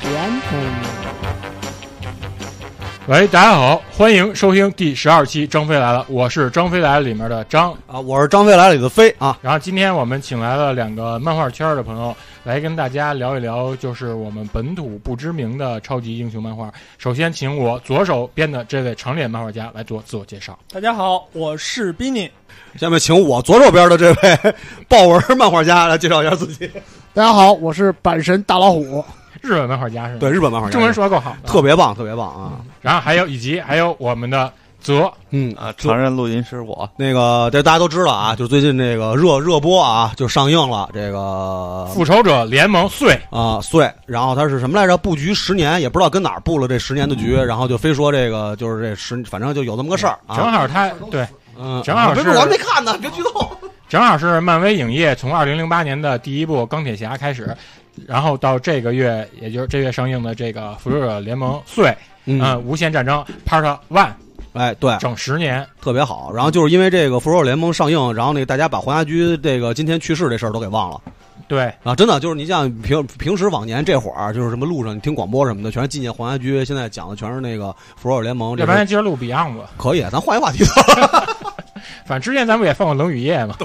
甜筒。喂，哎大家好，欢迎收听第十二期《张飞来了》，我是《张飞来了》里面的张。啊，我是张飞来了里的飞啊，然后今天我们请来了两个漫画圈儿的朋友来跟大家聊一聊，就是我们本土不知名的超级英雄漫画。首先，请我左手边的这位长脸漫画家来做自我介绍。大家好，我是 Bini。下面请我左手边的这位豹纹漫画家来介绍一下自己。大家好，我是阪神大老虎。日本漫画家是吧？对，日本漫画家，中文说的够好的，特别棒，特别棒啊！然后还有以及还有我们的泽，嗯，啊，常任录音师我那个这大家都知道啊，就是最近这个热热播啊，就上映了这个复仇者联盟碎，啊岁，然后他是什么来着？布局十年，也不知道跟哪儿布了这十年的局，然后就非说这个就是这十，反正就有这么个事儿嗯正啊。好他对，嗯，正好啊别是我还没看呢，别激动。正好是漫威影业从二零零八年的第一部钢铁侠开始，然后到这个月，也就是这月上映的这个复仇者联盟碎，嗯，嗯，无限战争 Part One 哎，对，整十年，特别好。然后就是因为这个《复仇者联盟》上映，然后那个大家把黄家驹这个今天去世这事儿都给忘了。对，啊，真的就是你像平平时往年这会儿，就是什么路上你听广播什么的，全是纪念黄家驹，现在讲的全是那个复仇者联盟，这要不然边接着录 Beyond 吧。可以，啊咱换一话题吧反正之前咱们也放过冷雨夜嘛，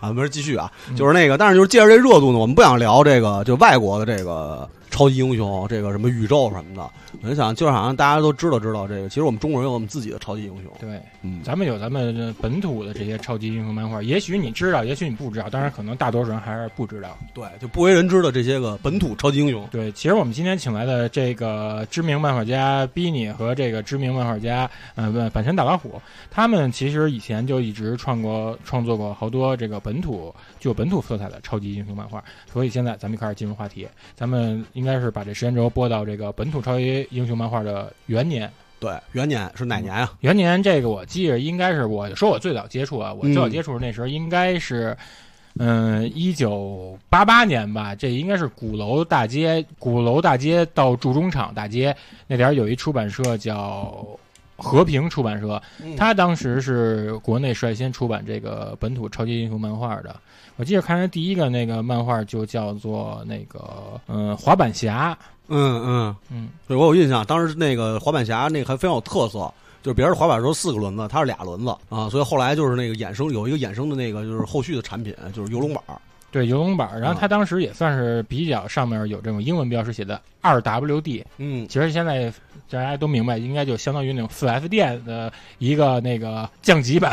啊，没事继续啊嗯，就是那个，但是就是借着这热度呢，我们不想聊这个，就外国的这个超级英雄，这个什么宇宙什么的，我就想就是好像大家都知道知道这个，其实我们中国人有我们自己的超级英雄，对，嗯，咱们有咱们本土的这些超级英雄漫画，也许你知道，也许你不知道，当然可能大多数人还是不知道。对，就不为人知的这些个本土超级英雄，对，其实我们今天请来的这个知名漫画家 Bini 和这个知名漫画家呃不阪神大老虎，他们其实以前就一直创过创作过好多这个本土具有本土色彩的超级英雄漫画，所以现在咱们开始进入话题，咱们应该是把这时间轴拨到这个本土超级英雄漫画的元年。对，元年是哪年啊？元年这个我记着应该是我说我最早接触啊，我最早嗯接触那时候应该是，嗯，一九八八年吧，这应该是鼓楼大街，鼓楼大街到铸中厂大街那点儿有一出版社叫。和平出版社，他当时是国内率先出版这个本土超级英雄漫画的。我记得看的第一个那个漫画就叫做那个嗯滑板侠，嗯嗯嗯，对我有印象，当时那个滑板侠那个还非常有特色，就是别人滑板的时候四个轮子，他是俩轮子啊，所以后来就是那个衍生有一个衍生的那个就是后续的产品就是游龙板儿，对游龙板儿，然后啊他当时也算是比较上面有这种英文标识写的二 WD，嗯，其实现在大家都明白，应该就相当于那种四 S 店的一个那个降级版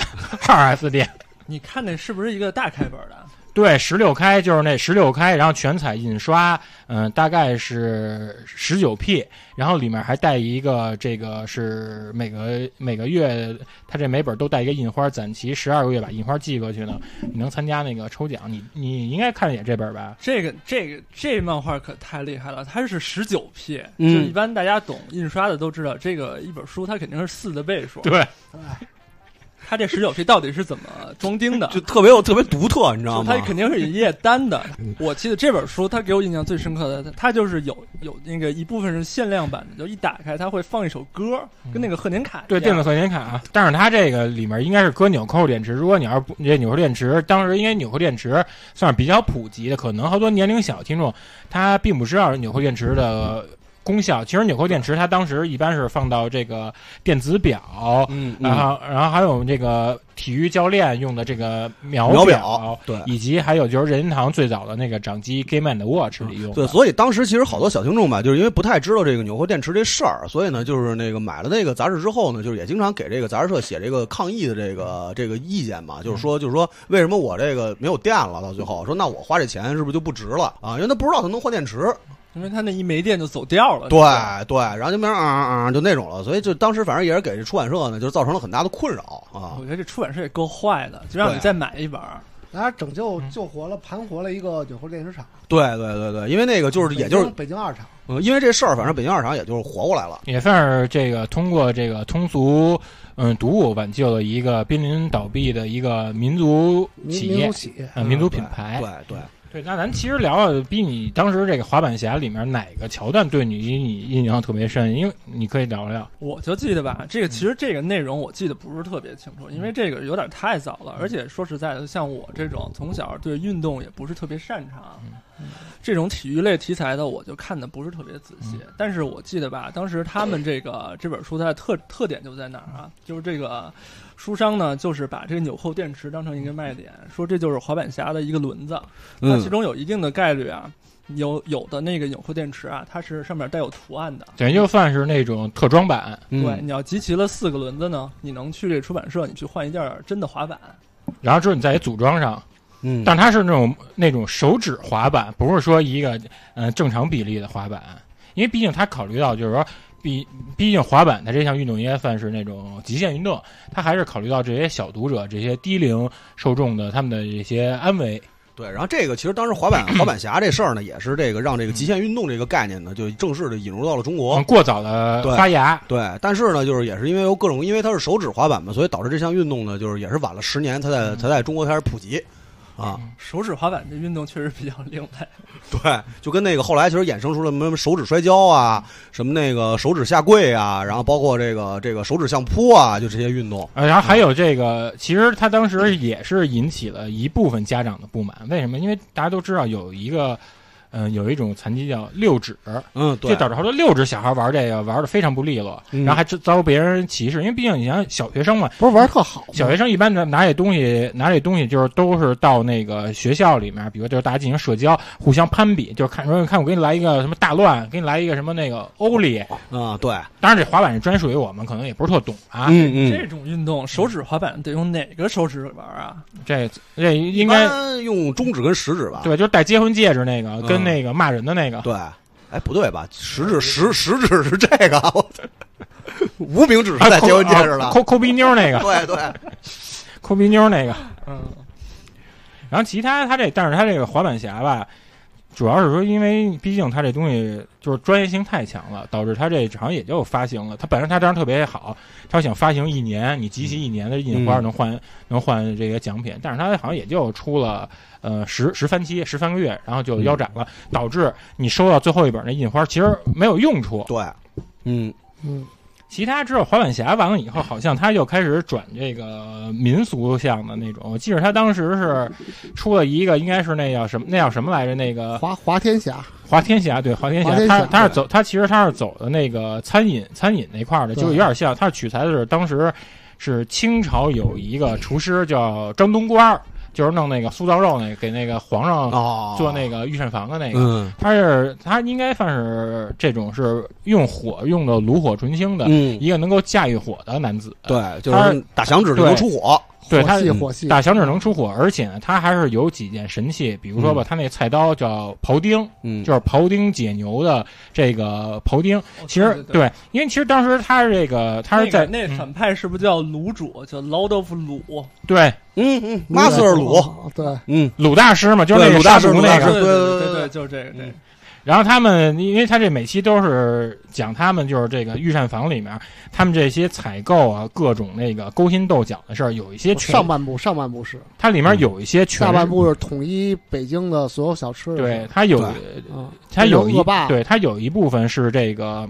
二 S 店。你看那是不是一个大开本啊的？对，十六开就是那十六开，然后全彩印刷，嗯、大概是十九 P，然后里面还带一个这个是每个每个月，它这每本都带一个印花，攒齐十二个月把印花寄过去呢，你能参加那个抽奖。你你应该看得也这本吧？这个这个这漫画可太厉害了，它是十九 P，就嗯是一般大家懂印刷的都知道，这个一本书它肯定是四的倍数。对，它这十九 P 到底是怎么装订的？就特别有特别独特，你知道就吗它？肯定是以页单的。我记得这本书，它给我印象最深刻的，它它就是有有那个一部分是限量版的，就一打开它会放一首歌，跟那个贺年卡一对样电子贺年卡、啊但是它这个里面应该是搁纽扣电池。如果你要是不这纽扣电池，当时因为纽扣电池算是比较普及的，可能好多年龄小的听众他并不知道纽扣电池的功效。其实纽扣电池它当时一般是放到这个电子表，嗯，然后然后还有这个体育教练用的这个秒秒表表，对以及还有就是任天堂最早的那个掌机 Game and Watch 里用的。对，所以当时其实好多小听众吧，就是因为不太知道这个纽扣电池这事儿，所以呢，就是那个买了那个杂志之后呢，就是也经常给这个杂志社写这个抗议的这个这个意见嘛，就是说，就是说为什么我这个没有电了，到最后说那我花这钱是不是就不值了啊？因为他不知道他能换电池，因为它那一没电就走掉了。对是吧对，然后就没人啊啊啊就那种了，所以就当时反正也是给这出版社呢，就是造成了很大的困扰啊我。觉得这出版社也够坏的，就让对你啊再买一本儿。大家拯救救活了、盘活了一个纽扣电池厂，对对对对，因为那个就是也就是北京北京二厂。呃因为这事儿，反正北京二厂也就是活过来了。也算是这个通过这个通俗嗯毒物挽救了一个濒临倒闭的一个民族企民民业族。企，啊，民族嗯对品牌。对对，对那咱其实聊聊，比你当时这个滑板侠里面哪个桥段对你你印象特别深？因为你可以聊聊。我就记得吧，嗯这个其实这个内容我记得不是特别清楚，因为这个嗯有点太早了，而且说实在的，像我这种从小对运动也不是特别擅长，嗯这种体育类题材的，我就看的不是特别仔细。嗯但是我记得吧，当时他们这个这本书它的特特点就在哪儿啊？就是这个书商呢，就是把这个纽扣电池当成一个卖点，说这就是滑板侠的一个轮子。它其嗯，中有一定的概率啊，有有的那个纽扣电池啊，它是上面带有图案的。等于就算是那种特装版，对，嗯，你要集齐了四个轮子呢，你能去这出版社，你去换一件真的滑板。然后之后你再给组装上，嗯，但它是那种那种手指滑板，不是说一个呃正常比例的滑板，因为毕竟它考虑到就是说，毕毕竟滑板它这项运动应该算是那种极限运动，它还是考虑到这些小读者、这些低龄受众的他们的这些安危。对，然后这个其实当时滑板滑板侠这事儿呢，也是这个让这个极限运动这个概念呢，就正式的引入到了中国嗯。过早的对发芽，对，但是呢，就是也是因为有各种，因为它是手指滑板嘛，所以导致这项运动呢，就是也是晚了十年才在才在中国开始普及，啊，手指滑板这运动确实比较另类， 对，就跟那个后来其实衍生出了什么手指摔跤啊，什么那个手指下跪啊，然后包括这个这个手指相扑啊，就这些运动。呃，然后还有这个，其实他当时也是引起了一部分家长的不满。为什么？因为大家都知道有一个，嗯、有一种残疾叫六指，嗯，这对，导致好多六指小孩玩这个玩的非常不利落，嗯然后还遭别人歧视。因为毕竟你像小学生嘛，不是玩儿特好吗，小学生一般的拿这东西，拿这东西就是都是到那个学校里面，比如就是大家进行社交，互相攀比，就是看说看我给你来一个什么大乱，给你来一个什么那个欧里。啊，对，当然，这滑板是专属于我们，可能也不是特懂啊。嗯这，种运动手指滑板得用哪个手指玩啊？这这应应该该用中指跟食指吧？对，就是戴结婚戒指那个，跟嗯那个骂人的那个，对，哎，不对吧？食指食食指是这个，我操无名指是啊在结婚戒指抠啊了。抠抠鼻妞那 个，对 对，抠鼻妞那个。嗯，然后其他他这，但是他这个滑板侠吧，主要是说，因为毕竟他这东西就是专业性太强了，导致他这好像也就发行了。他本身他当时特别好，他想发行一年，你集齐一年的印花嗯能换、能换这个奖品，但是他好像也就出了呃十十番期十三个月，然后就腰斩了，导致你收到最后一本那印花其实没有用处。对，嗯，嗯，其他之后，滑板侠完了以后，好像他又开始转这个民俗向的那种。我记得他当时是出了一个，应该是那叫什么，那叫什么来着？那个滑滑天侠，滑天侠，对，滑天侠滑。天侠他他是走，他其实他是走的那个餐饮餐饮那块儿的，对就有点像，他是取材的是当时是清朝有一个厨师叫张东官儿，就是弄那个酥糟肉那个，给那个皇上哦，做那个御膳房的那个。嗯他是他应该算是这种是用火用的炉火纯青的，嗯，一个能够驾驭火的男子。对，就他是打响指就对能出火。对火他系嗯火系，打响指能出火，而且呢，他还是有几件神器，比如说吧，他那菜刀叫庖丁，嗯，就是庖丁解牛的这个庖丁。哦其实哦对对对，因为其实当时他是这个，他是在那个那嗯反派是不是叫卤主？叫 Lord of 卤？对嗯嗯，马斯尔鲁，啊对，嗯，鲁大师嘛，就是对那个鲁大杀师毒鲁那大对个。嗯师对对呃对对对，就是这个这个。然后他们，因为他这每期都是讲他们就是这个御膳房里面，他们这些采购啊，各种那个勾心斗角的事儿，有一些全哦上，半部上半部是，它里嗯面有一些全下半是部是统一北京的所有小吃的对，它有啊，它有一恶哎霸对它有一部分是这个，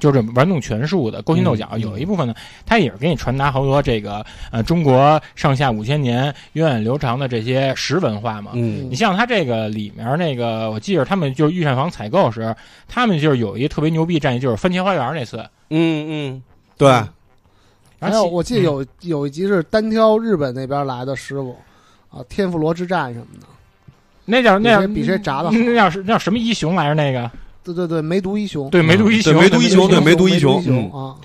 就是玩弄权术的勾心斗角；嗯嗯有一部分呢，它也是给你传达好多这个呃中国上下五千年源远流长的这些食文化嘛。嗯你像它这个里面那个，我记着他们就是御膳房采购时，他们就是有一特别牛逼战役，就是番茄花园那次。嗯嗯，对，然还后有其哎我记得嗯有有一集是单挑日本那边来的师傅啊，天妇罗之战什么的，那叫那叫比谁比谁炸得好 那叫是那叫什么一雄来着？那个对对对，梅毒一雄，对梅毒一对雄，梅毒一雄对梅梅毒一雄一雄啊，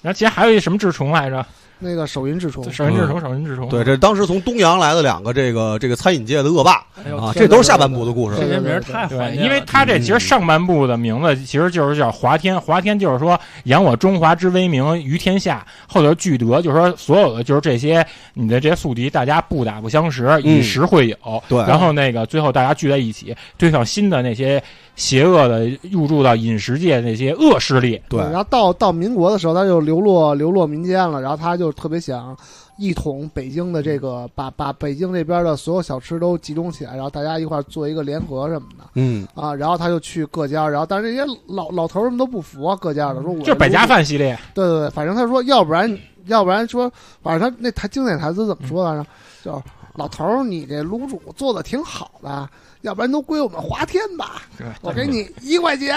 然后其实还有一什么治虫来着？那个手淫之虫，手淫治虫，手淫治虫。对，这当时从东洋来的两个这个这个餐饮界的恶霸哎呦，啊，这天哪都是下半部的故这事。些名儿 太怀对，念了，因为他这其实上半部的名嗯字其实就是叫华天，华天就是说扬我中华之威名于天下，后头聚德就是说所有的就是这些你的这些宿敌，大家不打不相识，嗯以实会友。对然后那个最后大家聚在一起，对抗新的那些邪恶的入驻到饮食界的那些恶势力。对，然后到到民国的时候，他就流落流落民间了，然后他就特别想一统北京的这嗯个，把把北京这边的所有小吃都集中起来，然后大家一块儿做一个联合什么的嗯，啊，然后他就去各家，然后但是这些老老头儿们都不服啊，各家的说嗯我就是百家，饭系列，对嗯对对，反正他说要不然要不然说，反正他那台经典台词怎么说来着？叫老头儿，你这卤煮做的挺好的，要不然都归我们华天吧，对吧？我给你一块钱。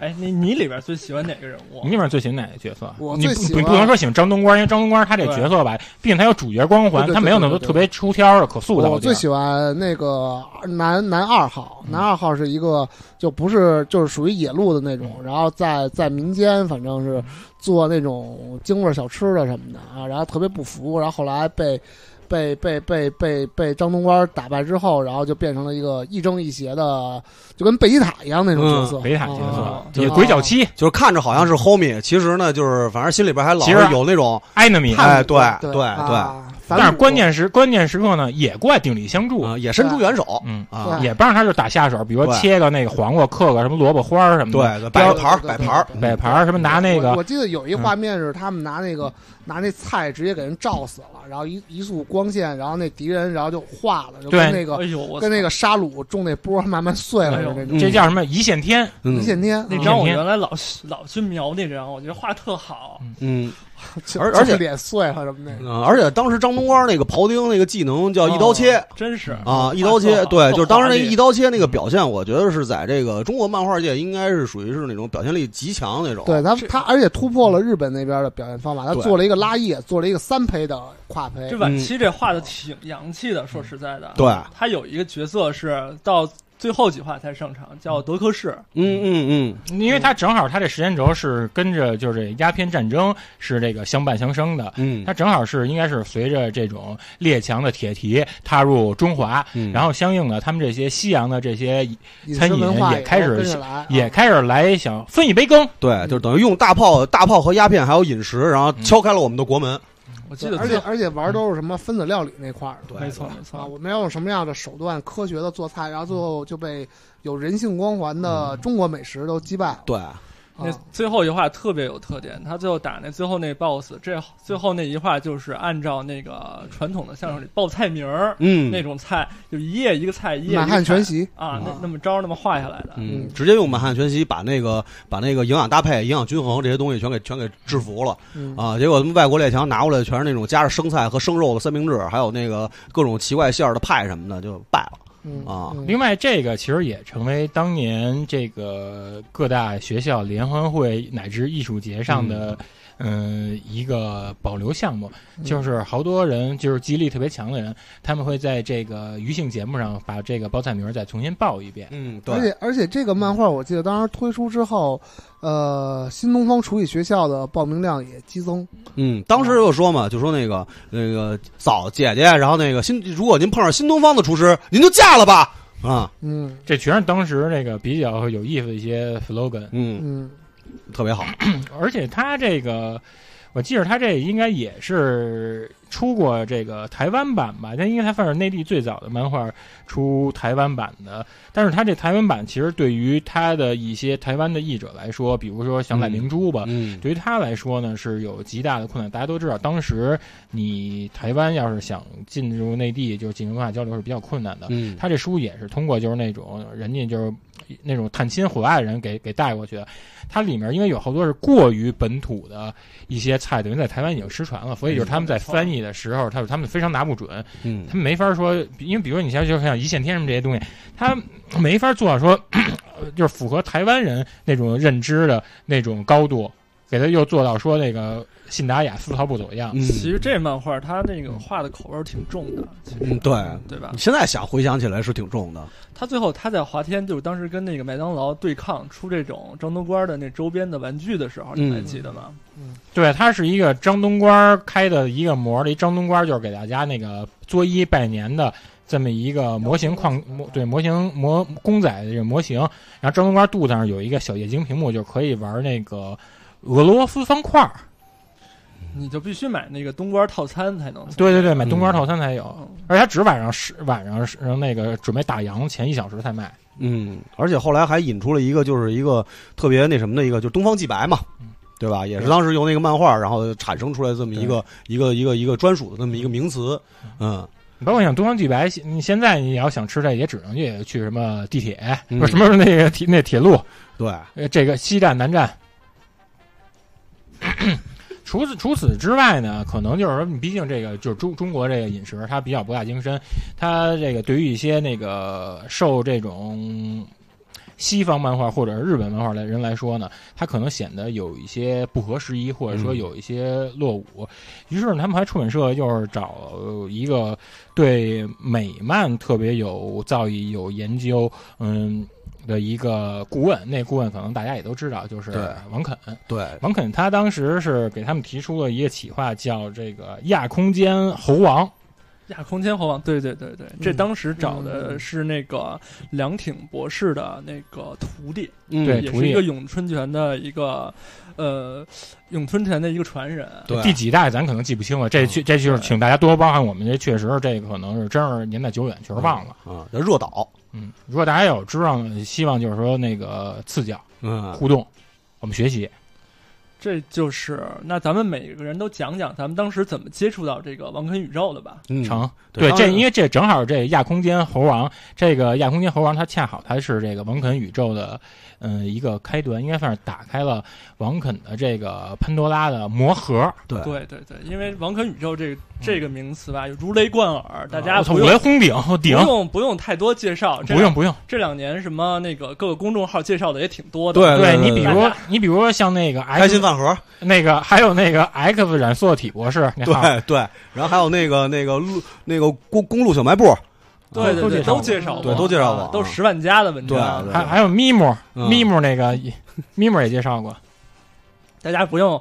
哎，你你里边最喜欢哪个人物啊你？里面最喜欢哪个角色？我你最不喜不欢不能说喜欢张东官，因为张东官他这个对角色吧，毕竟他有主角光环，对对对他没有那么多对对对特别出挑的可塑造的地儿。我最喜欢那个男男二号，男二号是一个就不是就是属于野路的那种，然后在在民间反正是做那种京味儿小吃的什么的啊，然后特别不服，然后后来被被被被被被张东官打败之后，然后就变成了一个亦正亦邪的，就跟贝吉塔一样那种角色，北塔角哦色，对也鬼脚七就是看着好像是 homie，其实呢，就是反正心里边还老其实是有那种 enemy，叛哎对对对啊反但是骨关键时关键时刻呢，也过来鼎力相助，啊，也伸出援手嗯，啊，对也不让他就打下手，比如说对切个那个黄瓜，嗑个什么萝卜花儿什么的，对，对摆个对盘儿，对对摆对盘儿，对摆盘儿什么拿那我个嗯我记得有一画面是他们拿那个、拿那菜直接给人照死了，然后一一束光线，然后那敌人然后就化了，就对跟那个哎呦，我跟那个沙鲁种那波慢慢碎了哎呦似的那嗯种。这叫什么一线天，一嗯线天，那啊张我天原来老老去描那张，我觉得画特好。嗯就而而且就是脸碎了什么那个，嗯，而且当时张东官那个庖丁那个技能叫一刀切，哦真是啊，一刀画特切，好对，特就是当时那华丽一刀切那个表现，我觉得是在这个中国漫画界应该是属于是那种表现力极强那种。对他哦这他而且突破了日本那边的表现方法，他对做了一个拉叶，做了一个三胚的跨胚这，晚期这画的挺洋气的，说实在的，嗯对，他有一个角色是到最后几画才上场，叫德克士，嗯嗯因为他正好他这时间轴是跟着就是鸦片战争是这个相伴相生的。嗯他正好是应该是随着这种列强的铁蹄踏入中华，嗯哦然后相应的他们这些西洋的这些饮餐食饮文化也开始跟着来，也啊开始来想分一杯羹，对，就是等于用大炮、大炮和鸦片还有饮食，然后嗯敲开了我们的国门。我记对得而最且而且玩都是什么分子料理那块儿的，对，没错对没啊，错，我们要用什么样的手段科学的做菜，然后最后就被有人性光环的中国美食都击败了。对，那啊最后一画特别有特点，他最后打那最后那 BOSS，这最后那一画就是按照那个传统的相声里报菜名儿、嗯那种菜，就一页一个菜，一页一个满汉全席菜啊，那啊那么招那么画下来的。嗯，嗯直接用满汉全席把那个把那个营养搭配、营养均衡这些东西全给全给制服了嗯啊！结果他们外国列强拿过来全是那种加着生菜和生肉的三明治，还有那个各种奇怪馅儿的派什么的，就败了。嗯啊嗯另外，这个其实也成为当年这个各大学校联欢会乃至艺术节上的，嗯、一个保留项目。嗯就是好多人，就是记忆力特别强的人，他们会在这个余兴节目上把这个包菜名儿再重新报一遍。嗯，对而，且而且这个漫画我记得当时推出之后，呃，新东方厨艺学校的报名量也激增。嗯，当时就说嘛，就说那个那个嫂姐姐，然后那个新，如果您碰上新东方的厨师，您就嫁了吧。啊，嗯这全是当时那个比较有意思的一些 slogan，嗯，嗯，特别好。而且他这个，我记着他这应该也是出过这个台湾版吧，但应该他算是内地最早的漫画出台湾版的。但是他这台湾版其实对于他的一些台湾的译者来说，比如说像赖明珠吧，嗯，对于他来说呢，是有极大的困难。大家都知道，当时你台湾要是想进入内地，就是进行文化交流是比较困难的。嗯，他这书也是通过就是那种人家就是那种探亲回来的人给给带过去的。它里面因为有好多是过于本土的一些菜，等于在台湾已经失传了，所以就是他们在翻译的时候，他他们非常拿不准，嗯他，们没法说，因为比如说你像就像一线天什么这些东西，他没法做到说就是符合台湾人那种认知的那种高度，给他又做到说那个信达雅丝毫不走样。嗯其实这漫画它那个画的口味儿挺重的，其实嗯，对，对吧你？现在想回想起来是挺重的。他最后他在华天就是当时跟那个麦当劳对抗出这种张东官的那周边的玩具的时候，你还嗯记得吗？对，它是一个张东官儿开的一个模儿，这一张东官儿就是给大家那个作揖拜年的这么一个模型框模，对模型模公仔的这个模型。然后张东官儿肚子上有一个小液晶屏幕，就可以玩那个俄罗斯方块儿。你就必须买那个东官套餐才能。对对对，买东官儿套餐才有，嗯而且它只晚上十晚上是让那个准备打烊前一小时才卖。嗯，而且后来还引出了一个，就是一个特别那什么的一个，就是东方既白嘛嗯，对吧？也是对当时由那个漫画，然后产生出来这么一个一个一个一个专属的这么一个名词。嗯，包括想东方既白，现你现在你要想吃这，也只能去去什么地铁，嗯不是什么那个铁那铁路，对，呃，这个西站、南站，除此除此之外呢，可能就是说，你毕竟这个就是中中国这个饮食，它比较博大精深，它这个对于一些那个受这种西方漫画或者是日本漫画的人来说呢，它可能显得有一些不合时宜，或者说嗯有一些落伍。于是他们还出版社就是找一个对美漫特别有造诣、有研究，嗯。的一个顾问，那顾问可能大家也都知道，就是对王肯。对，王肯他当时是给他们提出了一个企划，叫这个亚空间猴王。亚空间猴王，对对对对，这嗯当时找嗯的嗯是那个梁挺博士的那个徒弟，嗯对也徒是弟一个咏春拳的一个，呃，咏春拳的一个传人。对嗯第几代咱可能记不清了，这确这就是请大家多包涵，我们这确实这可能是真是年代久远，确实忘了。啊，叫热岛，嗯，如果大家有知道，希望就是说那个赐教嗯，互动，我们学习。这就是那咱们每个人都讲讲咱们当时怎么接触到这个王肯宇宙的吧。嗯成，对对，当这然因为这正好这亚空间猴王，这个亚空间猴王它恰好它是这个王肯宇宙的，嗯、一个开端，应该算是打开了王肯的这个潘多拉的魔盒，对对对对，因为王肯宇宙这个这个名词吧，如雷贯耳，大家我操不五用雷轰顶不顶，用不用太多介绍，这不用不用，这两年什么那个各个公众号介绍的也挺多的。对对你比大如家你比如说像那个开心 X 饭盒，那个还有那个 X 染色体博士，你对好，对，然后还有那个那个路那个公公路小卖部，对都对对，介绍都介绍过过，对都介绍过啊都十万加的文章对，对还还有咪姆嗯咪姆那个咪姆也介绍过，大家不用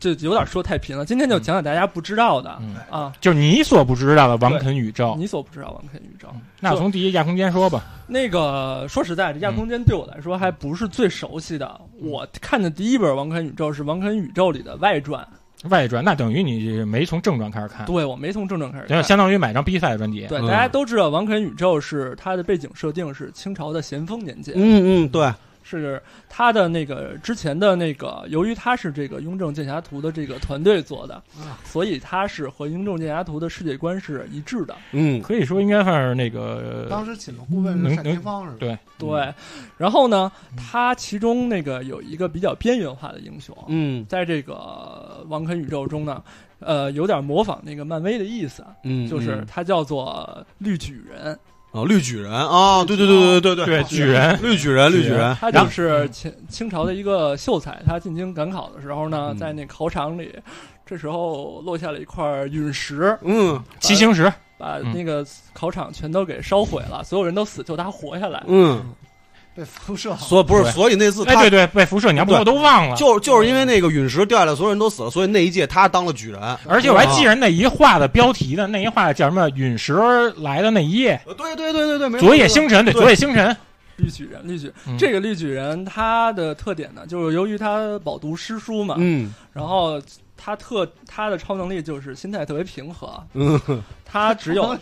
就有点说太贫了。今天就讲讲大家不知道的嗯，啊，就是你所不知道的王肯宇宙。嗯你所不知道王肯宇宙。那从第一亚空间说吧，那个说实在，这亚空间对我来说还不是最熟悉的。我看的第一本《王肯宇宙》是《王肯宇宙》里的外传，外传那等于你没从正传开始看，对我没从正传开始就看。相当于买张比赛专辑。对，嗯大家都知道《王肯宇宙》是它的背景设定是清朝的咸丰年间，嗯嗯，对，是他的那个之前的那个，由于他是这个《雍正剑侠图》的这个团队做的，啊所以他是和《雍正剑侠图》的世界观是一致的。嗯可以说应该算是那个当时请的顾问是单田芳是吧？呃对对，然后呢，嗯他其中那个有一个比较边缘化的英雄，嗯在这个呃王肯宇宙中呢，呃，有点模仿那个漫威的意思，啊嗯，就是他叫做绿巨人，哦，绿巨人啊，对对对对对对巨人，绿巨人，绿巨人，他然就后是清清朝的一个秀才，他进京赶考的时候呢，嗯在那考场里，这时候落下了一块陨石，嗯七星石，把嗯那个考场全都给烧毁了，所有人都死，就他活下来。嗯，被辐射，所以不是，对所以那次哎，他对对，被辐射，你要不说我都忘了。就就是因为那个陨石掉下来，所有人都死了，所以那一届他当了巨人。而且我啊还记着那一画的标题呢，那一画叫什么？陨石来的那一夜，呃对对对对对，没错昨夜星辰，对，对昨夜星辰，绿巨人，绿巨嗯这个绿巨人他的特点呢，就是由于他饱读诗书嘛，嗯然后他特他的超能力就是心态特别平和，嗯，他只 有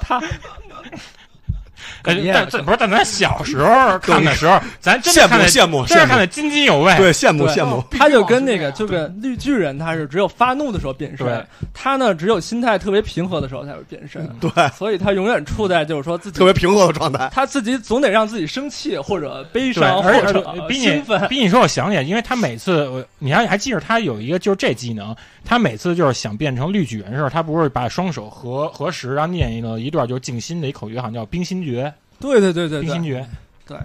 他呃但哽咽了但不是，但咱小时候看的时候，咱真的羡慕看的羡慕真是羡看哎慕，的津津有味。对羡慕对羡慕，嗯他就跟那个就跟绿巨人，他是只有发怒的时候变身对，他呢只有心态特别平和的时候才会变身，对，所以他永远处在就是说自己 特别平和的状态。他自己总得让自己生气或者悲对，伤或而且者而呃且比兴你奋，比你说，我想起来，因为他每次，我你还还记着他有一个就是这技能，他每次就是想变成绿巨人的时候，他不是把双手合合十，然后念一个一段就是静心的一口诀，好像叫冰心诀，对对对对冰心对诀。对，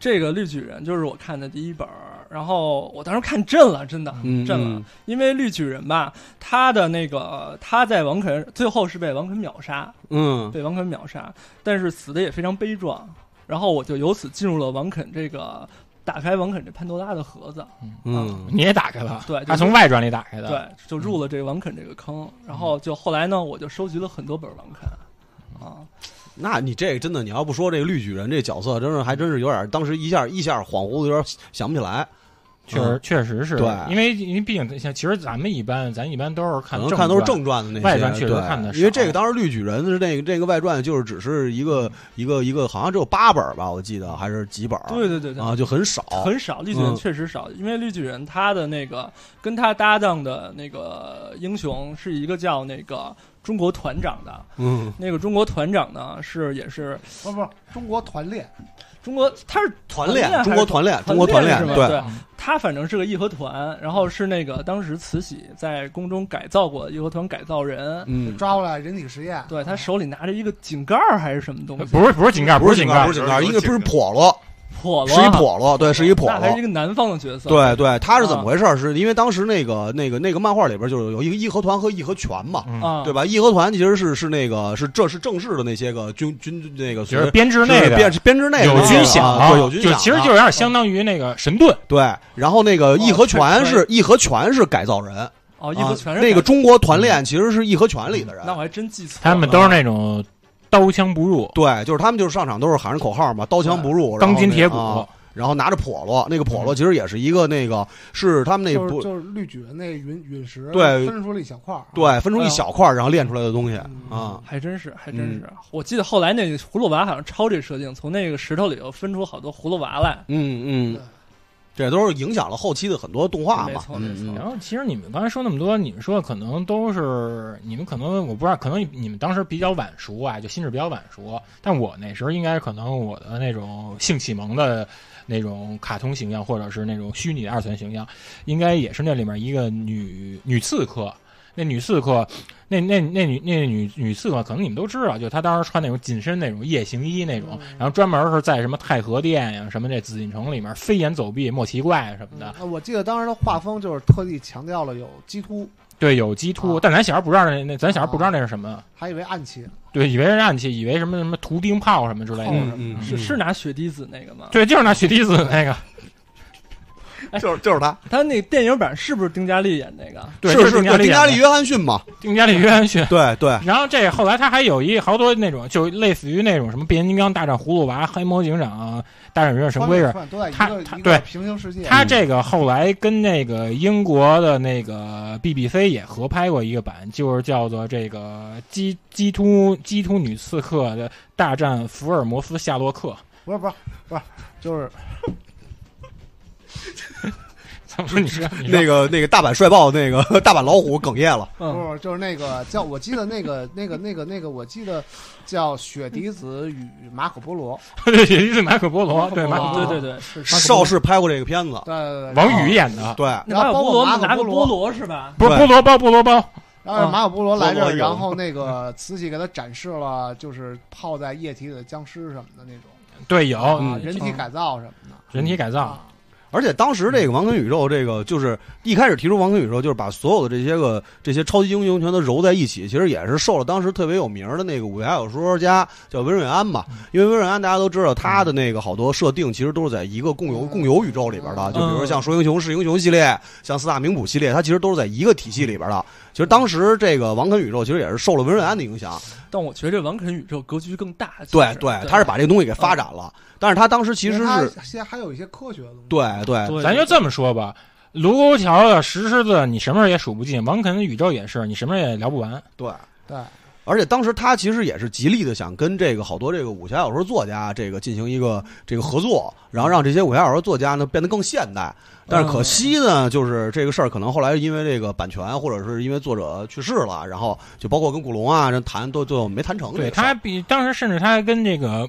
这个绿巨人就是我看的第一本儿，然后我当时看震了，真的嗯震了，因为绿巨人吧，他的那个他在王肯最后是被王肯秒杀，嗯被王肯秒杀，但是死的也非常悲壮。然后我就由此进入了王肯这个打开王肯这潘多拉的盒子，嗯你也打开了，对就是他从外传里打开的，对，就入了这个王肯这个嗯坑。然后就后来呢，我就收集了很多本王肯，啊，那你这个真的，你要不说这个绿巨人这角色，真是还真是有点，当时一下一下恍惚，有点想不起来。确实确实是，嗯对因为因为毕竟像其实咱们一般咱一般都是可看能正看都是传正传的那些，外传确实对看得少因为这个当时绿巨人是这个这个外传就是只是一个一个一个，好像只有八本吧，我记得还是几本，对对对对，啊，就很少，很少，绿巨人嗯确实少，因为绿巨人他的那个跟他搭档的那个英雄是一个叫那个中国团长的，嗯，那个中国团长呢是也是不是不是中国团练，中国，他是团练还练，是中国团练，中国团团练是，吧对，对嗯，它反正是个义和团，然后是那个当时慈禧在宫中改造过的义和团改造人，嗯，抓过来人体实验，啊对他手里拿着一个井盖儿还是什么东西，不是不是井盖，不不是井盖，不是井盖，不应是该不是笸箩，破了，是一笸箩，对，是一笸那啊还是一箩。个南方的角色，对对，他是怎么回事儿？是因为当时那个那个那个漫画里边就是有一个义和团和义和拳嘛，嗯，啊，对吧？义和团其实是是那个是正是正式的那些个军军那个就是编编制内的编编制内的有那个军饷，啊对有军就饷，其实就有点相当于那个神盾，对。然后那个义和哦拳是是义和拳是改造人，哦，义和全是啊那个改嗯中国团练其实是义和拳里的人造，那我还真记错了，他们都是那种刀枪不入、对，就是他们就是上场都是喊着口号嘛，刀枪不入，然钢后筋那铁骨，啊然后拿着笸箩，那个笸箩其实也是一个那个是他们那就是不就是绿举那陨陨石，对分出了一小块儿，，啊对分出一小块儿然后练出来的东西嗯啊，还真是，还真是。我记得后来那个葫芦娃好像抄这设定，从那个石头里头分出好多葫芦娃来。嗯嗯，对这都是影响了后期的很多动画没嘛错，嗯没错然嗯后，其实你们刚才说那么多，你们说的可能都是你们可能我不知道，可能你们当时比较晚熟啊，就心智比较晚熟。但我那时候应该可能我的那种性启蒙的那种卡通形象，或者是那种虚拟的二次元形象，应该也是那里面一个女女刺客。那女刺客，那那那女那女女刺客，可能你们都知道，就她当时穿那种紧身那种夜行衣那种，然后专门是在什么太和殿呀、什么这紫禁城里面飞檐走壁、莫奇怪啊什么的，嗯我记得当时的画风就是特地强调了有鸡突，对，有鸡突，哦啊但咱小孩不知道那那，咱小孩不知道那是什么，还以为暗器，对，以为是暗器，以为什么什么图钉炮什么之类的，嗯嗯，是是拿血滴子那个吗？对，就是拿血滴子那个，就是就是他，他那电影版是不是丁嘉丽演那个？对，是就是是丁嘉对丽丁演嘉的丽约翰逊嘛，丁嘉丽约翰逊。对对，然后这后来他还有一好多那种，就类似于那种什么变形金刚大战葫芦娃、黑猫警长大战忍者神龟似的。都在一他个他一对个平行世界，他这个后来跟那个英国的那个 BBC 也合拍过一个版，就是叫做这个基基突基突女刺客的大战福尔摩斯夏洛克。不是不是不是，就是怎么说？你说你说那个那个大阪帅爆那个 大阪老虎哽咽了，嗯，不是就是那个叫我记得那个那个那个那个我记得叫雪滴子与马可波罗，对，也就是马可波罗，对马马可可波波罗对罗，对对，是是邵氏拍过这个片子，对对对，王宇演的，对，那马可波罗拿个菠萝是吧？不是对菠萝包，菠萝包，然后马可波罗来这波儿，罗有然后那个慈禧给他展示了就是泡在液体里的僵尸什么的那种，对，有啊，嗯人体改造什么的人体改造，啊，而且当时这个王肯宇宙，这个就是一开始提出王肯宇宙，就是把所有的这些个这些超级英雄全都揉在一起，其实也是受了当时特别有名的那个武侠小说家叫温瑞安嘛，因为温瑞安大家都知道他的那个好多设定其实都是在一个共有嗯共有宇宙里边的，嗯就比如说像说英雄是英雄系列，像四大名捕系列，它其实都是在一个体系里边的。其实当时这个王肯宇宙其实也是受了温瑞安的影响，但我觉得这王肯宇宙格局更大。其对实对，他是把这个东西给发展了，但是他当时其实因为是它现在还有一些科学的东西，对对对咱就这么说吧。卢沟桥的石狮子，你什么时候也数不尽；王肯的宇宙也是，你什么时候也聊不完。对。对，而且当时他其实也是极力的想跟这个好多这个武侠小说作家这个进行一个这个合作，然后让这些武侠小说作家呢变得更现代。但是可惜呢，就是这个事儿可能后来因为这个版权或者是因为作者去世了，然后就包括跟古龙啊这谈都最后没谈成这对个事儿。他比当时甚至他还跟这个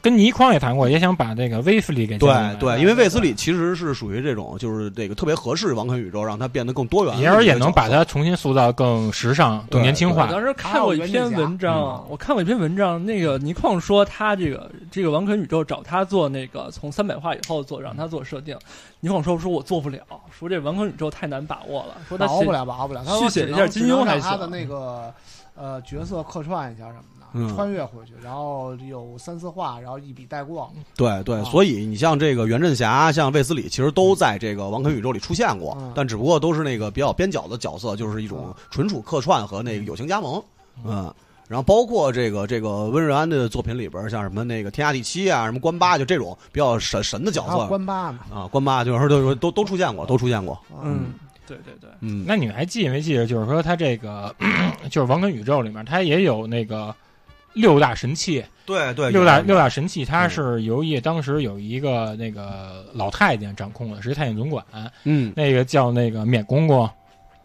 跟倪匡也谈过，也想把这个威斯利给叫进来嗯对对，因为卫斯理其实是属于这种，就是这个特别合适王肯宇宙，让他变得更多元的一也个角色，也能把它重新塑造更时尚、更对年轻我化。当时看过一篇文嗯章，我看过一篇文章，那个倪匡说他这个这个王肯宇宙找他做那个从三百话以后做让他做设定，倪匡说说我做不了，说这王肯宇宙太难把握了，说他把握写不了，把握不了。他续说写只一能下金只能庸让还他的行那个呃角色客串一下什么的，嗯穿越回去，然后有三四话，然后一笔带过。对对，啊所以你像这个袁振霞、像卫斯理，其实都在这个王肯宇宙里出现过，嗯但只不过都是那个比较边角的角色，就是一种纯属客串和那个友情加盟，嗯。然后包括这个这个温瑞安的作品里边，像什么那个天下第七啊，什么关八，就这种比较神神的角还有色关八呢，啊，关八就是都都都出现过，都出现过，啊嗯，对对对，嗯，那你们还记没记得，就是说他这个 就是王肯宇宙里面，他也有那个六大神器，对对，六大呃有嗯六大神器，它是由一当时有一个那个老太监掌控的，是一太监总管，嗯，那个叫那个缅公公，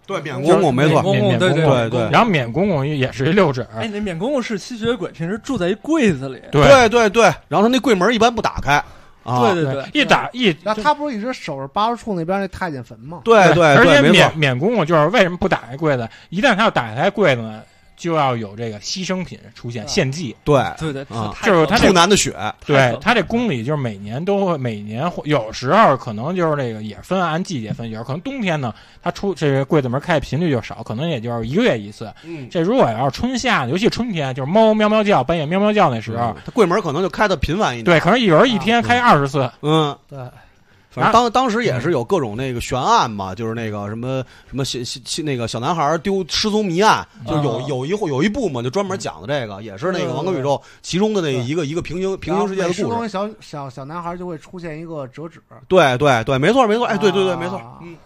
对， 免就是公公没免错，公公免对免公对对对然后缅公公也是一六指儿，哎，那免公公是吸血鬼，平时住在一柜子里，对对对对。然后他那柜门一般不打开，啊，对对对，一打一，然后他不是一直守着八十处那边那太监坟吗？对对而对，且没错免，免公公就是为什么不打开柜子？一旦他要打开柜子呢，就要有这个牺牲品出现，啊献祭。对，对对，啊太就是可他这处怕了男的血，太可怕对了他这宫里就是每年都会，每年或有时候可能就是这个也分按季节分，有时候可能冬天呢，他出这个柜子门开的频率就少，可能也就是一个月一次。嗯，这如果要是春夏，尤其春天，就是猫喵喵叫，半夜喵喵叫那时候，嗯他嗯柜门可能就开的频繁一点，对，可能有人一天开二十次，嗯，对，反正当当时也是有各种那个悬案嘛，就是那个什么什么小小小那个小男孩丢失踪谜案，就是有嗯有一有一部嘛，就专门讲的这个，也是那个《王国宇宙》其中的那一个一个平行平行世界的然故事。后每书中小小小男孩就会出现一个折纸，对对对，没错没错，哎，对对对，啊没错，嗯，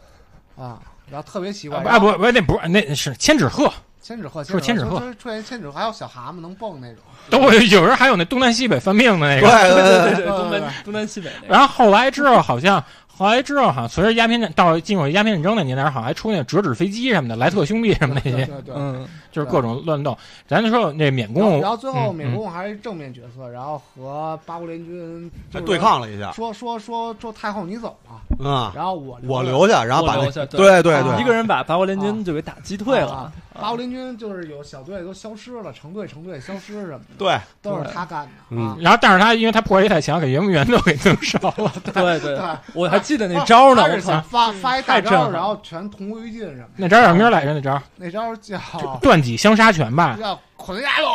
啊，然后特别奇怪。啊不不那不是那是千纸鹤，千纸鹤，说千纸鹤就是出现千纸鹤，还有小蛤蟆能蹦那种。都 会有人还有那东南西北翻命的那对个，对对对对对，东对对南东南西北那个，然后后来之后，好像后来之后，好像随着鸦片战到进入鸦片战争那年代，好像还出那折纸飞机什么的，莱特兄弟什么那对些，对对。嗯，就是各种乱斗。咱就说那免然后公然后最后嗯美国公还是正面角色，然后和八国联军对，就是对抗了一下，说说说说太后你走啊，嗯，然后我我着留下，然后把我那留下对对对啊对一个人把八国联军就给打击退了啊，八国联军就是有小队都消失了，成队成队消失什么的，对，都是他干的啊嗯。然后但是他因为他破坏力太强，给圆明园都给弄烧了。对对对，我还记得嗯那招呢，他我是想操，发发一大太震招，撼然后全同归于尽什么的。嗯啊那招叫什么来着？那招那招叫断戟相杀拳吧？叫捆架了，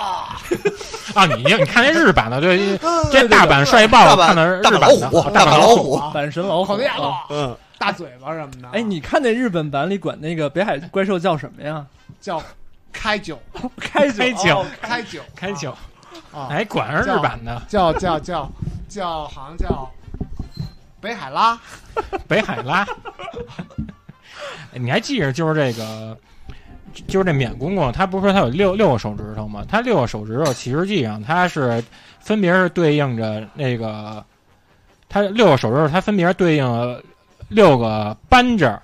啊，你你看那日版的，对，这大阪帅大爆，看的阪是大日阪版老虎的，，哦大大阪老老 虎，啊阪神老虎捆架啊。了，嗯，大嘴巴什么的。哎，你看那日本版里管那个北海怪兽叫什么呀？叫开酒，开开酒哦开酒， 开球，啊，哎，管是日版的叫叫叫叫，好像叫北海拉，北海拉。 你还记着就是这个，就是这免公公，他不是说他有六六个手指头吗？他六个手指头其实际上他是分别是对应着那个，他六个手指头，它分别对应了六个扳指儿。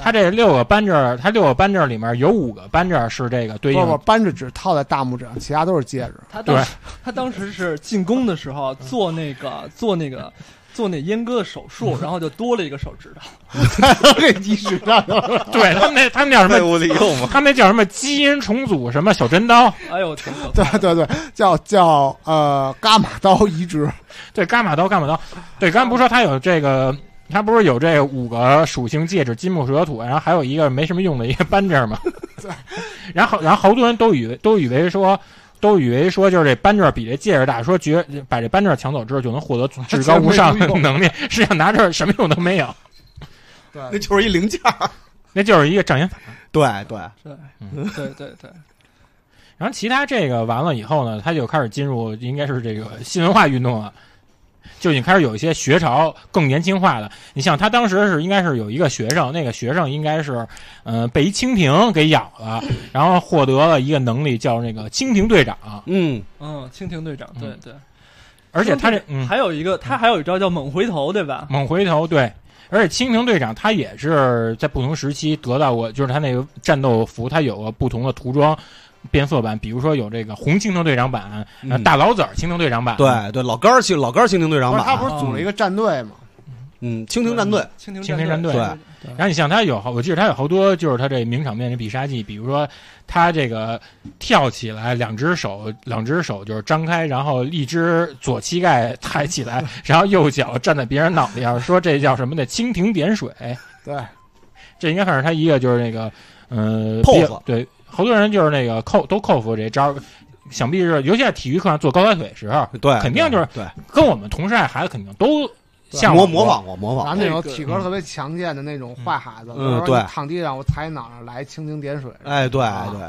他这六个扳指儿，他六个扳指儿里面有五个扳指儿是这个对不不，应扳指只套在大拇指上，其他都是戒指。他当对时他当时是进宫的时候做那个做那个做那阉割的手术，然后就多了一个手指头。这你指上 对他们那他们叫什么？物利用嘛，他们那叫什么基因重组什么小针刀？哎呦，挺可 对怕的对对，叫叫呃伽马刀移植，对，伽马刀，伽马刀。对，刚才不是说它有这个，它不是有这五个属性戒指，金木水火土，然后还有一个没什么用的一个扳指吗？然后，然后好多人都以为都以为说。都以为说就是这扳指比这戒指大，说绝把这扳指抢走之后就能获得至高无上的能力，实际上拿这儿什么用都没有， 那对，就是一零件儿，那就是一个障眼法。对对，对嗯对对对，然后其他这个完了以后呢，他就开始进入应该是这个新文化运动了，就已经开始有一些学潮更年轻化的。你像他当时是应该是有一个学生，那个学生应该是嗯、呃被一蜻蜓给咬了，然后获得了一个能力叫那个蜻蜓队长，嗯，嗯，蜻蜓队长，对嗯对。而且他这 嗯还有一个，他还有一招叫猛回头，对吧？猛回头对。而且蜻蜓队长他也是在不同时期得到过，就是他那个战斗服，他有个不同的涂装变色版，比如说有这个红蜻蜓队长版、呃嗯大老子儿蜻蜓队长版，对对，老杆儿青老杆儿蜻蜓队长不是他不版，是组了一个战队吗？嗯，蜻蜓战队，蜻蜓蜻蜓战队对然后你像他有好，我记得他有好多就是他这名场面的必杀技，比如说他这个跳起来，两只手两只手就是张开，然后一只左膝盖抬起来，然后右脚站在别人脑袋上，说这叫什么呢？蜻蜓点水，对，这应该算是他一个就是那个嗯 Pose 对，好多人就是那个扣都扣服这招儿，想必是尤其在体育课上做高抬腿时候，对，肯定就是对，跟我们同时代孩子肯定都像模模仿过模然后仿过，那种体格特别强健的那种坏孩子，嗯比如说对你躺地上我踩你脑上来蜻蜓点水，哎，对啊对，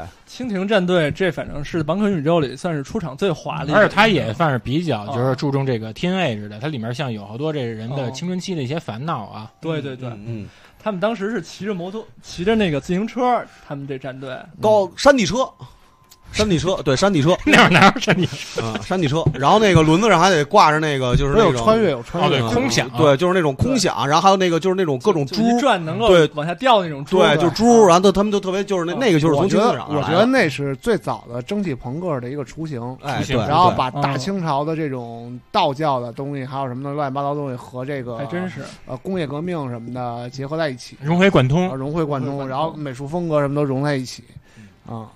蜻蜓战队，这反正是《王可宇宙》里算是出场最华丽的一个，而且他也算是比较就是注重这个 teenage 的，它里面像有好多这人的哦青春期的一些烦恼啊。 对对对，嗯，他们当时是骑着摩托，骑着那个自行车，他们这战队高山地车，山地车，对山地 车，那会儿哪有山地？嗯，山地车。然后那个轮子上还得挂着那个，就是不是那有种穿越，有穿哦，越，啊对，嗯空想，对，就是那种空想，然后还有那个就是那种各种就珠，一转能够对往下掉那种珠，对，就珠，然后他们就特别就是那嗯那个就是啊我从觉军得事，场我来觉的得那是最早的蒸汽朋克的一个雏形。哎，出现对，的然后对把大嗯清朝的这种道教的东西，还有什么的乱七八糟东西和这个还真是啊呃工业革命什么的结合在一起，融会贯嗯然后通，融会贯融会贯通通，然后美术风格什么都融在一起，嗯啊，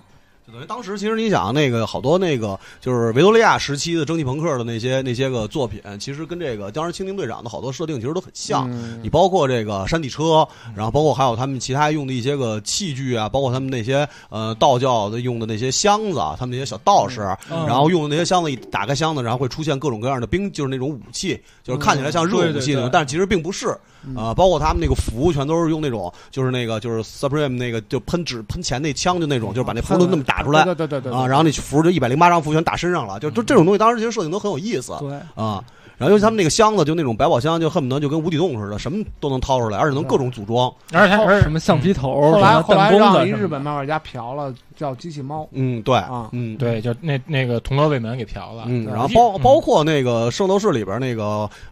就等于当时其实你想那个好多那个就是维多利亚时期的蒸汽朋克的那些那些个作品，其实跟这个当时蜻蜓队长的好多设定其实都很像。嗯你包括这个山地车，嗯然后包括还有他们其他用的一些个器具啊，包括他们那些呃道教的用的那些箱子啊，他们那些小道士，嗯然后用的那些箱子一打开箱子，然后会出现各种各样的兵，就是那种武器，就是看起来像热嗯对武对器那种对，嗯但其实并不是。嗯啊，包括他们那个服全都是用那种，就是那个就是 Supreme 那个就喷纸喷钱那枪，就那嗯种，就是把那符都那么打出来嗯对对对对对啊，然后那符就一百零八张符全打身上了，就就这种东西，当时其实设定都很有意思对，嗯啊。然后尤其他们那个箱子，就那种百宝箱，就恨不得就跟无底洞似的，什么都能掏出来，而且嗯能各种组装。而且它而哦什么橡皮头，后来什么后来弹弓让的一什么日本漫画家嫖了，叫机器猫，嗯，对啊，嗯，对，就那那个铜锣卫门给嫖了，嗯，对然后包嗯包括那个《圣斗士》里边那个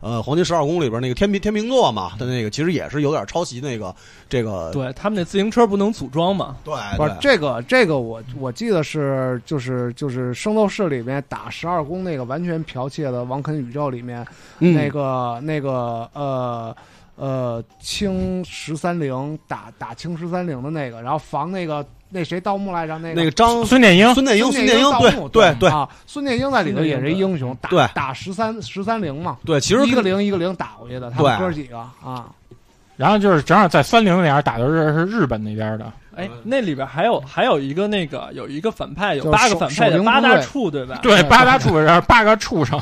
呃《黄金十二宫》里边那个天平天平座嘛，他那个其实也是有点抄袭那个这个对他们那自行车不能组装嘛，对不是哎对这个这个我我记得是就是就是圣斗士里面打十二宫那个完全剽窃的王肯宇宙里面嗯那个那个呃呃青十三陵打打青十三陵的那个，然后防那个那谁盗墓来着？那个那个张孙殿英，孙殿英英孙殿英盗墓对对对啊，孙殿英在里头也是一英雄，打对打十三十三陵嘛，对，其实一个跟零一个零打过去的，他对们哥几个啊，然后就是正好在三零那边打的是是日本那边的，哎嗯，那里边还有还有一个那个有一个反派，有叫八个手反派手的灵八部大队处对吧？对，对八大畜生，然后八个畜生，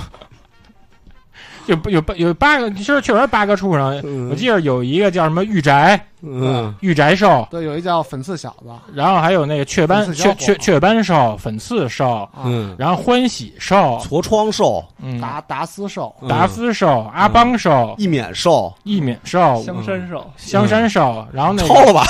有有有八个，就是确实八个畜生。嗯我记得有一个叫什么玉宅啊嗯玉宅兽，对，有一叫粉刺小子啊然后还有那个雀斑粉刺小雀伙雀雀斑兽、粉刺兽，啊，嗯，然后欢喜兽、痤疮兽、嗯达达斯兽，嗯达斯兽、阿邦兽、一免兽，一敏兽、香山兽，香山兽，然后那抄个了吧？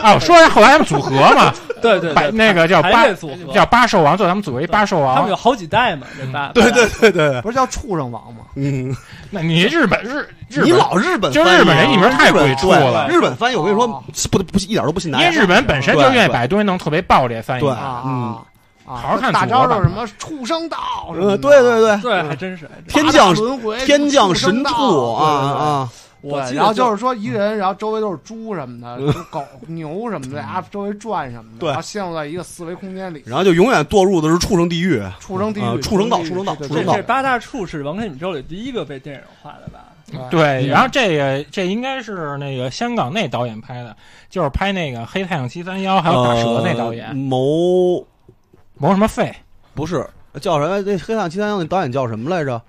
啊，我说一下后来他们组合嘛，嗯对对把对，那个叫排八列组合叫八兽王，最后他们组为八兽他们王有。好几代嘛，这八对八大对对对，不是叫畜生王吗？嗯，那你日本日日你本老日本就翻译日本人一名太鬼畜了对日本翻译我跟你说哦不不一点都不信因南为亚。日本本身就对愿意对把东西弄特别爆裂翻译对啊嘛，啊啊！好好看大祖国招吧叫什么？畜生道什么的，嗯，对对对，对，还真是还真是。天降八大轮回，天降啊哎畜生神道助啊！啊！对我对记对，得然后就就是说一人，然后周围都是猪什么的，就狗、牛什么的，啊，周围转什么的，嗯对然后陷入在一个四维空间里，然后就永远堕入的是畜生地狱。畜生地啊狱，畜生道畜生道对畜这生对道这八大处是《王肯宇宙》里第一个被电影化的吧？对对对，嗯然后这个这应该是那个香港那导演拍的，就是拍那个《黑太阳七三幺》还有《大蛇》那导呃演某谋什么费，不是叫什么？那《黑暗七三幺》那导演叫什么来着？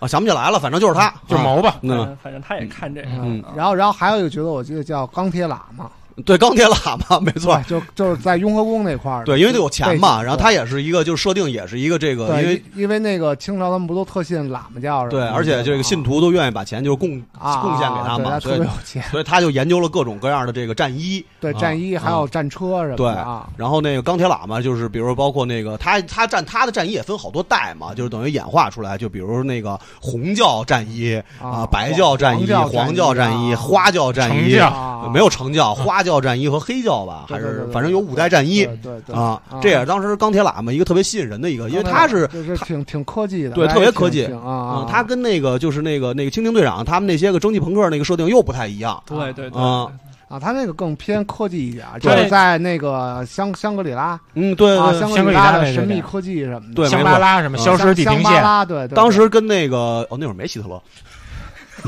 啊，想不起来了，反正就是他，就啊谋吧。反嗯，正反正他也看这个。嗯啊然后，然后还有一个角色，我记得叫钢铁喇嘛，对，钢铁喇嘛，没错。就就是在雍和宫那块儿的，对，因为他有钱嘛，对然后他也是一个，就是设定也是一个这个，因对，因为因为那个清朝他们不都特信喇嘛教什么的对，而且这个信徒都愿意把钱就是贡啊贡献给他对嘛，特所别以有钱，所以他就研究了各种各样的这个战衣，对啊战衣还有战车什么对的啊，然后那个钢铁喇嘛就是，比如包括那个他他战他的战衣也分好多代嘛，就是等于演化出来，就比如那个红教战衣啊、白教战衣、黄教教战衣、花教战橙衣，教啊，没有成教， 花教战衣和黑教吧，还对对是对反正有五代战衣对对对啊，这也是当时钢铁喇嘛一个特别吸引人的一个，因为他是。就是挺挺科技的，对还特别挺科技挺啊嗯啊，，他跟那个就是那个那个蜻蜓队长他们那些个蒸汽朋克那个设定又不太一样，对对对，啊，啊，他那个更偏科技一点，就对是在那个香香格里拉嗯，对啊，对对香香格里格里拉拉那的个神地秘儿科技什么的，对，香没巴错。拉什么消香失地香平巴线，拉对，对对当时跟那个哦，那会儿没希特勒，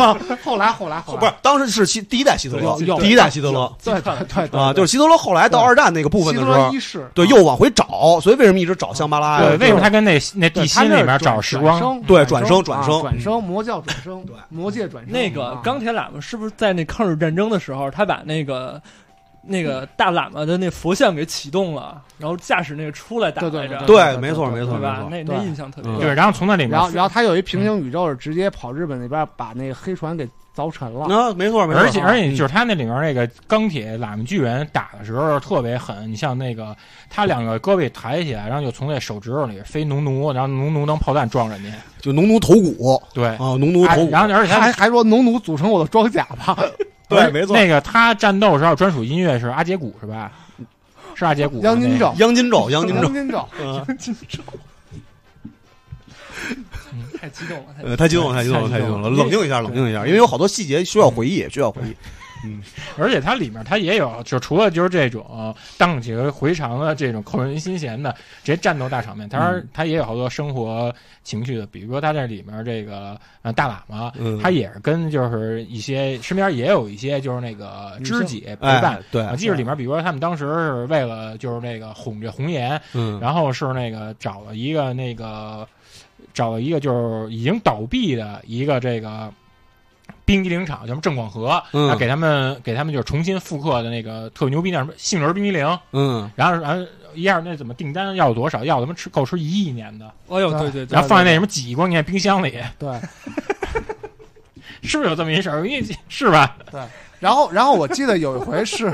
后来后来后不来是，当时是希第一代希特勒有有，第一代希特勒，对对对对啊，就是希特勒后来到对二战那个部分希的特时勒候一，世对，又往回找，所以为什么一直找香巴拉呀？对，对为什么他跟那那地对心他那里是面转找时光？生对转转转生啊转生魔教转生对魔界转生那个啊钢铁喇嘛是不是在那抗日战争的时候，他把那个那个大喇嘛的那佛像给启动了，然后驾驶那个出来打对来对着，对没错没错对吧？那那对印象特嗯别深。对，然后从那里面，然后，然后他有一平行宇宙是直接跑日本那边把那个黑船给凿沉了。那啊没错没错，而且而且嗯就是他那里面那个钢铁喇嘛巨人打的时候特别狠，你像那个他两个胳膊抬起来，然后就从那手指头里飞农奴，然后农奴当炮弹撞人家，就农奴头骨对，啊，农奴哎头骨，然后而且他还他还说农奴组成我的装甲 吧，对没错，那个他战斗时候专属音乐是阿杰古是吧？是阿杰古央金正，正，央 金咒央金咒央，金哎正，嗯金州，太激动了，太激动呃，了太激动了太激动了太太激激动动了，了嗯冷静一下冷静一下，因为有好多细节需要回忆需要回忆，而且它里面它也有，就除了就是这种呃荡气回肠的这种扣人心弦的这些战斗大场面，它嗯是它也有好多生活情绪的，比如说它这里面这个呃大喇嘛，嗯，他也是跟就是一些身边也有一些就是那个知己陪伴哎。对我，记得里面，比如说他们当时是为了就是那个哄这红颜，嗯然后是那个找了一个那个找了一个就是已经倒闭的一个这个冰激凌厂，叫什么郑广和，嗯他给他们给他们就是重新复刻的那个特牛逼那什么杏仁冰激凌，嗯然后然后一下那怎么订单要多少，要他妈吃够吃一亿年的，哎呦，对对对，然后放在那什么几亿光年冰箱里，对。是不是有这么一事儿？因为是吧？然后，然后我记得有一回是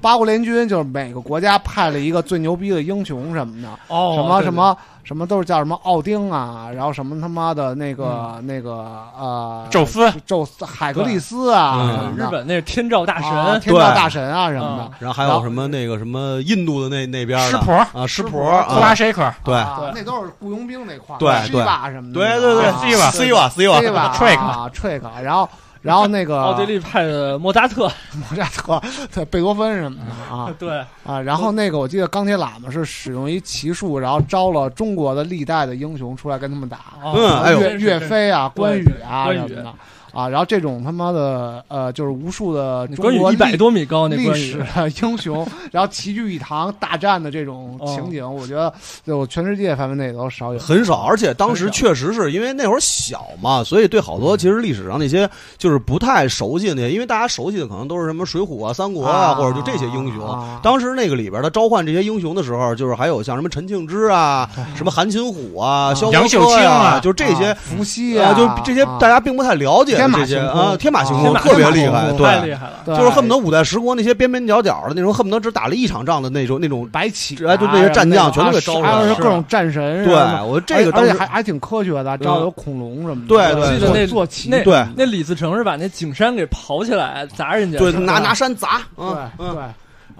八国联军，就是每个国家派了一个最牛逼的英雄什么的，哦，什么对什，么什么都是叫什么奥丁啊，然后什么他妈的那嗯个那个呃，宙斯，宙斯海格力斯啊，对什对么日的本那是天照大神，啊天照大神啊什么的嗯。然后还有什么那个什么印度的那那边的湿婆、啊，湿婆克拉啊，什克、对啊对那都是雇佣兵那块儿，对对吧什么的，对对对啊 C 吧，C 吧 C 对吧 Trick 啊，trick，然后然后那个奥地利派的莫扎特，莫扎特、 对贝多芬什么的啊对，啊，然后那个我记得钢铁喇嘛是使用一骑术，然后招了中国的历代的英雄出来跟他们打，嗯哎呦岳岳，飞啊、对关羽啊关什么羽的啊，然后这种他妈的呃，就是无数的那中关国羽一百历多米高，那历关史羽，的英雄，然后齐聚一堂大战的这种哦情景，我觉得就全世界范围内都少有。很少，而且当时很少确实是因为那会儿小嘛，所以对好多其实历史上那些就是不太熟悉的那些，因为大家熟悉的可能都是什么《水浒》啊、《三国》啊，啊或者就这些英雄。啊当时那个里边，他召唤这些英雄的时候，就是还有像什么陈庆之啊、什么韩擒虎啊、啊萧杨国秀车清呀，啊就是这些啊伏羲啊，啊，就这些啊大家并不太了解的天马这些行空啊，天马行啊空天马特别厉天马害，行空太对厉，害了，对就是恨不得五代十国那些边边角角的那种，恨不得只打了一场仗的那种那种白起啊哎对这些战将全都给招出出来，来还有了各种战神，对然后什么我这个啊而当且时嗯还还挺科学的，招有恐龙什么的，对对记得那坐骑，那对那李自成是把那景山给刨起来砸人家，对是 吧拿拿山砸，对嗯嗯，对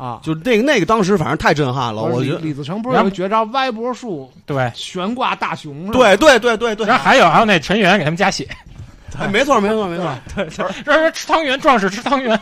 啊。就那个那个当时反正太震撼了，不我是觉李得。李自成不是有个绝招歪脖术对，悬挂大熊是吧？对对对 对对，然后还有还有那陈元给他们加血，哎没错没错没错，让人吃汤圆，壮士吃汤圆。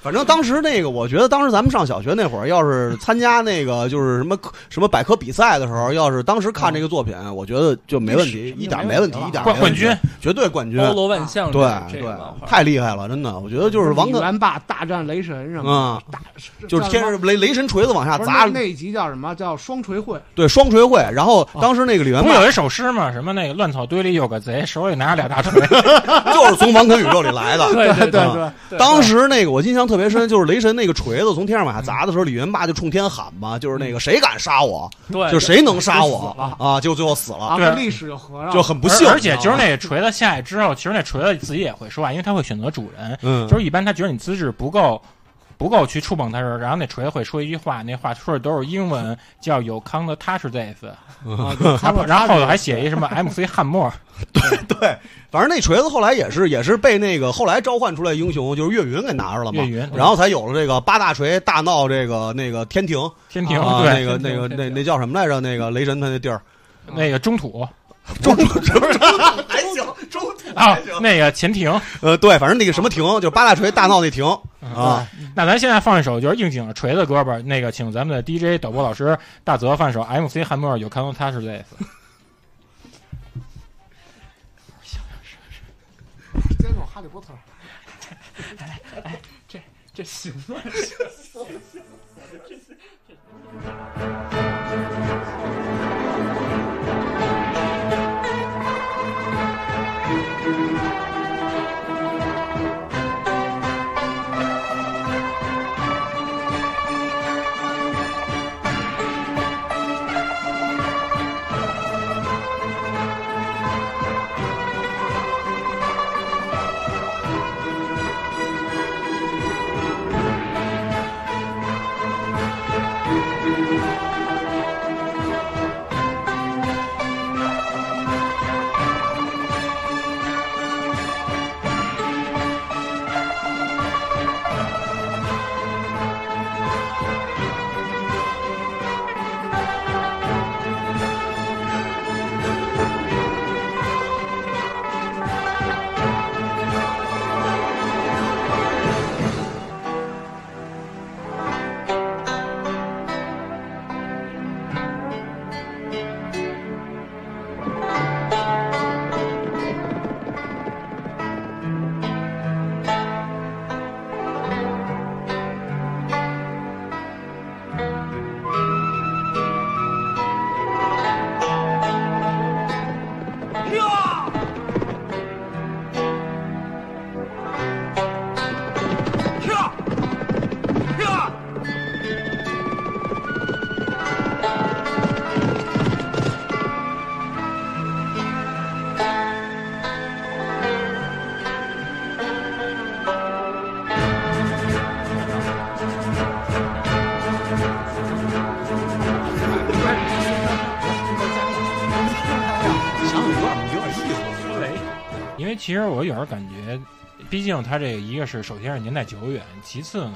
反正当时那个，我觉得当时咱们上小学那会儿，要是参加那个就是什么科什么百科比赛的时候，要是当时看这个作品，我觉得就没问题，嗯一点没问题，没问一题点冠没问题冠军，绝对冠军，欧罗万象，对这对个漫，画太厉害了，真的，我觉得就是王李可元霸大战雷神什么啊，的，就是叫天什么上雷雷神锤子往下不是砸那，那一集叫什么？叫双锤会。对双锤会，然后当时那个李元不霸有一首诗吗？什么那个乱草堆里有个贼，手里拿着俩大锤。就是从王肯宇宙里来 的，对对对嗯对啊对，对，当时那个我印象特别深，就是雷神那个锤子从天上往下砸的时候，李元霸就冲天喊嘛，就是那个谁敢杀我，对就谁能杀就我死了啊，就最后死了，啊，对跟历史就合啊上了，就很 不而幸。而且就是你知道吗那锤子下去之后，其实那锤子自己也会说啊话，因为它会选择主人。嗯，就是一般它觉得你资质不够。不够去触碰它的时候，然后那锤子会说一句话，那话说的都是英文，叫有康的踏实 days，啊 就然看后了然后后头还写一什么 MC 汉默，对，反正那锤子后来也是也是被那个后来召唤出来英雄就是岳云给拿着了嘛岳，云，然后才有了这个八大锤大闹这个那个天庭天庭，啊，哎对那个那天庭个天那庭那叫什么来着？那个雷神他那地儿，那个中 土中土 还行，中土啊还行。，那个前庭，呃，对，反正那个什么庭，就是八大锤大闹那庭嗯啊，那咱现在放一首就是应景的锤子歌吧，那个请咱们的 DJ 导播老师大泽放一首 MC 汉默尔有看到他是 this，接种哈利波特，这行嗯吗？ Thank 其实我有时候感觉，毕竟它这个一个是首先是年代久远，其次呢，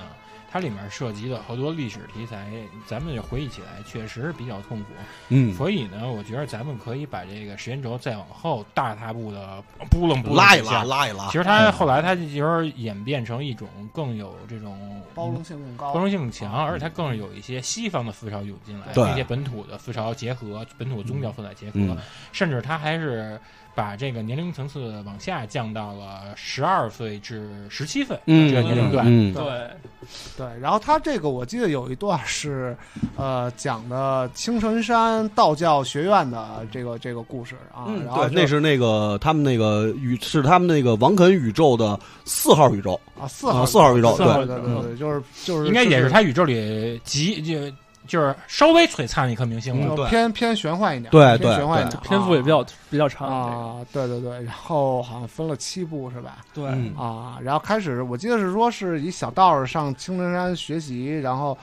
它里面涉及的好多历史题材，咱们回忆起来确实是比较痛苦。嗯，所以呢，我觉得咱们可以把这个时间轴再往后大踏步的扑棱扑拉棱一拉，嗯下。拉一拉。其实它后来它就是演变成一种更有这种包啊嗯容性更包高。容性更强，而且它更是有一些西方的思潮涌进来，对一些本土的思潮结合，本土宗教色彩结合，嗯甚至它还是把这个年龄层次往下降到了十二岁至十七岁嗯，这个年龄段。嗯对，对，然后他这个我记得有一段是，呃，讲的青城山道教学院的这个这个故事啊，嗯，然后对，那是是那个他们那个宇是他们那个王肯宇宙的四号宇宙，啊四号啊四号宇宙嗯四号对对对对，就是就是应该也就是他宇宙里极就就是稍微璀璨一颗明星了。就对呃偏偏玄幻一点，对对偏玄幻一点，篇幅也比较比较长。嗯啊，对对对，然后好像分了七部是吧？这个对，嗯啊，然后开始我记得是说是一小道士上青城山学习，然后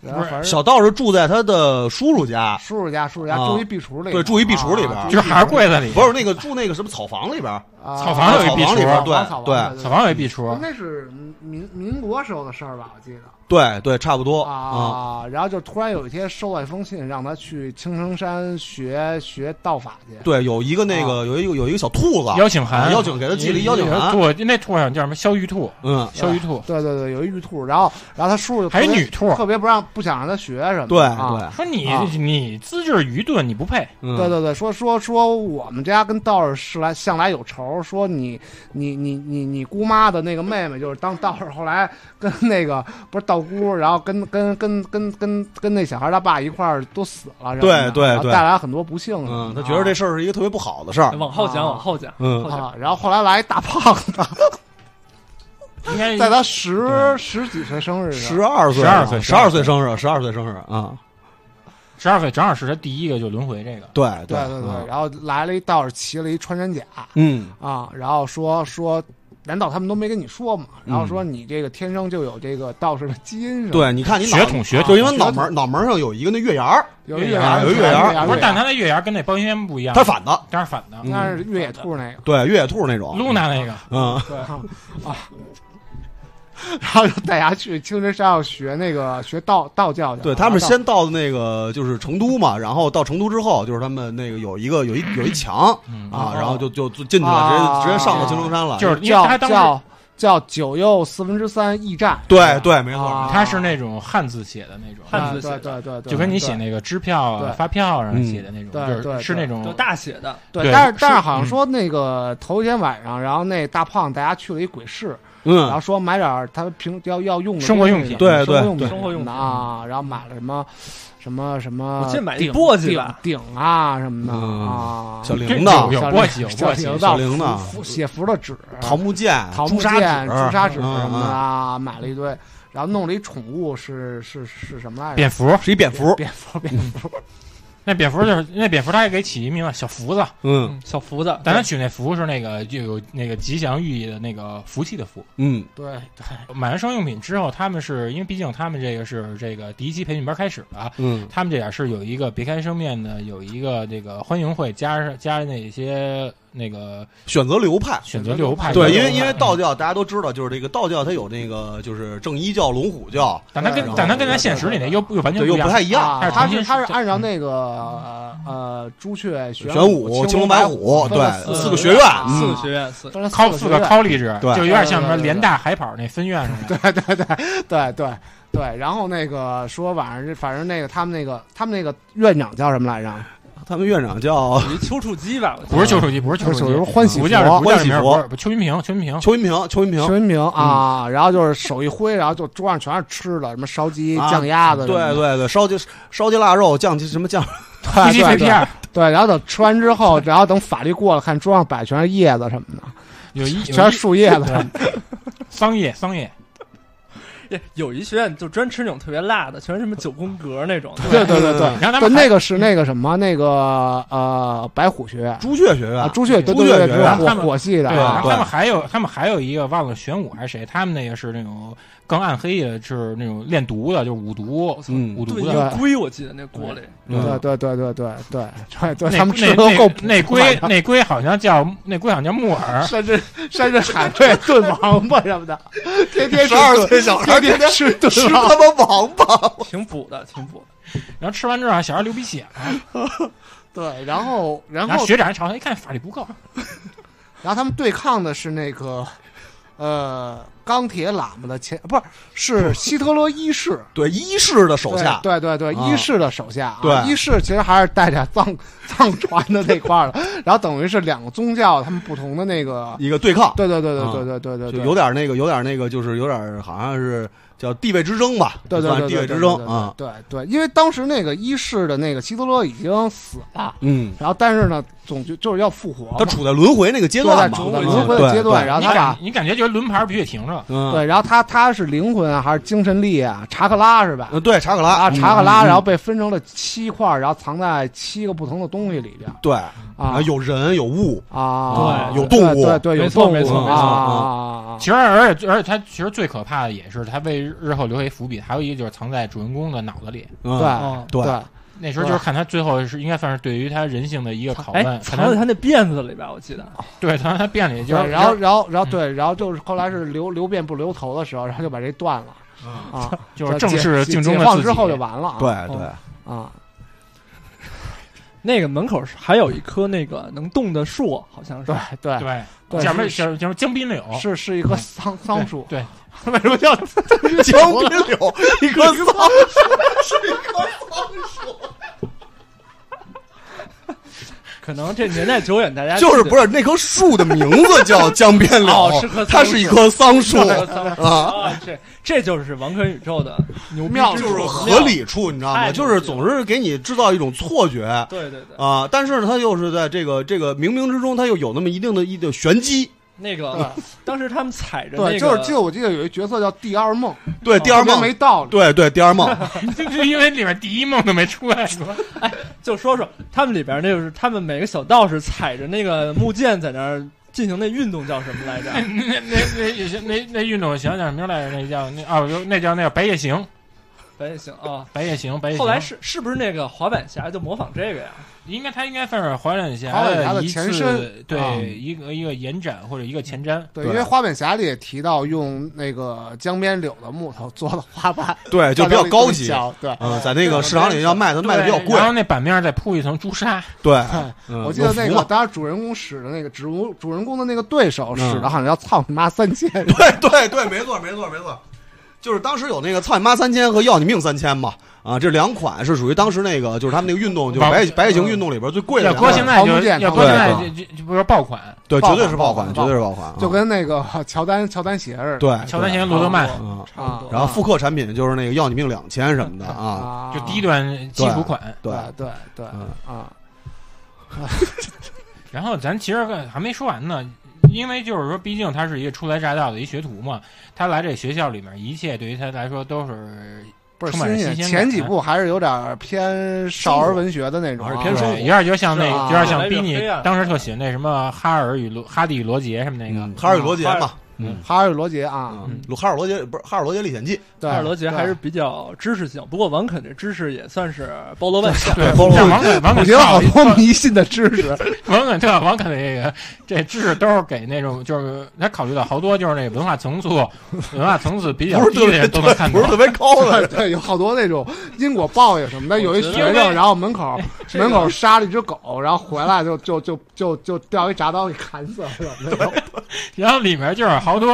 然后不是反正小道士住在他的叔叔家，叔叔家叔叔家啊住一壁橱里，对住一壁橱里边啊 就是还是柜子里，不是那个住那个什么草房里边，啊草房有一壁草房里边橱，对草房对草房有一壁橱应，该是民民国时候的事儿吧，我记得对对，差不多啊，啊。然后就突然有一天收到一封信，让他去青城山学学道法去。对，有一个那个有一个有一个小兔子，邀请啊函，邀请给他寄了一邀请函兔，那兔上叫什么？萧玉兔，嗯，萧玉兔，对对对，有一玉兔，然后然后他叔叔就还特是别女兔。特别不让不想让他学什么的。对啊对，说你、啊你资质愚钝，你不配。嗯对对对，说说说我们家跟道士是来向来有仇，说你你你你你姑妈的那个妹妹就是当道士，后来跟那个不是道姑，然后跟跟跟跟跟跟那小孩他爸一块儿都死了什么对的，对然后对带来很多不幸什么嗯，的。他觉得这事儿是一个特别不好的事儿，往后讲，啊往后讲，嗯往后讲。啊，然后后来来一大 胖子，应该在他十对十几岁生日的时候哎十二岁， 12岁十二岁生日，十二岁生日啊，十二岁正好是他第一个就轮回这个。对对对对，嗯然后来了一道士，骑了一穿山甲，嗯，啊，然后说说，难道他们都没跟你说吗？然嗯后说你这个天生就有这个道士的基因是吧？，对，你看你脑血统血就统因为脑门脑门上有一个那月牙儿，有越月野牙，有有越野牙，儿有不是，越野但他那月牙跟那包青天不一样，他反的，他是反的。但是越野兔那个， 对，越野兔那种，露娜那个嗯，对啊，然后就带他去青城山要学那个学道道教去了，对他们道先到的那个就是成都嘛，然后到成都之后，就是他们那个有一个有一有一墙嗯啊哦，然后就就就进去了，啊直接直接上到青城山了。就是因为叫他当时叫叫九又四分之三驿站，对对，没错啊，他是那种汉字写的那种，汉啊字写对的对对对，就跟你对写那个支票啊、对发票上写的那种，嗯对就是对是那就种大写的，对，对但是但是是好像嗯说那个头一天晚上，然后那大胖带他去了一鬼市，然后嗯，说买点儿他平要要用的生活东西用品对对生活用品对生活用品啊，然后买了什么什么什么，我记得买一顶簸箕吧顶顶啊什么的嗯啊，小铃这铛、有小簸箕有小簸箕铃小铛铃铛、符写符的纸，桃木剑、桃朱木砂剑、纸、朱砂纸什嗯么的嗯啊，买了一堆，然后弄了一宠物是是是什么来着？蝙蝠。是一蝙蝠，嗯蝙蝠蝙蝠，那蝙蝠就是那蝙蝠，他也给起一名字小福啊子，嗯小福子，但他取那福是那个就有那个吉祥寓意的那个福气的福。嗯，对对，买完生活用品之后，他们是因为毕竟他们这个是这个第一期培训班开始啊了，嗯他们这点是有一个别开生面的，有一个这个欢迎会，加上加上那些那个选择流派。选择流派。对，流因为派因为道教大家都知道，就是这个道教它有那个就是正一教、龙虎教，但它然跟后但它跟咱现实里那又又完全对，又一样不太一样。啊，它他是是重新他是是按照那个呃呃朱雀玄嗯玄武、青龙白虎，分了对，四四个个学院，嗯四嗯个学院四，分了靠四四个学院靠励志，对就有点像什么对对对联大海跑那分院似的。对对对对对对，然后那个说晚上是，反正那个他们那个他们那个院长叫什么来着？他们院长叫属于丘处机吧？我觉不得是丘处机，不是丘就是处有时候机，欢喜不佛叫是不叫欢什喜么名儿，佛不是不是邱云平，邱云平。 邱云平，邱云平，全名啊，然后就是手一挥，然后就桌上全是吃的，什么烧鸡、啊酱鸭子，对对对，烧鸡烧鸡腊肉，酱鸡什么酱，对鸡对 P 对 P 二对，然后等吃完之后，然后等法律过了，看桌上摆全是 叶子什么的，有一全是树叶子，对桑叶桑叶，有一学院就专吃那种特别辣的，全是什么九宫格那种。 对对对你让他对，们那个是那个什么，那个呃白虎学院朱雀学院啊，朱雀对朱对雀对，学对院火他们火系的对，啊然，后他对们还有他们还有一个忘了玄武还是谁，他们那个是那种更暗黑的，是那种练毒的，就是五毒我，操，嗯五炖毒一的。个龟，我记得那锅里，对嗯对对对对对对对，那他们吃那的够那那龟晚上那龟好像叫那龟好像叫木耳，山珍 山珍海味炖王八什么的， 天天十二吃岁小孩天天吃炖吃王八他妈王八！挺补的，挺补的。然后吃完之后啊小孩流鼻血了，对，然后然然后后学长还嘲笑，一看法力不够，然后他们对抗的是那个呃钢铁喇嘛的前不是是希特勒一世。 对，一世的 手下，对对对，对啊一世的手下、啊，对一世其实还是带着藏 藏传的那块儿的，然后等于是两个宗教他们不同的那个，一个对抗，对对对啊对对对对对就对，有点那个，有点那个，就是有点好像是叫地位之争吧，对对算对是对地位对之争对啊，对对，对因为当时那个一世的那个希特勒已经死了，嗯，然后但是呢，总就就是要复活嘛，他处在轮回那个阶对在段嘛，处对在嗯轮回对的阶段，然后你他感把。你感觉就是轮盘必须得停着，嗯，对，然后他他是灵魂啊，还是精神力啊？查克拉是吧？嗯，对，查克拉啊，查克拉，嗯然后被分成了七块儿，然后藏在七个不同的东西里边儿对，啊，有人有物，啊，对有动物对对，对没有错动物没错没错啊啊啊啊其实而且而且他其实最可怕的也是他为日后留下一伏笔，还有一个就是藏在主人公的脑子里，嗯啊哦，对对那时候就是看他最后是应该算是对于他人性的一个拷哎问，，看藏在他他那辫子里吧，我记得。对藏在他变里就对，是然后就是然后然后嗯对，然后就是后来是留留辫不留头的时候，然后就把这断了啊，就是正式解镜中解的放自己之后就完了啊，对对哦啊，那个门口是还有一棵那个能动的树，好像是对。对对对叫什么是叫叫什么江滨柳是是一棵嗯桑桑树，对，为什么叫 江滨柳一棵桑树，是一棵桑树，可能这年代久远，大家就是记得不是那棵树的名字叫江边 柳哦是棵，它是一棵桑树棵桑 啊。啊？这这就是王可宇宙的牛逼妙之处就是处合。理处，你知道吗？太就牛是逼总是给你制造一种错觉啊、对对对，但是呢，它又是在这个这个冥冥之中，它又有那么一定的一定玄机。那对个当时他们踩着那个，对，就是记得我记得有一角色叫第二梦，对，第二特别梦，没道理，对对，第二 梦，就是因为里面第一梦都没出来过，就说说他们里边那就是他们每个小道士踩着那个木剑在那儿进行那运动叫什么来着？ 哎那那那那那运动想叫什么来着？那叫那哦，就那叫那叫白夜行，白夜行啊。白夜哎行，白夜行。后来是是不是那个滑板侠就模仿这个呀？应该他应该算是滑板侠滑板侠的一次前身对、啊一个一个延展或者一个前瞻。对，对因为花本侠里也提到用那个江边柳的木头做的花瓣，对，哎就比较高级。造成了一座桥对，嗯，在那个市场里要卖的，嗯卖的比较贵然。后那版面再铺一层朱砂， 对，我记得那个， 嗯当时主人公使的那个主主人公的那个对手使嗯的好像要操你妈三千，有福嘛对对对，没错没错没错，就是当时有那个“操你妈三千”和“要你命三千”嘛，啊，这两款是属于当时那个，就是他们那个运动，就是白白血型运动里边最贵的要啊两搁款。现在就对要搁现在对就就就不是爆款。对，绝对是爆爆款款，绝对是爆款啊，就跟那个乔丹乔丹鞋似的。对乔丹鞋、哎对罗德曼差不嗯多差不多。啊然后复刻产品就是那个要你命两千什么的啊，啊，就低端基础款。对，对对嗯啊，然后咱其实还没说完呢。因为就是说，毕竟他是一个初来乍到的一学徒嘛，他来这学校里面，一切对于他来说都是不是充满了鲜。新鲜前感几部还是有点偏少儿文学的那种啊，还是偏生活对有点就像那是啊有点像逼越来越你黑暗当时特喜欢那什么哈尔与罗哈蒂与罗杰什么那个，嗯哈尔罗杰嘛，嗯哈尔与罗杰啊，嗯，哈尔罗杰不是哈尔罗杰历险记，对，哈尔罗杰还是比较知识性，不过王肯这知识也算是包罗万象。对，包括像王肯王普肯及了好特多迷信的知识，王肯特王肯那个这知识都是给那种就是他考虑到好多就是那文化 层次文化层次比较不是低特的人别都能看不是特懂。别高 的，对，有好多那种因果报应什么的。有一我学觉得生，然后门口这个门口杀了一只狗，然后回来就就就就就掉一铡刀给砍死了，那种 然后里面就是好多，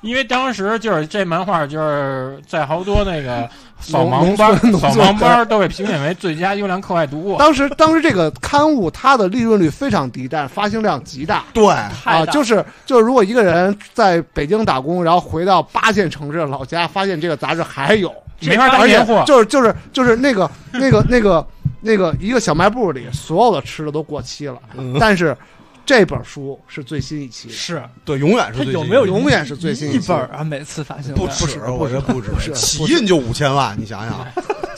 因为当时就是这漫画就是在好多那个扫盲班农农村扫农村盲班都被评选为最佳优良课外读物。当时当时这个刊物它的利润率非常低，但是发行量极大。对，啊，太大就是就是，如果一个人在北京打工，然后回到八线城市的老家，发现这个杂志还有，没法当而且年货，就是就是就是那个嗯那个那个那个一个小卖部里所有的吃的都过期了，但是这本书是最新一期的，是对，永远是它最有新没有的永远是最新一期本儿啊？每次发行不量止，我觉得不止，是起印就五千万，你想想，啊，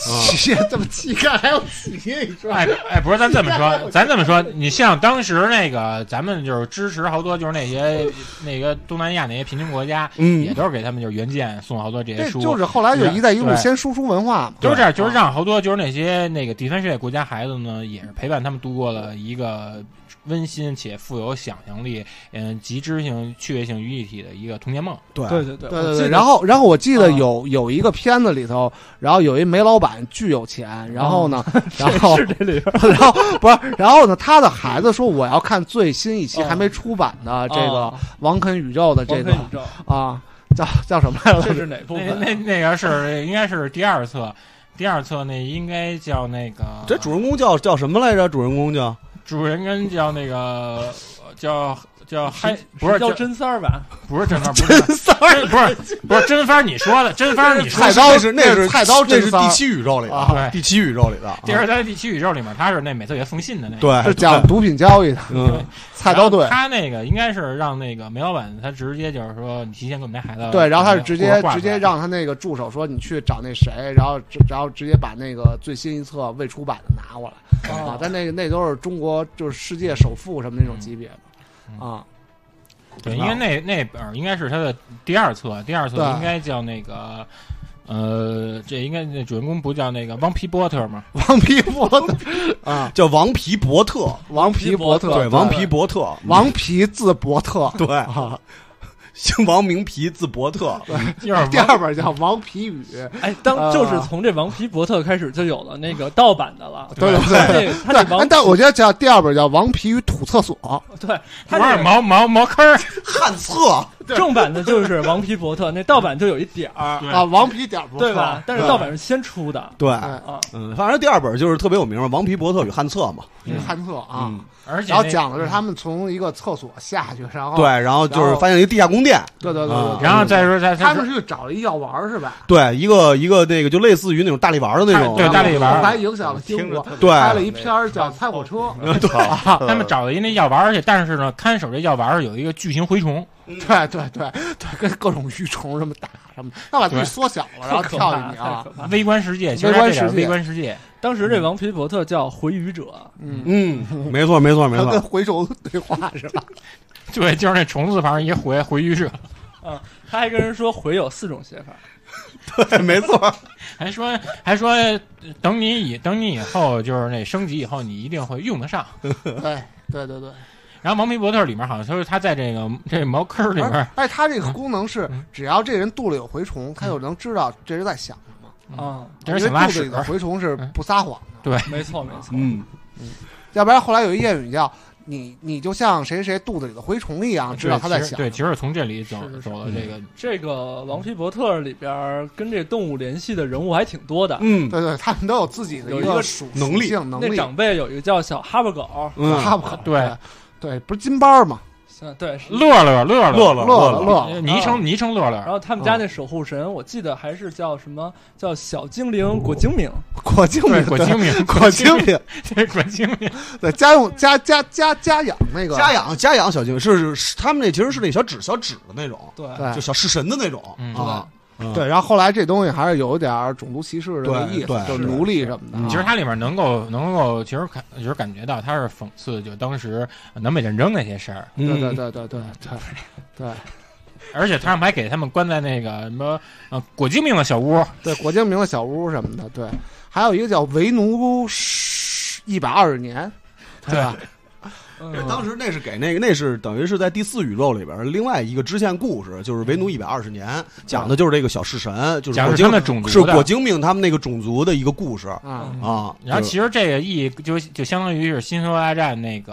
企业这么乞丐还有企业，你说 哎哎，不是，咱这么说，咱这么说，你像当时那个，咱们就是支持好多，就是那些那个东南亚那些贫穷国家，也嗯，都是给他们就是原件送好多这些这书，就是后来就一带一路对先输出文化嘛，就是这样，就是样。让好多就是那些那个底层世界国家孩子呢，也是陪伴他们度过了一个温馨且富有想象力、嗯集知性、趣味性于一体的一个童年梦。对对对对对我对记对，得然后然后我记得嗯有有一个片子里头，然后有一煤老板巨有钱，然后呢，然 后是这里边儿然后不是，然后呢，他的孩子说我要看最新一期嗯还没出版的这个啊王肯宇宙的这王个菲宇宙，啊，叫叫什么来这着？是哪部那分？啊那那个是应该是第二册，第二册那应该叫那个这主人公叫叫什么来着？主人公叫主人跟叫那个叫叫嗨谁，不是谁叫叫真三儿吧？不是真番，不是真三儿，不是不是真番，你说的真番，你说 菜的。刀那是那那是是菜刀那真是三儿第七宇宙里啊的，对第七宇宙里的，啊第二在第七宇宙里面，他是那每次给送信的那个。对，是讲毒品交易的对嗯，菜刀队然后。他那个应该是让那个梅老板，他直接就是说，你提前给我们家孩子对，然后他是把直接嗯那户口挂出来直接让他那个助手说你去找那谁，然后直然后直接把那个最新一册未出版的拿过来啊啊，但那个那都是中国就是世界首富什么那种级嗯别的啊，对，因为那那本儿应该是他的第二册，第二册对应该叫那个。呃，这应该那主人公不叫那个汪皮波特吗？ 王皮伯特啊， 叫王皮伯特，王皮伯特，对，王皮伯特，王皮字伯特对，啊，姓王名皮，字伯特，就是王第二本叫王皮语，哎，当啊就是从这王皮伯特开始就有了那个盗版的了。对对他对。这他对这，王哎但我觉得叫第二本叫《王皮与土厕所》，对不他是这毛毛毛坑儿，汉厕，正版的就是王皮伯特，那盗版就有一点儿，对啊，王皮点儿不错啊对吧？但是对盗版是先出的对，哎啊，嗯，反正第二本就是特别有名嘛，《王皮伯特与汉厕》嘛，嗯探测啊，嗯，而且然后那讲的是他们从一个厕所下去，哦然后对，然后就是发现一个地下宫殿，对对对啊对，然后再说他他们是去找了一药丸儿是吧？对，一个一个那个就类似于那种大力丸的那种，对大力丸儿后来影响了中国，对拍了一片儿叫《猜火车》，对，啊嗯他们找了一那药丸儿，而且但是呢，看守这药丸儿有一个巨型蛔虫， 对对对对，跟各种鱼虫什么打什么，他把自己对缩小了，然后特可跳怕进去啊太，可怕微观世界，其实微观它这点儿世界微观世界， 当时这王皮伯特叫回语者，嗯，嗯，没错，没错，没他跟错，蛔虫对话是吧？ 对，就是那虫字旁一回回鱼者，他还跟人说回有四种写法，对，没错， 还说还说等你以等你以后就是那升级以后，你一定会用得上。对对对对，然后《毛皮伯特》里面好像就是他在这个这茅坑里面，哎，他这个功能是嗯只要这人肚里有蛔虫，他就能知道这人在想什么，嗯啊，这人因为想拉肚子屎嗯里，的蛔虫是不撒谎的。没错没错，嗯，要不然后来有一谚语叫“你你就像谁谁肚子里的蛔虫一样，知道他在其实想”。对，其实从这里走是是嗯是走了这个，这个王皮伯特里边儿跟这动物联系的人物还挺多的。嗯，对对，他们都有自己的有一一个属能属力性能那力。长辈有一个叫小哈巴狗，哈嗯，勃对对，不是金包嘛，嗯，对，是乐乐乐乐乐，嗯乐乐乐乐哦乐昵称昵称乐然乐，后他们家那守护神，我记得还是叫什么叫小精嗯灵果精明，果精对明，果精 明，果精明， 对果精明，对家用家家家家养那个家养家养小精灵是是是，他们那其实是那小纸小纸的那种，对，对就小式神的那种嗯哦啊，嗯对，然后后来这东西还是有点儿种族歧视的那对嗯意思，对就是是奴隶什么的啊。其实它里面能够能够，其实感其实感觉到它是讽刺，就当时呃南北战争那些事儿，对嗯对对对对对对而且他们还给他们关在那个什么呃果精明的小屋，对，果精明的小屋什么的，对，还有一个叫维奴一百二十年，对吧？嗯，当时那是给那个，那是等于是在第四宇宙里边儿另外一个支线故事，就是维奴一百二十年，讲的就是这个小式神，就是讲果的是他精们的种是族的果。精命他们那个种族的一个故事啊，嗯啊。然后就是其实这个意义就就相当于是《新球大战》那个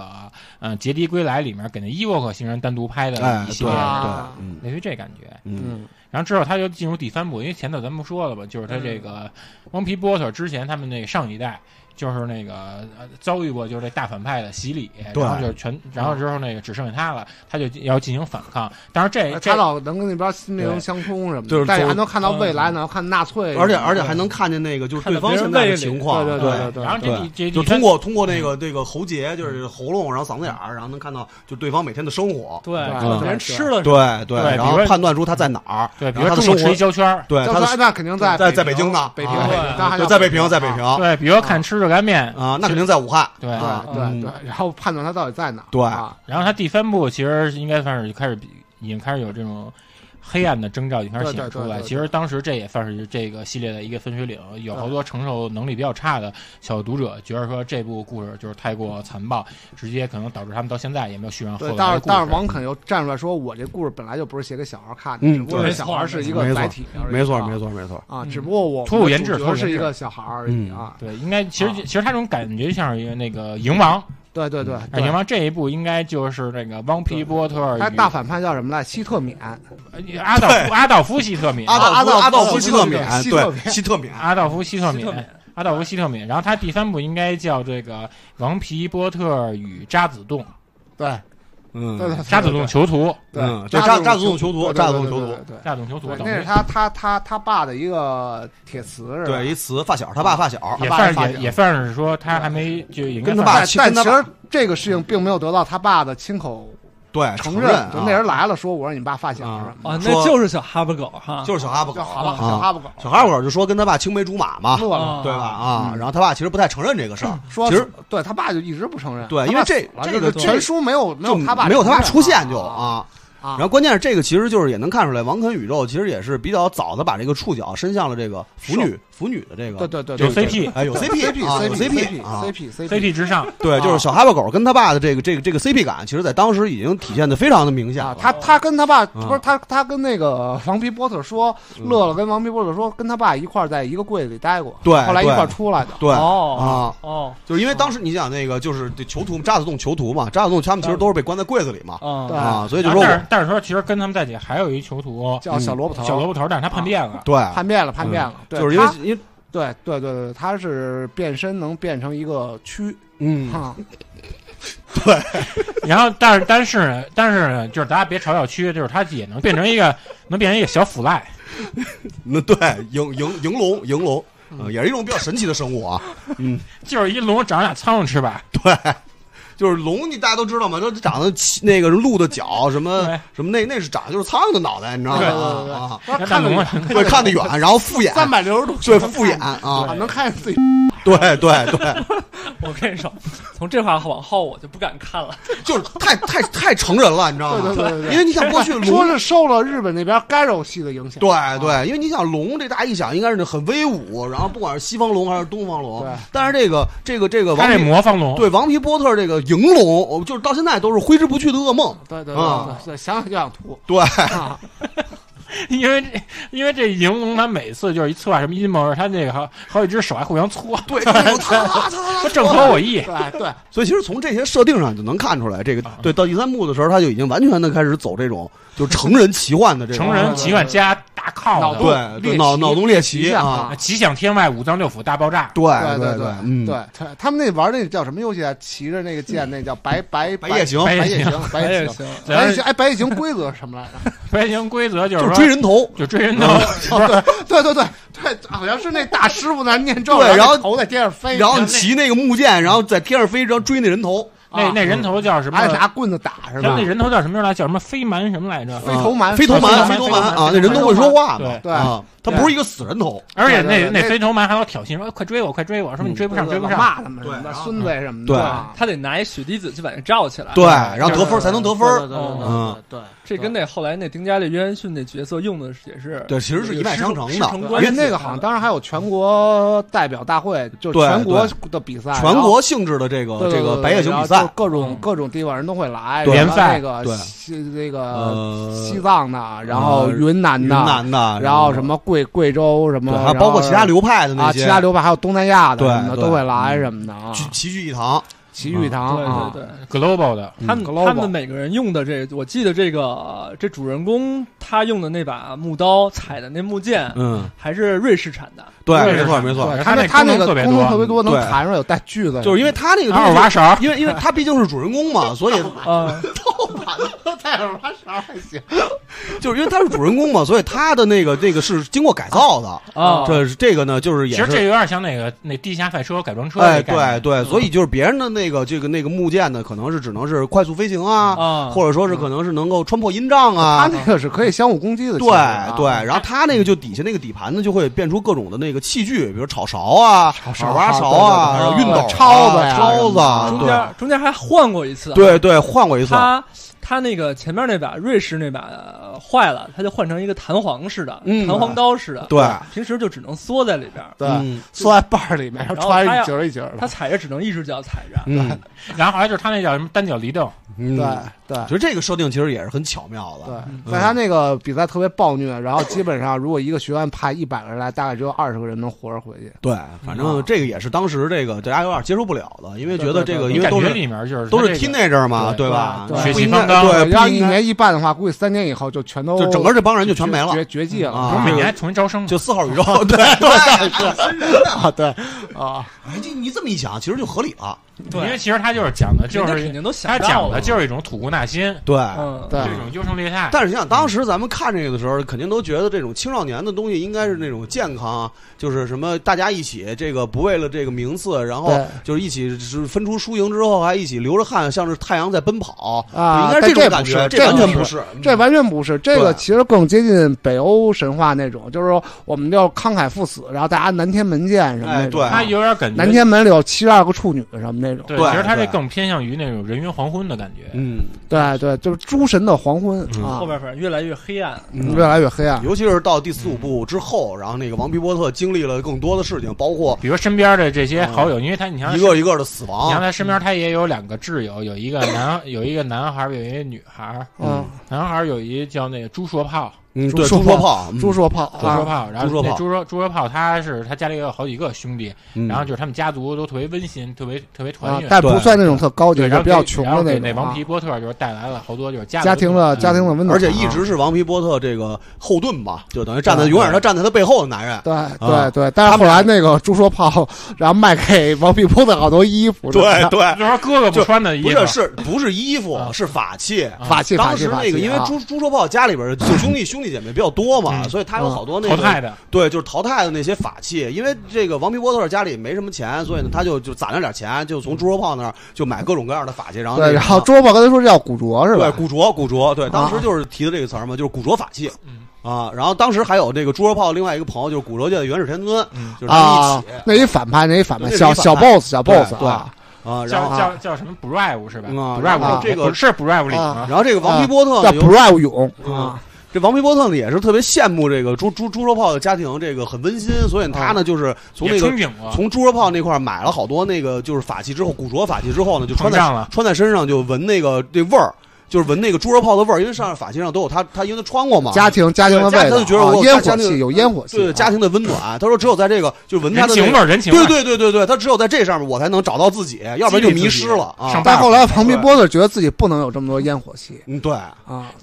嗯、呃杰迪归来》里面给那伊沃克星人单独拍的哎，一对系对，列，啊嗯类似于这感觉。嗯嗯，然后之后他就嗯进入第三部，因为前头咱们不说了吧，就是他这个汪皮波特之前他们那个上一代就是那个呃遭遇过就是这大反派的洗礼，对然后就全，然后之后那个只剩下他了，他就要进行反抗。当然这他这老能跟那边心灵相通什么的，哎就是但是走还能看到未来，嗯能看纳粹什么而且的，而且还能看见那个就是看对到方别人现在胃的里情况，对对对对呃然后这对第这就第通三过通过那个这个喉结，就是喉咙，然后嗓子眼儿，然后能看到就对方每天的生活，对，对可能对人吃了什么，对对，对比然如后说判断出他在哪儿，对，比嗯如然后他的说中午生活吃一胶圈儿，对就他算的哎那肯定在在在北北京呢北平啊那还就叫在北平，在北平啊，对，比如说看吃着干面，那肯定在武汉，对啊对对嗯对，然后判断他到底在哪儿，对啊然后他第三部其实应该算是开始比已经开始有这种黑暗的征兆已经开始对显对出对来。对其实当时这也算是这个系列的一个分水岭，有好多承受能力比较差的小读者觉得说这部故事就是太过残暴，直接可能导致他们到现在也没有续啊上后对，来但的是故但是事。王肯又站出来说，我这故事本来就不是写给小孩看的，嗯只不过对是小孩是一没个错载体而已，没错啊没错没错，啊，嗯只不过我突兀研制主突兀角研制是一个小孩而已嗯啊，对，应该其实、啊其实他这种感觉像是一个那个蝇王，对对对，哎蝇对王这一部应该就是那个汪皮波特与他大反派叫什么来？希特冕，呃阿道夫阿道夫希特敏，啊阿道夫阿道阿道夫夫希希特特敏敏，哎希特对敏希特敏，阿道夫希特希敏特敏阿道夫·希特敏，然后他第三部应该叫这个《王皮波特与渣滓洞》，对嗯对对，渣滓洞囚徒，对嗯，对就扎扎扎扎子子洞洞囚囚徒徒，对扎子对对洞囚对对徒，对渣滓洞囚徒对，等那是于他他他他爸的一个铁词是吧？对一词发小，他啊爸发小，也他爸算的发是小也也算是说他还没就应该跟他算爸但其但跟他其爸实这个事情并没有得到他爸的亲口对承认啊，就那人来了说我是你爸发小啊什么啊，说那就是小哈巴狗哈，就是小哈巴的，狗叫哈巴啊小哈巴狗，小哈巴狗就说跟他爸青梅竹马嘛，乐了啊对吧？啊，嗯然后他爸其实不太承认这个事儿，说其实对他爸就一直不承认，对，他因为爸这死了这就个是全书没有没有他爸没有他爸出现就啊啊。啊然后关键是这个，其实就是也能看出来，王肯宇宙其实也是比较早的把这个触角伸向了这个腐女腐女的这对个，对对有对 CP 哎，有 CP 啊，有 CP 啊， CP CP CP 之上，对，就是小哈巴狗跟他爸的这个这个这个 CP 感，其实在当时已经体现的非常的明显啊了，。他他跟他爸嗯不是他他跟那个王皮波特说，嗯乐乐跟王皮波特说跟他爸一块儿在一个柜子里待过，对后来一对块儿出来的，对哦啊，哦就是因为当时你想那个就是这囚徒渣滓洞囚徒嘛，渣滓洞他们其实都是被关在柜子里嘛嗯对哦，啊，所以就然后说但我是但是说其实跟他们在一起还有一囚徒叫啊小萝卜头，小萝卜头，但是他叛变了，对，叛变了，叛变了，对嗯就是因为他因为对对对对，他是变身能变成一个蛆，啊嗯哈然后但是但是呢但是呢就是大家别嘲笑区，就是他也能变成一个能变成一个小腐赖，那对萤萤萤龙萤龙。嗯呃也是一种比较神奇的生物啊，就是一龙长俩苍蝇翅膀，就是龙，你大家都知道嘛，它长得起那个鹿的角，什么对什么那那是长就是苍蝇的脑袋，你知道对对对吗？啊，他那看大得龙远啊对，看得远，然后复眼，三百六十度，对复眼啊，啊，能看见自己，对对对，我跟你说，从这话往后我就不敢看了，就是太太太成人了，你知道对对对吗？对对，因为你想过去说龙，是受了日本那边该肉系的影响，对对，因为你想龙这大家一想应该是很威武，然后不管是西方龙还是东方龙对，但是这个这个这个他王这皮魔方龙，对王皮波特这个银龙，我就是到现在都是挥之不去的噩梦。对对对啊对对，想想就想吐，对啊 因为这因为这银龙他每次就是一策划什么阴谋，他那个好好几只手还互相搓，对，就是他他他说正合我意。对对，所以其实从这些设定上就能看出来，这个啊对到第三部的时候，他就已经完全的开始走这种就是成人奇幻的这种成人奇幻加大靠脑洞的，对猎对脑奇脑洞猎奇奇象啊，奇想天外五脏六腑大爆炸，对对对对，嗯对他他们那玩那叫什么游戏啊？骑着那个剑，那叫白白白夜，行白白夜夜行，行，白夜行，行，白夜咱行，哎，白夜行规则是什么来着？白行规则就就是是说追人头，就追人头，不是对对对对，好像是那大师傅在念咒，对后然后头在天上飞，然后你骑那个木剑，然后在天上飞，然后追那人头，啊那那人头叫什么拿？拿棍子打是像吧那？人头叫什么来？叫什么飞蛮什么来着？飞头蛮飞头啊蛮，飞飞头头蛮蛮飞头啊，蛮那人头会说话嘛对，对啊，他不是一个死人头，而且那对对对那飞头蛮还老挑衅说哎快追我，快追我，说你追不上，追不老上。骂他们什么的，对孙子什么的，对啊他得拿一血滴子去把人罩起来，对，然后得分才能得分对儿，对对对嗯对对，这跟那后来那丁加利·约翰逊那角色用的是也是对，其实是一脉相承师的承，对而关且系那个好像当时还有全国代表大会，就是对全国的比赛，全国性质的这个对对这对个对白夜行然后比赛就，各种嗯各种地方人都会来，对然后联赛那个对西那个呃，西藏的，然后云南云的，南的，然后什么贵贵州什对，么，还包括其他流流派的那啊，些，其他流派还有东南亚的对嗯什么的对都会来什么的啊聚齐聚一堂，奇遇堂对啊，对对。 global 的，他们他们嗯 global 每个人用的这，我记得这个这主人公他用的那把木刀采的那木剑，嗯，还是瑞士产的。对，对没错没错，对他那他那功个能特别功能多特别多，能对弹出来有带锯子，就是因为他那个二东五西八勺，因为因为他毕竟是主人公嘛，所以啊，带着把勺还行。就是因为他是主人公嘛，所以他的那个那个是经过改造的。啊这是这个呢，就是其也实这是。有点像那个那地下赛车改装车哎，的概念，对对，所以就是别人的那个这个那个木剑呢，可能是只能是快速飞行 啊，啊，或者说是可能是能够穿破音障啊嗯他，啊那个是可以相互攻击的，对对。然后他那个就底下那个底盘呢，就会变出各种的那个器具，比如炒勺啊、炒挖勺啊，然后熨斗、抄子呀抄子啊，中间中间还换过一次。，啊对对对，换过一次，他他那个前面那把瑞士那把呃坏了，他就换成一个弹簧式的，嗯弹簧刀似的。啊对，平时就只能缩在里边儿，对，嗯缩在把儿里面，然后穿一节儿一节儿他的。踩着只能一只脚踩 着。嗯然后后来就是他那叫什么单脚离蹬，嗯，对对其实这个设定其实也是很巧妙的，对，但他那个比赛特别暴虐，然后基本上如果一个学院派一百个人来，大概只有二十个人能活着回去。对，反正这个也是当时这个大家有点接受不了的，因为觉得这个因为感都觉是里面就是都它是这个 teenager 嘛，对吧？对不血气应该方刚对，要不一应该年一办的话，估计三年以后就全都就整个这帮人就全没了绝，绝迹了不是啊每年还重新招 生吗就四号宇宙，对对啊！对啊，对，你你哎这么一想，其实就合理了，因为对，其实他就是讲的就人家肯是定都想他到讲了的就是一种吐故纳新，对。嗯，对这种优胜劣汰。但是你想，当时咱们看这个的时候，肯定都觉得这种青少年的东西应该是那种健康，就是什么大家一起这个不为了这个名次，然后对就是一起是分出输赢之后还一起流着汗，像是太阳在奔跑，啊就应该是但这种不感是觉，这完全不不是是，这完全不是，这对个其实更接近北欧神话那种，就是说我们要慷慨赴死，然后大家南天门见什么哎那种。啊对他有点感觉南天门里有七十二个处女什么那种。对，对其实他这对更偏向于那种人猿黄昏的感觉。嗯，对对，就是诸神的黄昏嗯啊后，边反正越来越黑暗。嗯越来越黑暗。尤其是到第四五部之后，然后那个王皮波特经历了更多的事情，包括比如身边的这些好友，因为他你像嗯一个啊一个的死你像亡。他身边，他也有两个挚友，有一个男， 有一个男孩儿，有一个女孩儿。嗯，男孩儿有一叫那个朱硕炮，嗯，朱对，说朱说炮，嗯朱，硕炮朱硕啊，炮，然朱硕后那炮朱硕朱硕炮，他是他家里有好几个兄弟，嗯然后就是他们家族都特别温馨，特别特别团啊圆，。但不算那种特哦高级，对，就然后比较给穷然后的给种王啊皮。波特就是带来了好多就是家家庭的的家庭的啊温暖，嗯而且一直是王皮波特这个后盾嘛，就等于站在永远是他站在他背后的男人。对啊对对，但是后来那个朱说炮， 然后卖给王碧波的好多衣服，对对，就是说哥哥不就穿的衣不服，是是不是衣服啊是法器？ 法器法当器时法器啊。那个因为朱朱说炮家里边儿就兄弟兄弟姐妹比较多嘛，嗯所以他有好多那淘个汰的，对，就是淘汰的那些法器，因为这个王皮波特家里没什么钱，所以呢，他就就攒了点钱，就从猪肉炮那儿就买各种各样的法器，然后对，那然后个朱说炮刚才说叫古着是对吧？古着古着，对，当时啊就是提的这个词儿嘛，就是古着法器嗯啊。然后当时还有这个猪肉炮另外一个朋友就是古着界的原始天尊，嗯就是他啊们一起，那一反派，那一反派，对小那一反小派 boss，小对 boss 对啊，啊，然叫后。叫叫什么 Brave 是吧嗯啊然后？Brave 这个不是 Brave 里啊吗？然后这个王皮波特叫呢，有 Brave 勇嗯啊，这王皮波特呢也是特别羡慕这个猪猪猪肉炮的家庭，这个很温馨，所以他呢就是从啊也啊那个憧憬过，从猪肉炮那块儿买了好多那个就是法器之后，古着法器之后呢，就穿膨在胀了。穿在身上就闻那个这味儿，就是闻那个猪肉泡的味儿，因为上面法器上都有他他因为他穿过嘛，家庭家庭的对家味他就觉得道，啊我烟家火庭气有烟火气，啊对家庭庭的温暖。他说只有在这个就是闻他人的情那味个，儿，人情味对儿，对对对对，他只有在这上面我才能找到自己，要不然就迷失了啊上。但后来庞皮波特觉得自己不能有这么多烟火气嗯，对啊，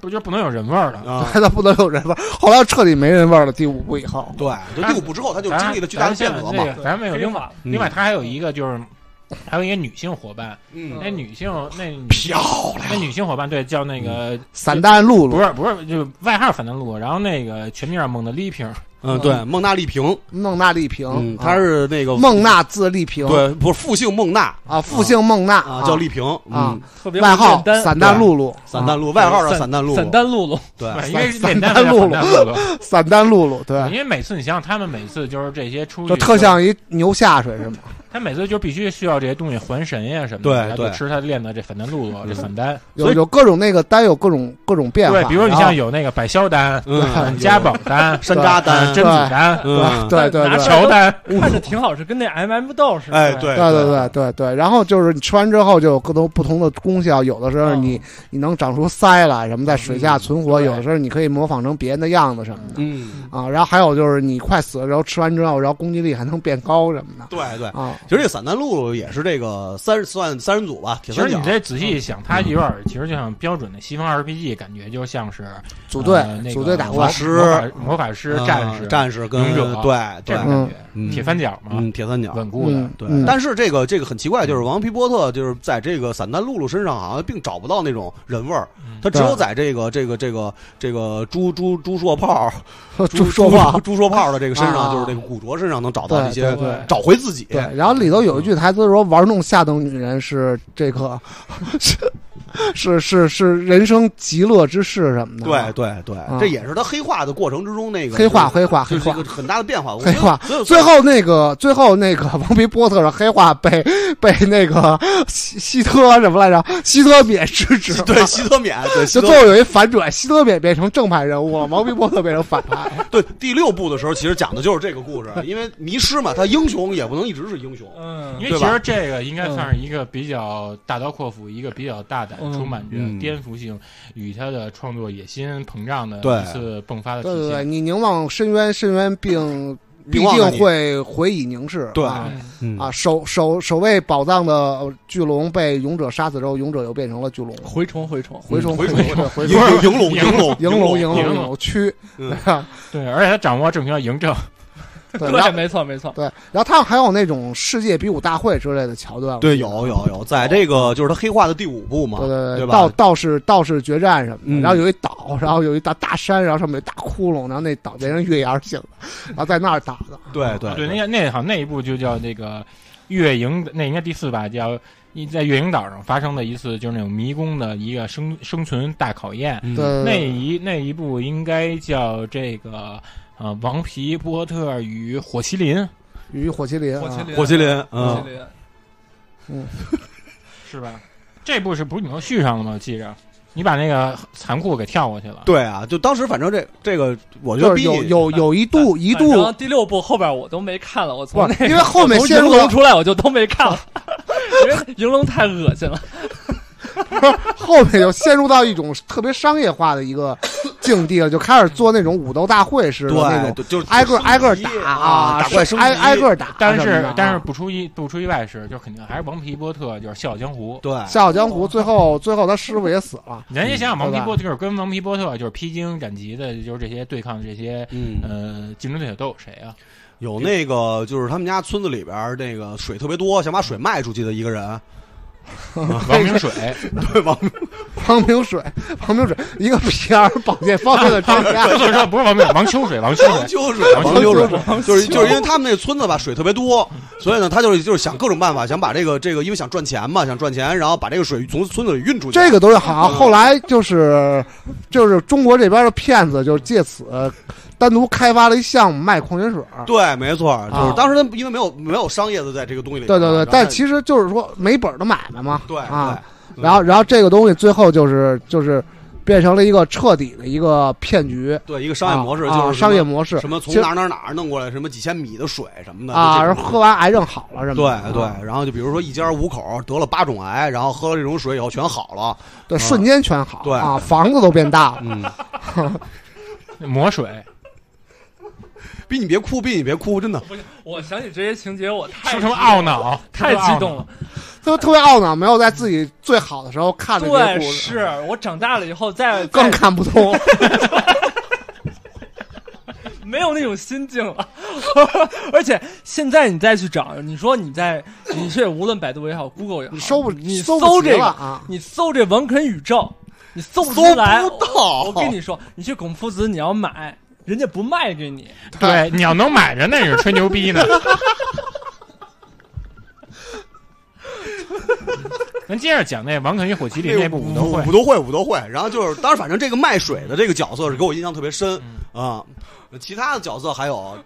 不就不能有人味儿了？ 啊，他不能有人味儿。后来彻底没人味儿了，第五部以后，对，就第五部之后他就经历了巨大的变革嘛。对咱们有另法，另外，他还有一个就是，还有一个女性伙伴，嗯，那女性那女漂嗯那女性伙伴对叫那个散弹露不露，是不是就外号反弹路，然后那个全名叫蒙德丽萍，嗯，对，蒙娜丽萍，孟娜丽萍，嗯，啊她是那个孟娜字丽萍，对，不是复姓孟娜啊，复姓孟娜啊，叫丽萍啊嗯，特别外号简单散弹露露，散弹露，外号叫散弹露，散弹露露，对，因为散简单散弹路露啊散弹露露，对，因为每次你想想，他们每次就是这些出去就特，像一牛下水是吗？他每次就必须需要这些东西还神呀什么的，对他对就吃他练的这反弹露露这散丹，有所以有各种那个丹有各种各种嗯变化，啊对，比如你然后像有那个百消丹、嗯，加宝丹、山楂丹呃，甄子丹、嗯，对对拿对出。乔丹，看着挺好，是跟那 M M 豆似的。哎，对对对对对对，然后就是你吃完之后就有各种不同的功效，有的时嗯候你、你能长出鳃来，什么在水下存活；嗯对有的时候你可以模仿成别人的样子什么的嗯，啊。然后还有就是你快死了，然后吃完之后，然后攻击力还能变高什么的对对。啊。其实这个散弹路也是这个三算三人组吧，铁其三实角你。这仔嗯细一想，它有点儿其实就像标准的西方 RPG，感觉就像是组队呃那个组队打魔怪法，师魔法魔法师、嗯战士、战士跟勇者对这对种感觉，嗯铁三角嘛，嗯铁三角稳固的嗯，，对，嗯但是这个这个很奇怪，就是王皮波特就是在这个散弹露露身上好像并找不到那种人味儿，嗯他只有在这个这个这个这个朱朱朱硕炮、就朱说话 朱，朱硕炮的这个身上，啊就是这个古着身上能找到一对些对对找回自己。对，然后里头有一句台词说：“玩弄下等女人是 这个，是是是是人生极乐之事什么的。”啊对对对，这也是他黑化的过程之中那个黑化就是黑化就是黑一化个很大的变化。我黑化觉得所有最后那个，最后那个王皮波特的黑化被被那个希希特什么来着？希特免制止了。 对希特免对希就特最后有一反转，希特免变成正派人物了，王皮波特变成反派。对第六部的时候，其实讲的就是这个故事，因为迷失嘛，他英雄也不能一直是英雄。嗯，因为对其吧实这个应该算是一个比较大刀阔斧、一个比较大胆、嗯充满着嗯颠覆性与他的创作野心膨胀的对一次迸发的对体对对，现。你凝望深渊，深渊并必并忘了定你会回以凝视。对啊嗯啊，守守守卫宝藏的巨龙被勇者杀死之后，勇者又变成了巨龙。蛔虫蛔虫，回虫回虫虫回迎虫，迎龙迎龙迎龙迎龙龙龙区，嗯对吧对，而且他掌握正确嬴政，对，然对，后没错没错，对，然后他们还有那种世界比武大会之类的桥段。对，有有有，在这个就是他黑化的第五部嘛，对对对吧道道士道士决战什么嗯的，然后有一岛，然后有一大大山，然后上面有一大窟窿，然后那岛变成越野而行，然后在那儿打的。对对啊对，那个那好像那一部就叫那个月营，那应该第四吧，叫你在月营岛上发生的一次就是那种迷宫的一个生生存大考验。嗯对，对那对一那一部应该叫这个呃王皮波特与火麒麟与火麒麟啊，火麒麟，火麒麟，火嗯麒，麟，是吧？这部是不是你能续上了吗？我记着你把那个残酷给跳过去了。对啊，就当时反正这这个，我觉得就比是有你有有一度 一反正度第六部后边我都没看了，我从不那，因为后面从陷银入龙了出来我就都没看了，因为银龙太恶心了。后面就陷入到一种特别商业化的一个境地了，就开始做那种武斗大会式的那对，种，对就是挨个挨个升级打啊，打怪是升级，挨挨个打但什么的是啊。但是不出意不出意外是，就肯定还是王皮波特就是《笑傲江湖》。对， 《笑傲江湖》最后最后他师傅也死了，人家想想，王皮对吧波特就是跟王皮波特就是披荆斩棘的，就是这些对抗这些嗯，呃竞争对手都有谁啊？有那个就是他们家村子里边儿那个水特别多，想把水卖出去的一个人，王明水，对吧？王明水，王明水，一个 PR 保健方面的专家 不，是说不是王明水，王秋水，王秋王水。秋水，王王秋秋水水， 就是就是因为他们那村子吧水特别多，所以呢，他就是就是想各种办法，想把这个这个，因为想赚钱嘛，想赚钱，然后把这个水从村子里运出去。这个东西好像后来就是就是中国这边的骗子，就是借此单独开发了一项目卖矿泉水。对，没错，就是啊当时他们因为没有没有商业的在这个东西里对边儿，啊对对，然后但他其实就是说没本儿的买卖嘛。对啊，对然后然后这个东西最后就是就是变成了一个彻底的一个骗局，对对一个商业模式啊就是什么啊商业模式什么从其实哪儿哪儿哪儿弄过来什么几千米的水什么的啊，就然这后种喝完癌症好了什么的。对对啊，然后就比如说一家五口得了八种癌，然后喝了这种水以后全好了，对，啊瞬间全好。对啊，房子都变大了。嗯，魔水，比你别哭，比你别哭，真的，我想起这些情节，我太说成懊恼，太说成懊激恼动了。。特特别懊恼，没有在自己最好的时候看的这些对，故事。是我长大了以后再更再看不通。 没有那种心境了， 而且现在你再去找，你说你在，你去无论百度也好，Google 也好，你你搜不你搜搜不齐这个，了啊你搜这文肯宇宙，你搜不出搜来。不到我我跟你说，你去孔夫子你要买，人家不卖给你。 对，你要能买着那是吹牛逼呢。咱接着讲 那王肯与火麒麟哎那部武斗会武，斗会，武斗会。然后就是，当时反正这个卖水的这个角色是给我印象特别深嗯啊、其他的角色还有，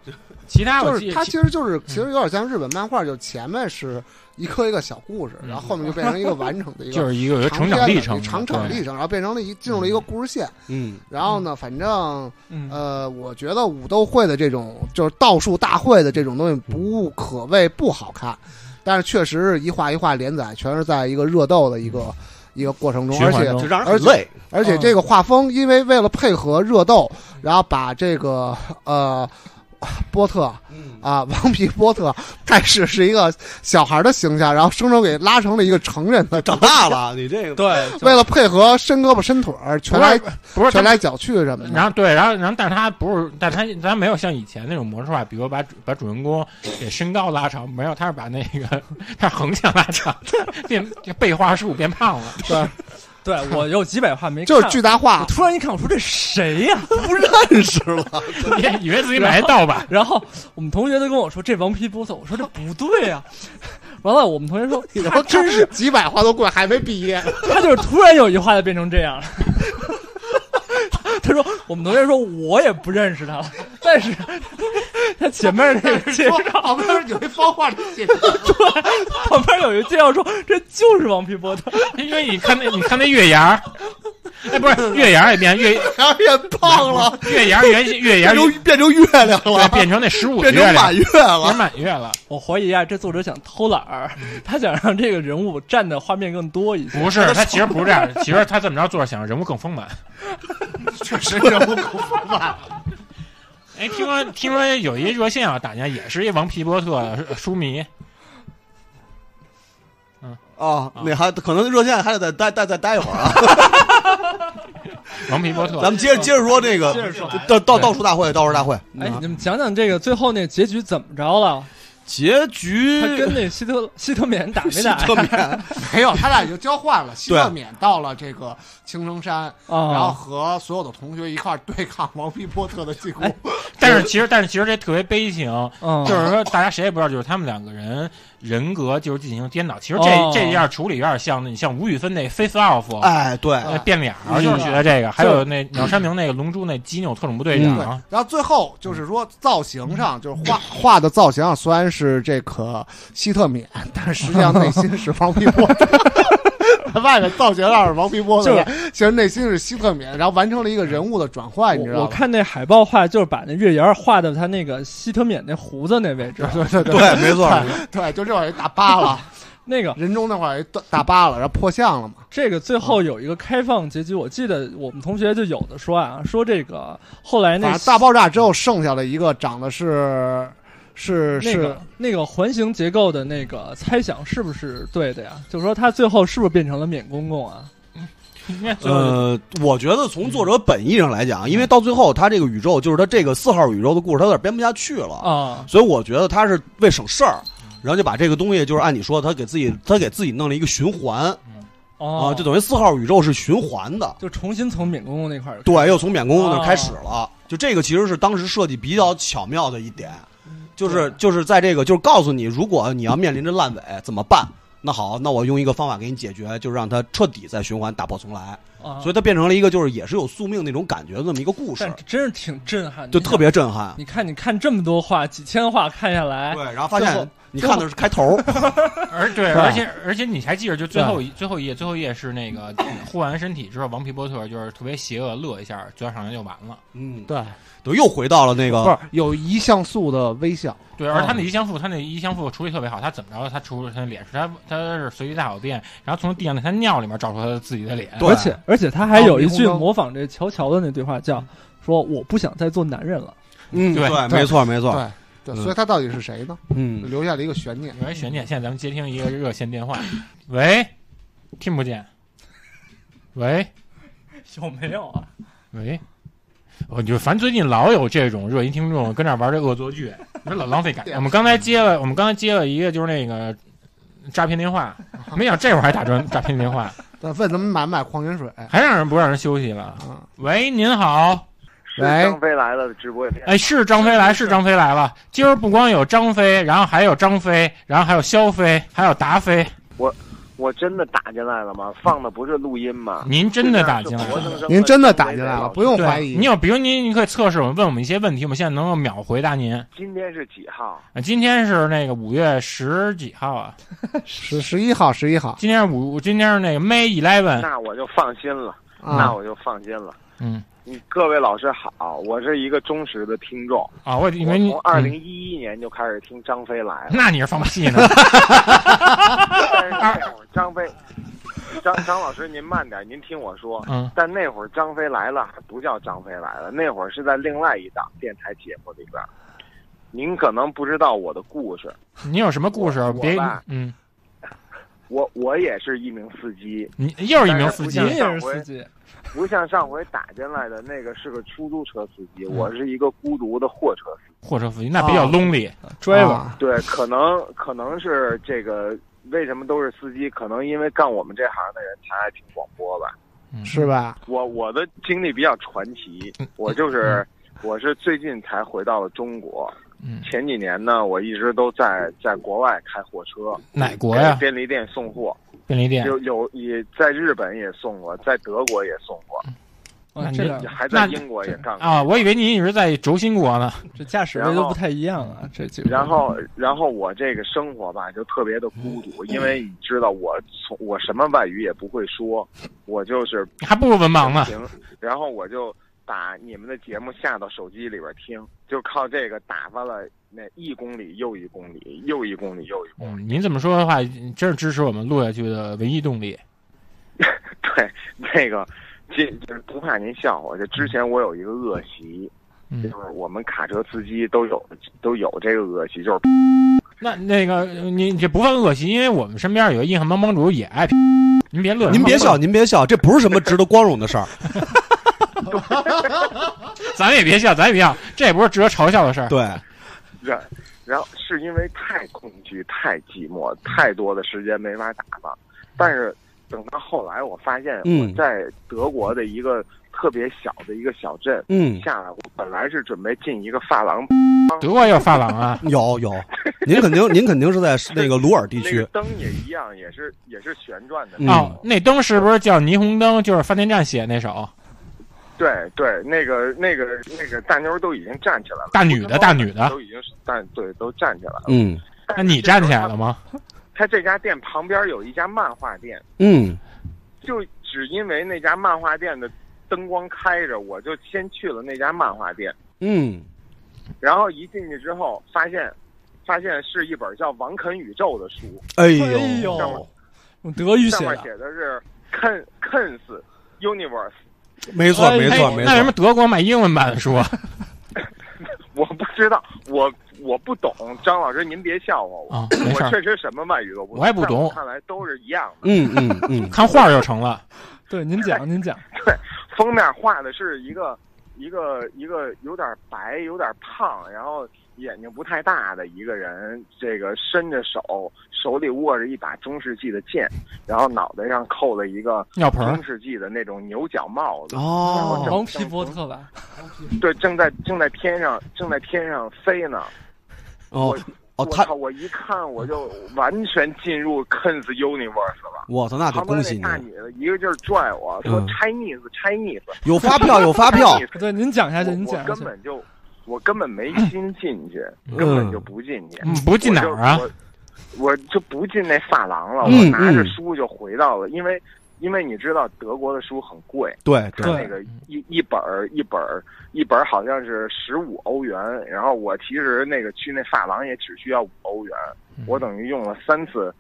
其他就我记是它得其实就是嗯其实有点像日本漫画，就前面是一颗一个小故事，嗯然后后面就变成一个完整的一 个就是一个有一个长成篇长历的程，长长历程，然后变成了一进入了一个故事线。嗯，然后呢，反正嗯，呃，我觉得武斗会的这种就是道术大会的这种东西，嗯不可谓不好看，但是确实是一画一画连载，全是在一个热斗的一个一个过程中，嗯循而环且中嗯就让人嗯而很且累。而且这个画风，因为为了配合热斗，然后把这个呃波特嗯啊，顽皮波特开始是一个小孩的形象，然后生生给拉成了一个成人的。长大了，你这个对，就为了配合伸胳膊伸腿儿，全来不是全来脚去什么然的。后对，然后然后，但是他不是，但他他没有像以前那种模式化，比如把主把主人公给身高拉长，没有，他是把那个 他横向拉长， 变背话术变胖了。对，对我有几百话没看，就是巨大我化，突然一看，我说这谁 呀、不认识了，你以为自己买一盗版，然后我们同学都跟我说这王皮波特，我说这不对呀、完了，我们同学说然后真是几百花都贵，还没毕业。他就是突然有一句话就变成这样了。他说：“我们同学说我也不认识他了，但是他前面那个介绍，旁边有一方画的 写着旁边有一个介绍说这就是王皮波特。因为你看那你看那月牙儿，哎，不是月牙儿也变月然后变胖了，月牙儿原先月牙 变儿成变成月亮对，了变成那十五变月成亮满，月变了。满月了，”我怀疑啊，这作者想偷懒儿，嗯他想让这个人物占的画面更多一些。不 是他其实不是这样，其实他这么着做，想让人物更丰满。确实人物恐怖吧？哎，听说听说有一热线啊，打架也是一王皮波特呃书迷，啊，那还可能热线还得再待待再待一会儿啊。 王皮波特。咱们接着接着说这个，接着说到到对倒数大会，倒数大会哎，你们讲讲这个最后那结局怎么着了？结局他跟那希 特希特免打没希打特免没有，他俩就交换了。希对特免到了这个青城山，然后啊？和所有的同学一块儿对抗王皮波特的进攻。哎但是其实，但是其实这特别悲情，嗯，就是说大家谁也不知道，就是他们两个人人格就是进行颠倒。其实这、哦这样处理有点像你像吴宇森那 Face Off，、哎，对，呃变脸儿嗯就是学这个，还有那鸟山明那个龙珠那基纽特种部队对长，，然后最后就是说造型上，就是画画的造型上虽然是这个希特免，但是实际上内心是王皮波特。 外面造型上是王皮波特，其实内心是希特免，然后完成了一个人物的转换，你知我我道吗？看那海报画就是把那月牙儿画到他那个希特免那胡子那位置，啊对，没 错，对，就这会儿一大疤了，那个人中那会儿一大大疤了，然后破相了嘛。这个最后有一个开放结局，我记得我们同学就有的说啊，说这个后来反那正大爆炸之后剩下的一个长得是是那是个那个环形结构的那个猜想是不是对的呀？就是说他最后是不是变成了免公公啊？嗯应该最后呃，我觉得从作者本意上来讲，因为到最后他这个宇宙就是他这个四号宇宙的故事，他有点编不下去了，啊，所以我觉得他是为省事儿，然后就把这个东西就是按你说，他给自己他给自己弄了一个循环啊，哦，就等于四号宇宙是循环的，就重新从免公公那块儿对，又从免公公那儿开始了，就这个其实是当时设计比较巧妙的一点，就是对就是在这个就是告诉你，如果你要面临着烂尾怎么办？那好，那我用一个方法给你解决，就是让它彻底再循环打破重来，啊，所以它变成了一个就是也是有宿命那种感觉的这么一个故事但，真是挺震撼的，就特别震撼。你看。你看，你看这么多画，几千画看下来，对，然后发哎最后现你看的是开头，而对，是吧而且而且你还记着，就最后一最后一页，最后一页是那个护完身体之后，王皮波特就是特别邪恶，乐一下，嘴角上扬就完了。嗯， 对，等于又回到了那不个是有一像素的微笑，对，而他那一箱腹，他那一箱腹处理特别好，他怎么着，他除了他的脸是他他是随地大小便，然后从地上那他尿里面找出他自己的脸。对而且而且他还有一句哦迷宫模仿这乔乔的那对话，叫说我不想再做男人了。嗯对对，没错没错，对对，嗯所以他到底是谁呢？嗯，留下了一个悬念。有人悬念，现在咱们接听一个热线电话，喂，听不见，喂有没有啊？喂，我就反正最近老有这种热心听众跟那玩这恶作剧，你说老浪费感情。我们刚才接了，我们刚才接了一个就是那个诈骗电话，没想这会儿还打专诈骗电话，但问咱们买不买矿泉水嗯啊？还让人不让人休息了。喂，您好，是喂张飞来了的直播间。哎，是张飞来，是张飞来了。今儿不光有张飞，然后还有张飞，然后还有肖飞，还有达飞。我真的打进来了吗？放的不是录音吗？您真的打进来是活了。生生您真的打进来了，不用怀对，疑。你有，比如您，您可以测试我们，问我们一些问题，我们现在能够秒回答您。今天是几号？呃今天是那个五月十几号啊？十十一号，十一号今天是五，今天是那个 May eleven。那我就放心了，那啊，我就放心了。嗯，你各位老师好，我是一个忠实的听众，啊，我以我为你从二零嗯一一年就开始听张飞来了，那你是放屁 呢？但是那会儿张飞，张张老师您慢点，您听我说。嗯，但那会儿张飞来了还不叫张飞来了，那会儿是在另外一档电台节目里边儿，您可能不知道我的故事，你有什么故事我？别我吧，嗯，我我也是一名司机，你又是一名司机但您是 也是司机，不像上回打进来的那个是个出租车司机，嗯我是一个孤独的货车司机。货车司机，那比哦较 lonely。 driver 啊 对，可能可能是这个，为什么都是司机？可能因为干我们这行的人才爱听广播吧。嗯是吧？我我的经历比较传奇，我就是我是最近才回到了中国，嗯，前几年呢，我一直都在在国外开货车，哪国呀给便利店送货，便利店。有有也在日本也送过，在德国也送过，那啊，你这两也还在嗯那英国也干过。啊，我以为您一直在轴心国呢。这驾驶位都不太一样啊，这几个。然后，然后我这个生活吧，就特别的孤独，因为你知道我从我什么外语也不会说，我就是还不如文盲呢。凭，然后我就把你们的节目下到手机里边听，就靠这个打发了那一公里又一公里，又一公里又一公里。嗯，您这么说的话，真是支持我们录下去的唯一动力。 对，那个，这就是不怕您笑话，就之前我有一个恶习，就嗯是，我们卡车司机都有都有这个恶习，就是那那个您这不犯恶习，因为我们身边有个硬汉帮帮主也爱，您别乐，嗯您别笑，，您别笑，这不是什么值得光荣的事儿。咱也别笑，咱也别笑，这也不是值得嘲笑的事儿。对，然然后是因为太恐惧、太寂寞、太多的时间没法打发。但是等到后来，我发现嗯我在德国的一个特别小的一个小镇嗯，下来，我本来是准备进一个发廊，德国也有发廊啊， 有有，您肯定您肯定是在那个鲁尔地那个区。灯也一样，也是也是旋转的。嗯哦，那灯是不是叫霓虹灯？就是饭店站写那首对对，那个那个那个大妞都已经站起来了，大女的，大啊女的。都已经是但对都站起来了。嗯那你站起来了吗？他这家店旁边有一家漫画店，嗯，就只因为那家漫画店的灯光开着，我就先去了那家漫画店。嗯，然后一进去之后，发现，发现是一本叫《王肯宇宙》的书，哎哎呦，呦，用德语啊上写面的，写的是 “Ken Ken's Universe”。没错哎没错哎没那为什么错，德国卖英文版的书啊？我不知道，我我不懂，张老师您别笑话我，啊嗯没事我儿，确实什么外语都不懂，我也不懂在看来都是一样的。嗯嗯嗯，看画儿就成了。对，您讲您讲，封面画的是一个一个一个有点白、有点胖，然后眼睛不太大的一个人，这个伸着手，手里握着一把中世纪的剑，然后脑袋上扣了一个尿盆儿嗯中世纪的那种牛角帽子，哦， 王皮波特吧，对，正在正在天上正在天上飞呢。哦哦，我他操！我一看我就完全进入 Ken's Universe 了。我操，那得旁边恭喜那你，大女的一个劲儿拽我说嗯 Chinese Chinese 有发票有发 票 Chinese 对，您讲下去，我您我讲下根去，本就，我根本没心进去，嗯根本就不进去。嗯不进哪儿啊我就？我我就不进那发廊了，嗯我拿着嗯书就回到了，因为因为你知道德国的书很贵，对它对，那个一一本儿一本儿一本儿好像是十五欧元，然后我其实那个去那发廊也只需要五欧元，嗯我等于用了三次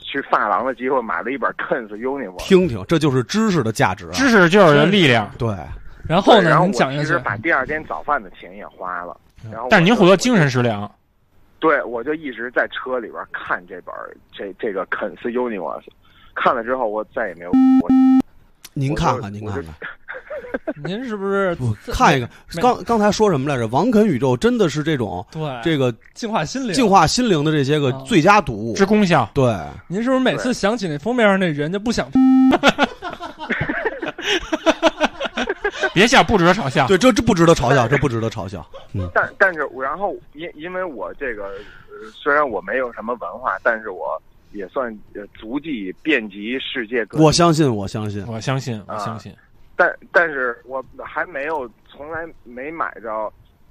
去发廊的机会买了一本《Ken's Universe》。听听，这就是知识的价值啊。知识就是力量。对， 然后然呢，后您我讲其下去，实把第二天早饭的钱也花了，然后嗯但是您我就获得精神食粮，对，我就一直在车里边看这本儿这这个《肯斯 Universe》，看了之后我再也没有我您我就看看您我看就看，您是不是我看一个，没刚刚才说什么来着？王肯宇宙真的是这种哎对啊这个净化心灵？净化心灵的这些个啊最佳读物之。功效。对，您是不是每次想起那封面上那人就不想？别笑，不值得嘲笑。对，这这不值得嘲笑，这不值得嘲笑。但但是然后因因为我这个、呃虽然我没有什么文化，但是我也算呃足迹遍及世界各地。我相信，我相信，我相信，我啊相信。但但是我还没有从来没买着，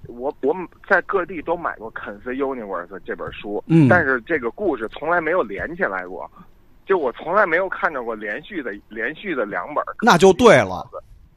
我我在各地都买过《肯斯 Universe》这本书，嗯但是这个故事从来没有连起来过，就我从来没有看着过连续的连续的两本。那就对了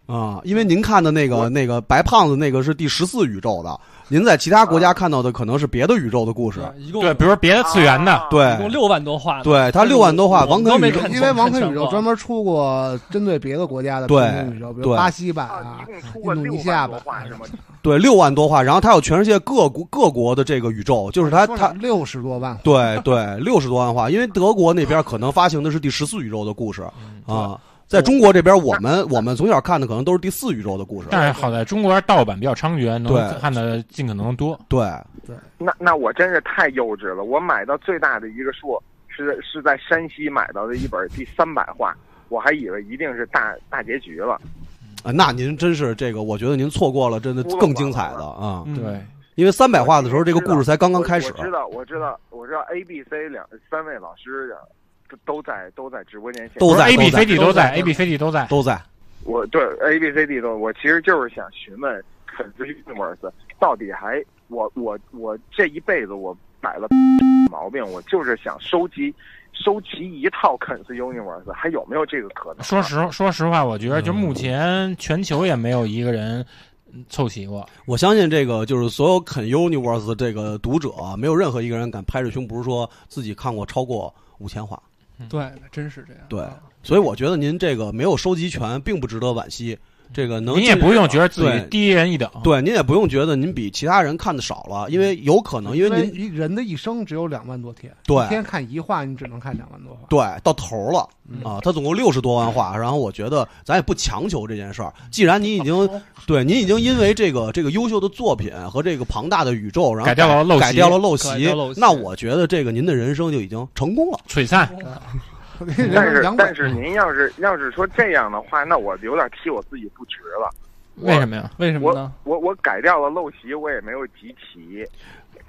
啊，因为您看的那个那个白胖子那个是第十四宇宙的，您在其他国家看到的可能是别的宇宙的故事。对一共对，比如别的次元的，啊，一对，共六万多话呢，对他六万多话，王我都肯没宇宙看因为王肯宇宙我专门出过针对别的国家的对平行宇宙，比如对巴西版啊，啊一共出过印度六尼西万亚多版话是吗？对，六万多话，然后它有全世界各国各国的这个宇宙，就是它它六十多万，对对六十多万话，因为德国那边可能发行的是第十四宇宙的故事嗯啊，在中国这边我们我们从小看的可能都是第四宇宙的故事，但是好在中国盗版比较猖獗，对能看的尽可能多。对，啊那那我真是太幼稚了。我买到最大的一个数是是在山西买到的一本第三百话，我还以为一定是大大结局了。啊，那您真是这个，我觉得您错过了真的更精彩的啊、嗯对，因为三百话的时候，这个故事才刚刚开始我我知道，我知道，我知道 A、B、C 两三位老师都都在都在直播间现场都在嗯 A B C D 都都在在都在，A B C D 都在。都在。我对 A B C D 的，我其实就是想询问肯德基 Universe 到底还我我我这一辈子我买了 毛病，我就是想收集收齐一套肯斯 Universe，还有没有这个可能？啊说实说实话，我觉嗯得就目前全球也没有一个人嗯凑齐过。我相信这个就是所有肯 Universe 的这个读者啊，没有任何一个人敢拍着胸脯说自己看过超过五千话。对，真是这样。对啊所以我觉得您这个没有收集全，并不值得惋惜。这个能您也不用觉得自己对低人一等。对，您也不用觉得您比其他人看的少了，因为有可能，因为您一人的一生只有两万多天，对一天看一话，你只能看两万多话。对到头了啊，他总共六十多万话，然后我觉得咱也不强求这件事儿。既然您已经对您已经因为这个这个优秀的作品和这个庞大的宇宙，然后改掉了陋习改掉了陋改习掉陋，习那我觉得这个您的人生就已经成功了。璀璨，嗯人但家是阳但痿，是您要是要是说这样的话，那我有点替我自己不值了。为什么呀？为什么呢？我我改掉了陋习，我也没有集齐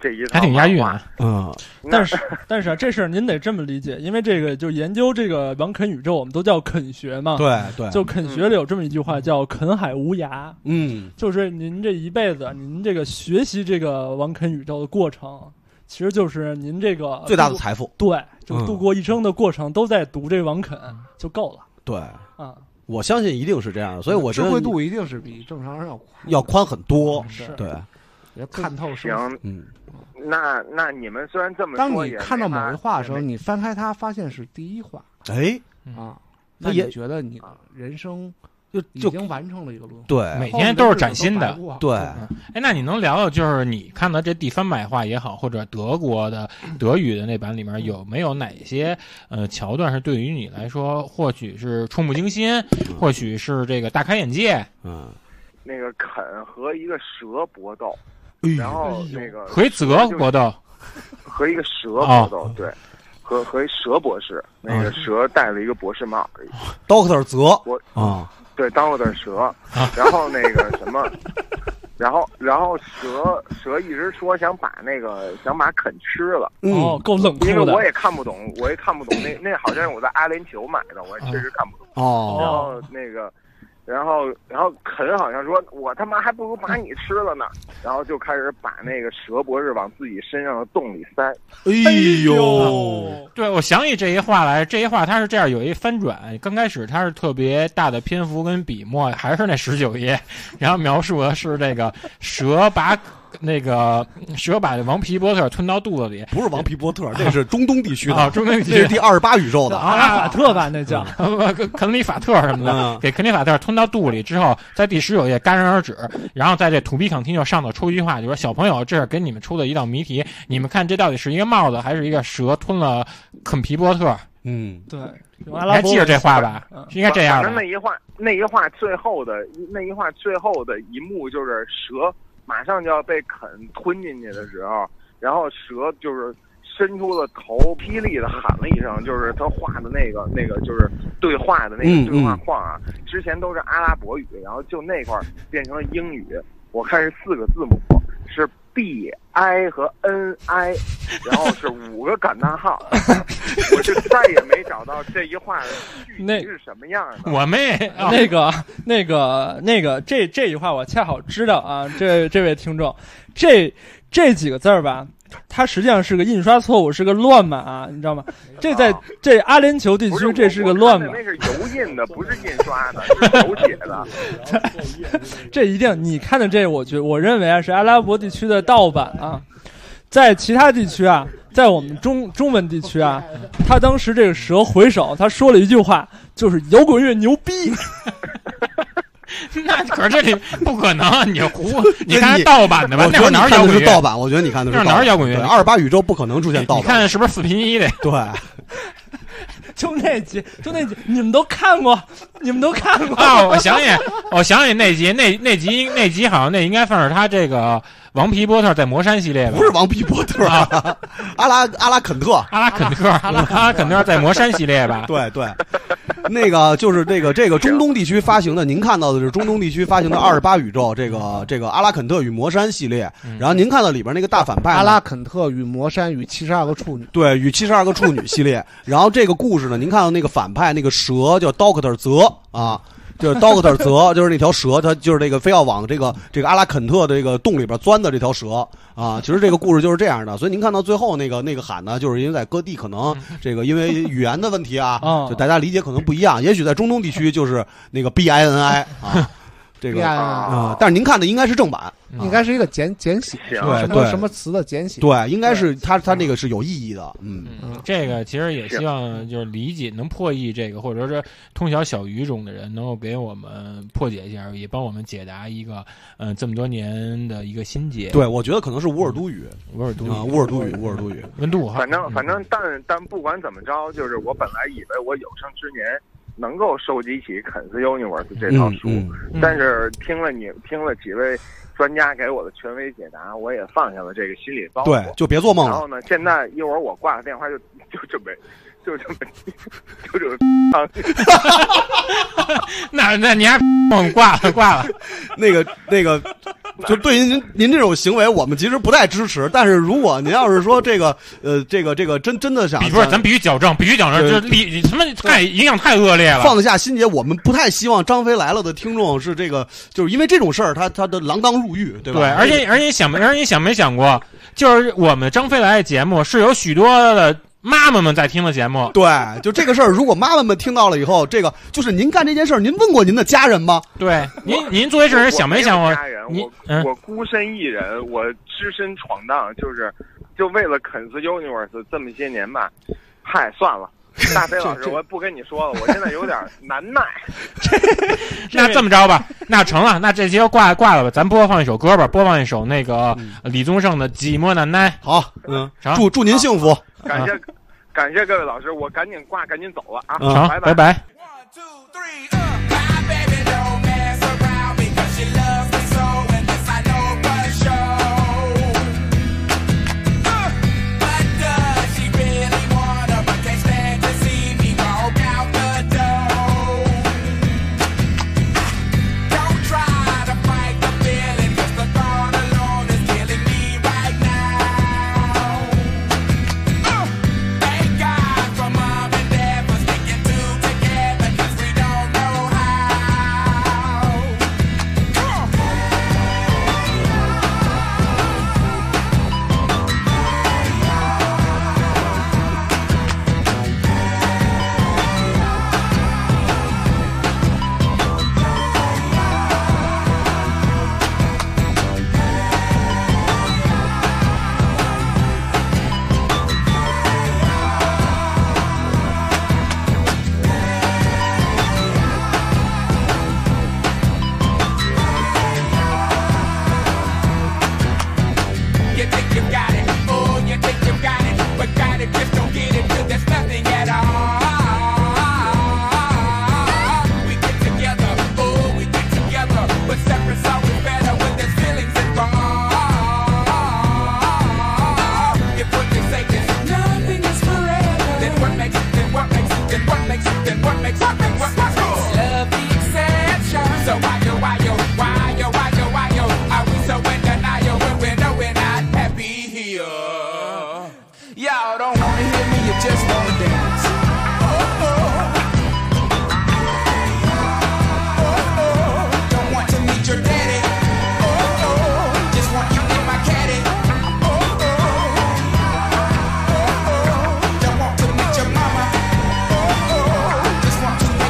这一套还挺押韵漫画。啊。嗯，那但是 但是啊，这事儿您得这么理解，因为这个就是研究这个王肯宇宙，我们都叫肯学嘛。，啊对对，就肯学里有这么一句嗯话叫“肯海无涯”，嗯就是您这一辈子，您这个学习这个王肯宇宙的过程，其实就是您这个最大的度财富。对，呃就嗯度过一生的过程都在读这王肯嗯就够了对，啊。我我相信一定是这样的，所以我觉智得慧度一定是比正常人要宽要宽很多。是哦对，也看透生死。行，嗯，那那你们虽然这么当说你也看没到某法一话的时候，也没你翻开它，发现是第一话哎，嗯啊，那那也你觉得你人生就已就经完成了一个轮回，对每天都是崭新的后面日子都白过。对，哎，那你能聊聊，就是你看到这第三百话也好，或者德国的德语的那版里面，有没有哪些呃桥段是对于你来说，或许是触目惊心，或许是这个大开眼界，嗯，那个肯和一个蛇搏斗，哎然后哎呦那个回泽搏斗，和一个蛇啊搏斗，对，和和一蛇博士，那个蛇戴了一个博士帽， ，Doctor 泽我啊，对，当了点啊蛇，然后那个什么，然后然后蛇蛇一直说想把那个想把肯吃了，哦嗯，够冷酷因为的我，也看不懂，我也看不懂，那那好像是我在阿联酋买的，我也确实看不懂，然哦，后那个。然后，然后肯好像说：“我他妈还不如把你吃了呢。”然后就开始把那个蛇博士往自己身上的洞里塞。哎啊呦，呦，对，我想起这一话来，这一话它是这样有一翻转，刚开始它是特别大的篇幅跟笔墨，还是那十九页，然后描述的是这个蛇把那个蛇把王皮波特吞到肚子里，不是王皮波特，这是中东地区啊，的，中间这是第二十八宇宙的，阿拉法特吧，那嗯叫肯里法特什么嗯的，给肯里法特吞到肚里之后，在第十九页戛然而止。然后在这 To Be Continue 上头出一句话，就说小朋友，这是给你们出的一道谜题，你们看这到底是一个帽子还是一个蛇吞了肯皮波特？嗯，对，用阿你拉还伯记着这话吧嗯？是应该这样反正的那。一话，那一话最后的那一话最后的一幕就是蛇马上就要被啃吞进去的时候，然后蛇就是伸出了头，霹雳的喊了一声，就是他画的那个那个就是对话的那嗯个对话嗯框啊，之前都是阿拉伯语，然后就那块儿变成了英语，我看是四个字母是 B I 和 N I，然后是五个感叹号， 我就再也没找到这一话的 具那体是什么样的。我 妹，啊那个、那个、那个，这这一话我恰好知道啊，这这位听众，这这几个字儿吧，它实际上是个印刷错误，是个乱码、啊你知道吗？这在啊这阿联酋地不区，我这是个乱我码看，的那是油印的，不是印刷的，是手写的。这一定你看的这，我觉我认为啊是阿拉伯地区的盗版啊，在其他地区啊，在我们中中文地区啊，他当时这个蛇回首，他说了一句话，就是摇滚乐牛逼。那可是这 里不可能，你胡，你那看你是盗版的吧我？哎那会儿觉得你哪有看摇的滚是乐？盗版，我觉得你看的那是哪儿摇滚乐二十八宇宙不可能出现盗你版，看是不是四拼一的？对， 就那集，就那集，你们都看过，你们都看过。啊，我想起，我想起那集，那那集那集好像那应该算是他这个王皮波特在魔山系列吧？不是王皮波特，啊阿拉阿拉肯特，阿拉肯特，阿拉肯特在魔山系列吧？对对，那个就是这个这个中东地区发行的，您看到的是中东地区发行的二十八宇宙这个这个阿拉肯特与魔山系列，嗯然后您看到里边那个大反派呢阿拉肯特与魔山与七十二个处女，对与七十二个处女系 列，然后这个故事呢，您看到那个反派那个蛇叫 Doctor 泽啊。就是 Doctor 泽，就是那条蛇，它就是这个非要往这个这个阿拉肯特的这个洞里边钻的这条蛇啊。其实这个故事就是这样的，所以您看到最后那个那个喊呢，就是因为在各地可能这个因为语言的问题 啊，嗯就大家理解可能不一样。也许在中东地区就是那个 B I N I 啊，这个恋啊、爱但是您看的应该是正版，嗯应该是一个简简写，行什么对什么对什么词的简写。对，应该是它它那个是有意义的，嗯。嗯，这个其实也希望就是理解能破译这个，或者说通晓小语种的人能够给我们破解一下，也帮我们解答一个嗯、呃这么多年的一个心结。，对，我觉得可能是乌尔都语乌尔都啊，乌尔都语，乌尔都语。温度哈，反正嗯反正，但但不管怎么着，就是我本来以为我有生之年能够收集起《肯斯 Universe》这套书，嗯嗯但是听了你听了几位专家给我的权威解答，我也放下了这个心理包对袱，。就别做梦然了。后呢，现在一会儿我挂了电话就就准备就准备就准备啊，那那你还梦挂了挂 了，那个那个，就对于您您这种行为，我们其实不太支持。但是如果您要是说这个呃这个这个真真的想比如说咱必须矫正，必须矫正，对这力他妈太影响太恶劣了。放下心结，我们不太希望张飞来了的听众是这个，就是因为这种事儿，他他的锒铛入狱，对吧？对，而且而且想没而且想没想过，就是我们张飞来的节目是有许多的妈妈们在听的节目，对，就这个事儿，如果妈妈们听到了以后，这个就是您干这件事儿，您问过您的家人吗？对，您您作为这人想没想我过有家人，你我嗯我孤身一人，我只身闯荡，就是就为了肯斯 Universe 这么些年吧，嗨，算 了。大飞老这师，这我不跟你说了，我现在有点难 耐。那这么着吧，那成了，那这节挂挂了吧，咱播放一首歌吧，播放一首那个嗯李宗盛的《寂寞难耐好，嗯成，祝祝您幸福。感啊谢，感谢各位老师，我赶紧挂，赶紧走了啊》，成，拜拜。拜。 One, two, three, up. My baby don't mess around because she loves me so, and this I know for sure. Uh, but does she really want her? But can't stand to see me walk out the door. Don't try to fight the feeling, 'cause the thought alone is killing me right now. Thank God for mom and dad for sticking two together because we don't know how. Come on. You think you got it, oh, you think you got it, but got it, just don't get it, cause there's nothing at all. We get together, oh, we get together, but separate's always better when there's feelings involved. If what they say is nothing is forever, then what makes, then what makes, then what makes, then what makes, what makes, what makes, love the exception. So why yo, why yo, why yo, why yo, why yo, are we so in denial when we know we're not happy here? Y'all don't wanna hear me, you just wanna dance. Oh, oh. Oh, oh. Don't want to meet your daddy. Oh, oh. Just want you in my caddy. Oh, oh. Don't want to meet your mama. Oh, oh, just want to make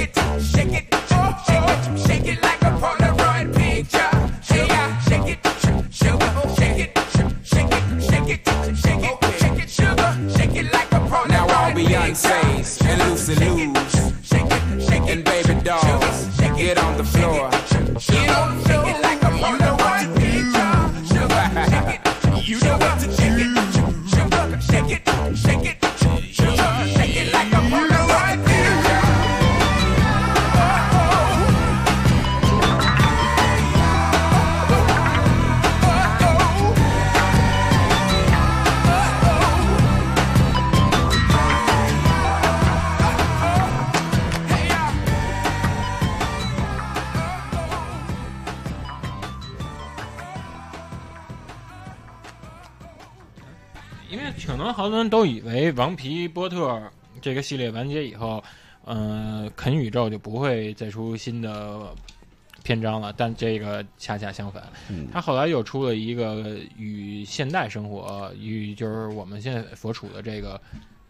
Oh, 因为可能好多人都以为《王皮波特》这个系列完结以后，呃，肯宇宙就不会再出新的篇章了，但这个恰恰相反，嗯他后来又出了一个与现代生活与就是我们现在所处的这个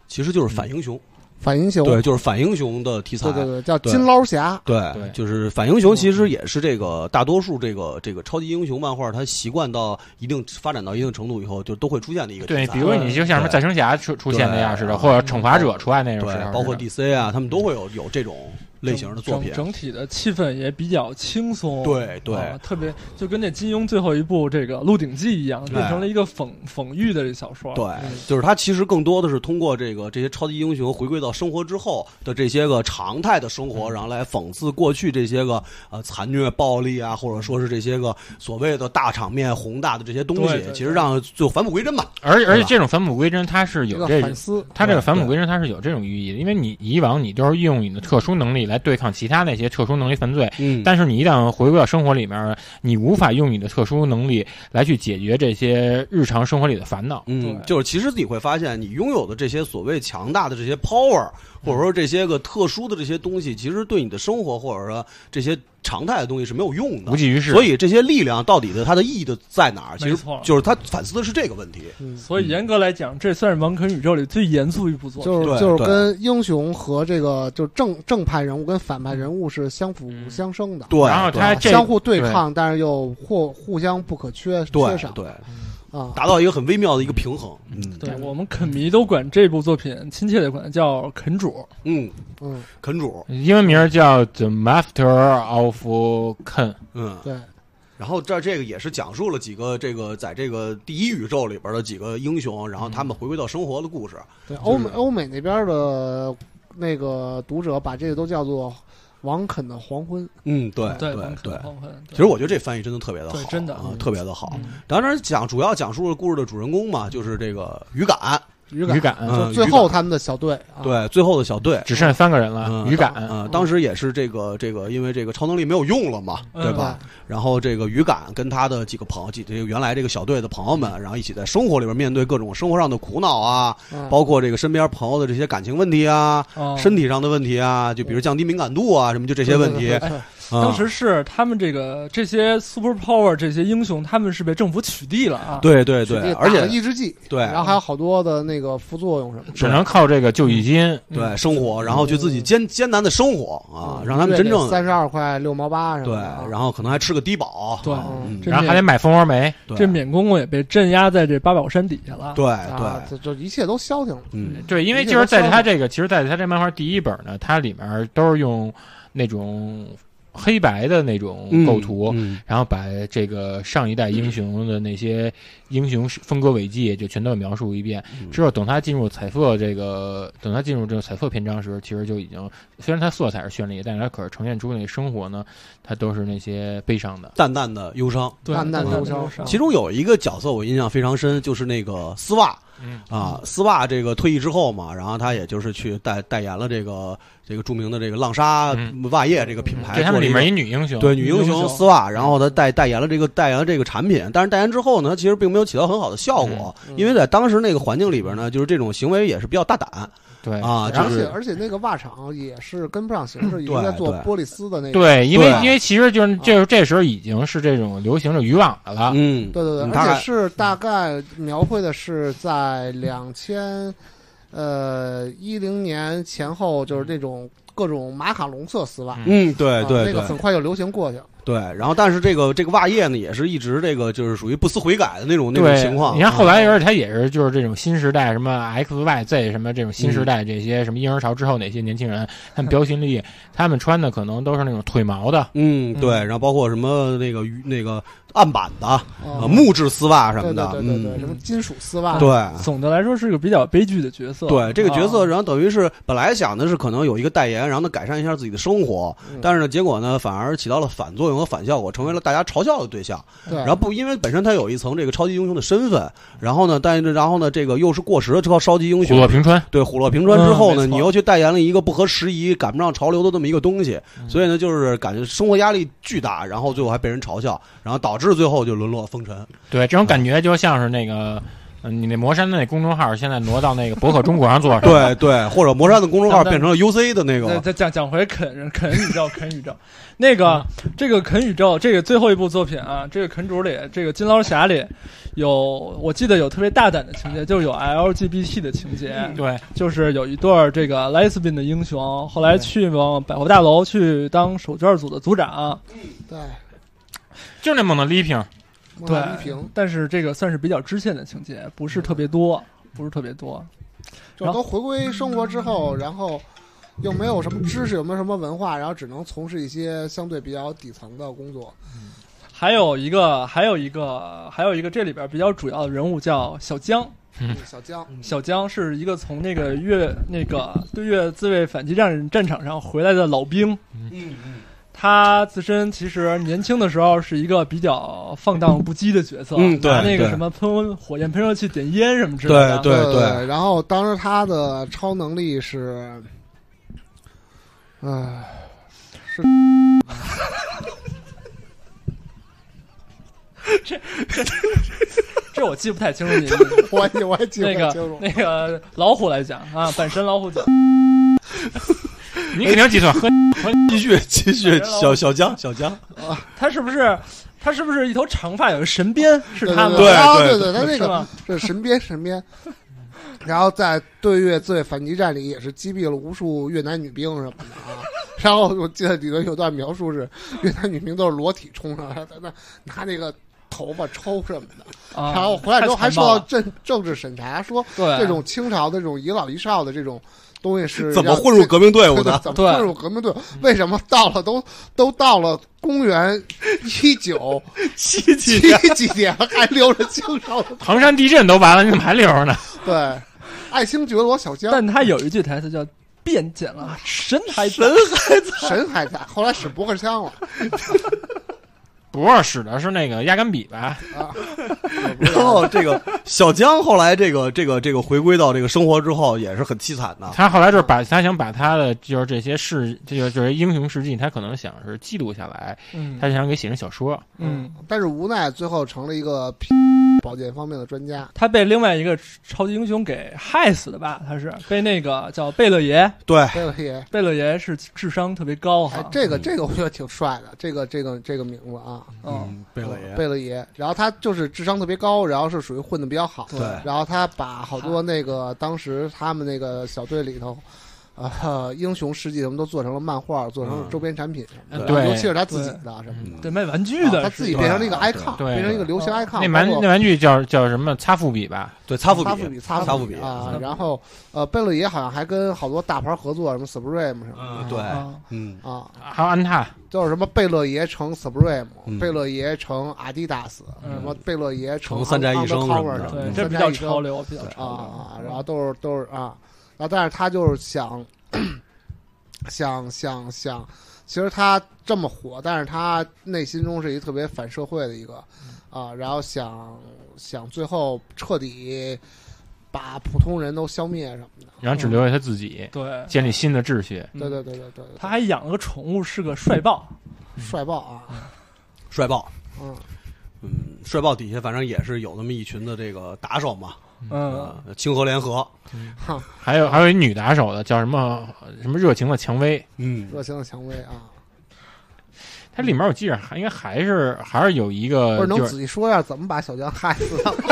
其实就是反英雄，反英雄，对，就是反英雄的题材对。对对，叫嗯对金捞侠，对对嗯就是反英雄，其实也是这个大多数这个这个超级英雄漫画，它习惯到一定发展到一定程度以后，就都会出现的一个题材。对，比如你就像什么对再生侠出出现那样似的，或者惩罚者出来那种似的，对，包括 DC 嗯啊，他们都会有有这种类型的作品整。整体的气氛也比较轻松。对对啊特别就跟这金庸最后一部这个《鹿鼎记》一样，对变成了一个讽讽喻的小说。嗯对，嗯就是它其实更多的是通过这个这些超级英雄回归到生活之后的这些个常态的生嗯活，然后来讽刺过去这些个呃残虐、暴力啊，或者说是这些个所谓的大场面、宏大的这些东对西对，对其实让就返璞归真嘛。而而对且吧这种返璞归真，它是一有个这反思，它这个返璞对归真，它是有这种寓意的，因为你以往你都是用你的特殊能力来对抗其他那些特殊能力犯罪，嗯但是你一旦回归到生活里面，你无法用你的特殊能力来去解决这些日常生活里的烦恼。嗯对，就是其实你会发现，你拥有的这些所谓强大的这些 power，或者说这些个特殊的这些东西，其实对你的生活或者说这些常态的东西是没有用的无。济于事，所以这些力量到底的它的意义的在哪儿？其没实错就是他反思的是这个问题。嗯，所以严格来讲，这算是王肯宇宙里最严肃一部作品。就是对就是对跟英雄和这个就是正正派人物跟反派人物是相辅嗯相生的，对，然后他啊这相互对对抗，但是又互互相不可缺缺对少对，啊，达到一个很微妙的一个平衡。嗯对对我们肯迷都管这部作品，亲切的管它叫肯主。嗯，嗯，肯主，英文名叫《The Master of Ken》，嗯，对，然后这这个也是讲述了几个这个在这个第一宇宙里边的几个英雄，然后他们回归到生活的故事。对，欧就美是欧美那边的那个读者把这个都叫做王肯的黄昏，嗯，对对对王肯对。黄昏。其实我觉得这翻译真的特别的好，对真的啊嗯，特别的好。嗯当然讲主要讲述了故事的主人公嘛，就是这个语感，语语感，感，嗯就最语后感他们的小队啊，对最后的小队。只剩三个人了，嗯语感，啊、当时也是这个这个，因为这个超能力没有用了嘛，嗯对吧？然后这个语感跟他的几个朋友，几这个原来这个小队的朋友们，然后一起在生活里边面对各种生活上的苦恼啊，嗯包括这个身边朋友的这些感情问题啊、哦身体上的问题啊，就比如降低敏感度啊什么，就这些问题。对对对对啊当时是他们这个这些 super power 这些英雄，他们是被政府取缔了啊。对对取对，缔而打了且哎抑制剂，对然后还有好多的那个副作用什么的，只能靠这个救济金。对生活，然后就嗯自己艰艰难的生活啊，让他们真正三十二块六毛八什对么的啊，，然后可能还吃个低保，对嗯这然后还得买蜂窝煤，对这免公公也被镇压在这八宝山底下了。对啊，哎对，就就一切都消停了，嗯，对，因为就是在他这个，其实在他这漫画第一本呢，它里面都是用那种黑白的那种嗯构图，嗯然后把这个上一代英雄的那些英雄风格伟绩就全都描述一遍。嗯之后等他进入彩色这个，等他进入这个彩色篇章时，其实就已经虽然它色彩是绚丽，但是它可是呈现出那个生活呢，它都是那些悲伤的。淡淡的忧嗯伤。对，淡淡的忧伤其中有一个角色我印象非常深，就是那个丝袜嗯啊，丝袜这个退役之后嘛，然后他也就是去代代言了这个这个著名的这个浪莎嗯袜业这个品牌，对，他们做了里一个面一女英雄，对女英女英雄嗯雄丝袜，然后他代代言了这个代言了这个产品，但是代言之后呢，其实并没有起到很好的效果，嗯嗯因为在当时那个环境里边呢，就是这种行为也是比较大胆哎对啊，就而且是而且那个袜厂也是跟不上形势，已对经在做对玻璃丝的那个，对，因为对啊因为其实就是这这时候已经是这种流行的渔网的了，嗯，啊对对嗯对，他而还且是大概描绘的是在两千呃一零年前后，就是那种各种马卡龙色丝袜，嗯嗯，对啊对那个很对快就流行过去了。对，然后但是这个这个袜业呢，也是一直这个就是属于不思悔改的那种那种对，情况。啊嗯你看后来，而且它也是就是这种新时代，什么 X Y Z 什么这种新嗯时代这些什么婴儿潮之后哪些年轻人，他们标新立异，他们穿的可能都是那种腿毛的，嗯，对，然后包括什么那个那个案板的、啊啊木质丝袜什对么的，对对对嗯对，，什么金属丝袜，对。总的来说是个比较悲剧的角色。啊对这个角色，啊，然后等于是本来想的是可能有一个代言，然后呢改善一下自己的生活，嗯但是呢结果呢反而起到了反作用和反效果，成为了大家嘲笑的对象。对，嗯然后不因为本身他有一层这个超级英雄的身份，然后呢，但是然后呢这个又是过时的超超级英虎落雄。平川。对，虎落平川之后呢，嗯没你错又去代言了一个不合时宜、赶不上潮流的这么一个东西，嗯所以呢，就是感觉生活压力巨大，然后最后还被人嘲笑，然后导致最后就沦落风尘。对，这种感觉就像是那个嗯，你那魔山的那公众号现在挪到那个博客中国上做上， 对对，或者魔山的公众号咱们变成了 UC 的那再个，再讲讲回肯肯宇宙，肯宇宙， 那个这个肯宇宙，这个最后一部作品啊，这个肯主里，这个金捞侠里有，我记得有特别大胆的情节，就是有 LGBT 的情节， 对，就是有一对儿这个 lesbian 的英雄，后来去往百货大楼去当手绢组的组长，对，就那蒙的丽萍，莫对纳一平，，但是这个算是比较支线的情节，不是特别多，不是特别多，就都回归生活之后，然后又没有什么知识，又没有什么文化，然后只能从事一些相对比较底层的工作。还有一个，还有一个，还有一个，这里边比较主要的人物叫小江。嗯小江，小江是一个从那个越那个对越自卫反击战战场上回来的老兵。嗯他自身其实年轻的时候是一个比较放荡不羁的角色，嗯对拿那个对什么喷火焰喷射器点烟什么之类对的。对对，对。然后当时他的超能力是，唉，是这我记不太清楚你。我也我也记不那太个清楚。那个老虎来讲啊，板神老虎讲，你肯定计算喝继续继续，小小江小江，他是不是他是不是一头长发有个神鞭是对他吗？对对啊哦对对对，他那是个吗？是神鞭神鞭。然后在对越自卫反击战里，也是击毙了无数越南女兵什么的啊。然后我记得里头有段描述是，越南女兵都是裸体冲上来，在那拿那个头发抽什么的。啊，然后回来之后还太受残暴到了政政治审查，说对这种清朝的这种遗老遗少的这种东西是怎么要混入这革命队伍 对 的？怎么对混入革命队？为什么到了都都到了公元一九 七 七七年，几年了，还留着清朝的？唐山地震都完了，你怎么还留着呢？对，爱新觉罗小江但他有一句台词叫“变见了神还在神还在，啊神还在，后来使驳壳枪了不是使的是那个压杆笔吧？啊。然后这个小江后来这个这个这个回归到这个生活之后，也是很凄惨的。他后来就是把他想把他的就是这些事，就是这些英雄事迹，他可能想是记录下来，”。嗯他想给写成小说。嗯，但是无奈最后成了一个 P 保健方面的专家。他被另外一个超级英雄给害死的吧？他是被那个叫贝勒爷，对，这个也，贝勒爷是智商特别高哎哈，。这个嗯这个我觉得挺帅的，这个这个这个名字啊，嗯，，贝勒贝爷，勒爷。然后他就是智商特别高，然后是属于混的比较好。对然后他把好多那个当时他们那个小队里头，呃，英雄事迹什么都做成了漫画，做成了嗯周边产品什么的，对尤其是他自己的什么的。嗯哎对，卖玩具啊的是、他自己变成了一个对 icon，对变成一个流行 icon，那玩包括那玩具叫叫什么？擦腹笔吧？对嗯擦腹擦腹笔，擦擦腹腹笔嗯啊擦。腹然后呃，贝勒爷好像还跟好多大牌合作，什么 Supreme 什么嗯，的，对，啊嗯，啊，还有安踏，就是什么贝勒爷成嗯 Supreme，贝勒爷成 Adidas，什么贝勒爷成成三宅一生 Undercover 什么的什嗯么对，的，嗯这比较潮流，比较啊潮流嗯啊，然后都是都是啊，然后但是他就是想 想想想，其实他这么火，但是他内心中是一个特别反社会的一个嗯啊，然后想想最后彻底把普通人都消灭什么的，然后只留下他自己，对，建立新的秩序。嗯对对对对对，对他还养了个宠物，是个帅豹，帅爆啊，帅豹，嗯，嗯，帅豹底下反正也是有那么一群的这个打手嘛，嗯，呃，清河联合，还有还有一女打手的叫什么什么热情的蔷薇，嗯 热情的蔷薇啊，它里面我记着还应该还是还是有一个不是呃能就是仔细说一下怎么把小江害死的？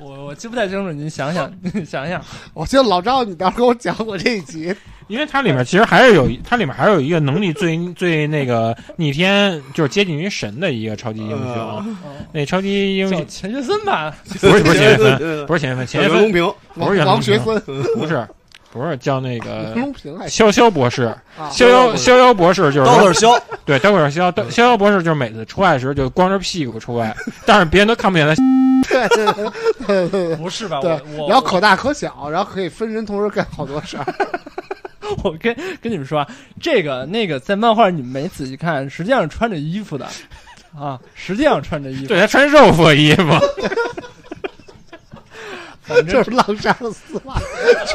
我我记不太清楚，您想想，您想想，我记得老赵，你当时给我讲过这一集，因为它里面其实还是有，它里面还是有一个能力最最那个逆天，就是接近于神的一个超级英雄。嗯那超级英叫雄钱学森吧，不是不是钱学森，呃不是钱学森，小钱学袁隆森平，不王是袁隆王学平森、不是不是叫那个袁隆平还行潇潇博士，啊，呃逍遥逍遥博士就是刀说子削，对刀口逍逍遥博士就是每次出来的时候就光着屁股出来，但是别人都看不见他。对对对对对对。不是吧？对我我然后可大可小，然后可以分身同时干好多事儿。 我跟跟你们说，啊，这个那个在漫画你们没仔细看，实际上是穿着衣服的啊，实际上穿着衣服。对他穿肉色衣服，就是浪莎的丝袜，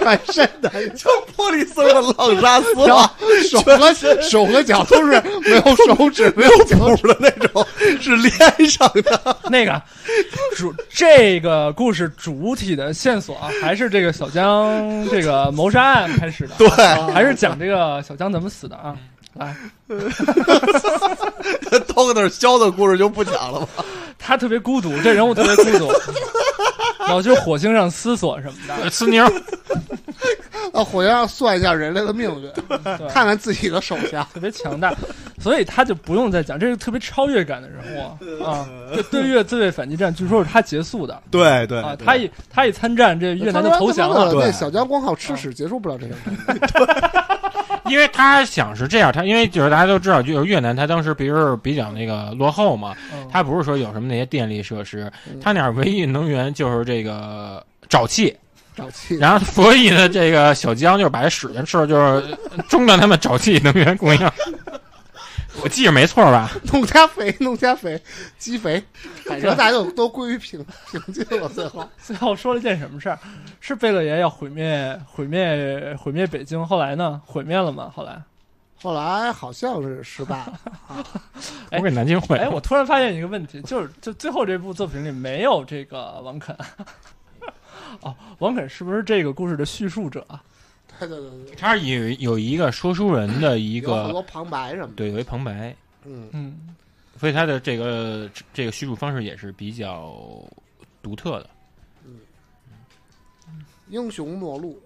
全身的， 就玻璃丝的浪莎丝啊然后手和手和脚都是没有手指，没没有有脚趾。谱的那种，是连上的。那个主这个故事主体的线索啊，还是这个小江这个谋杀案开始的，对，还是讲这个小江怎么死的啊？来，刀搁那儿削的故事就不讲了吧？他特别孤独，这人物特别孤独，然后就火星上思索什么的， 呲妞儿，啊，火焰要算一下人类的命运，对看看自己的手下。特别强大，所以他就不用再讲，这是特别超越感的人物啊。这对越自卫反击战，据说是他结束的对对啊，他一他一参战，这越南就他投降啊他妈了的。对那小江光靠吃屎结束不了这个。 因为他想是这样，他因为就是大家都知道，就是越南，他当时比如比较那个落后嘛，嗯他不是说有什么那些电力设施嗯，他那儿唯一能源就是这个沼气，沼气，然后所以呢，这个小江就是把这屎全吃了，就是中断他们沼气能源供应。我记着没错吧？ 弄加肥，弄加肥，鸡肥，反正大家就都归于平平静了。最后，最后说了一件什么事儿？是贝勒爷要毁灭、毁灭、毁灭北京，后来呢？毁灭了吗？后来，后来好像是失败了。我给南京会，哎，我突然发现一个问题，就是就最后这部作品里没有这个王肯。 哦，王肯是不是这个故事的叙述者啊？对对对对，他有有一个说书人的 一有好个多旁白什么的。对，有一旁白，嗯，嗯，所以他的这个这个叙述方式也是比较独特的。英雄末路。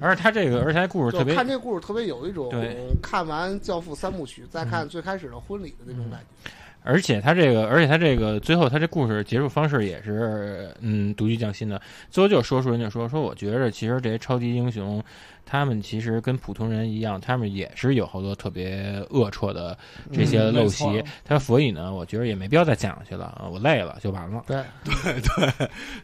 而且他这个，而且他故事就特别看这故事特别有一种对看完《教父》三部曲，再看最开始的婚礼的那嗯种感觉。而且他这个，而且他这个最后他这故事结束方式也是，嗯，独具匠心的。最后就说书人就说说，我觉着其实这些超级英雄，他们其实跟普通人一样，他们也是有好多特别龌龊的这些嗯陋没习。错他说，所以呢，我觉得也没必要再讲下去了，啊我累了就完了。对，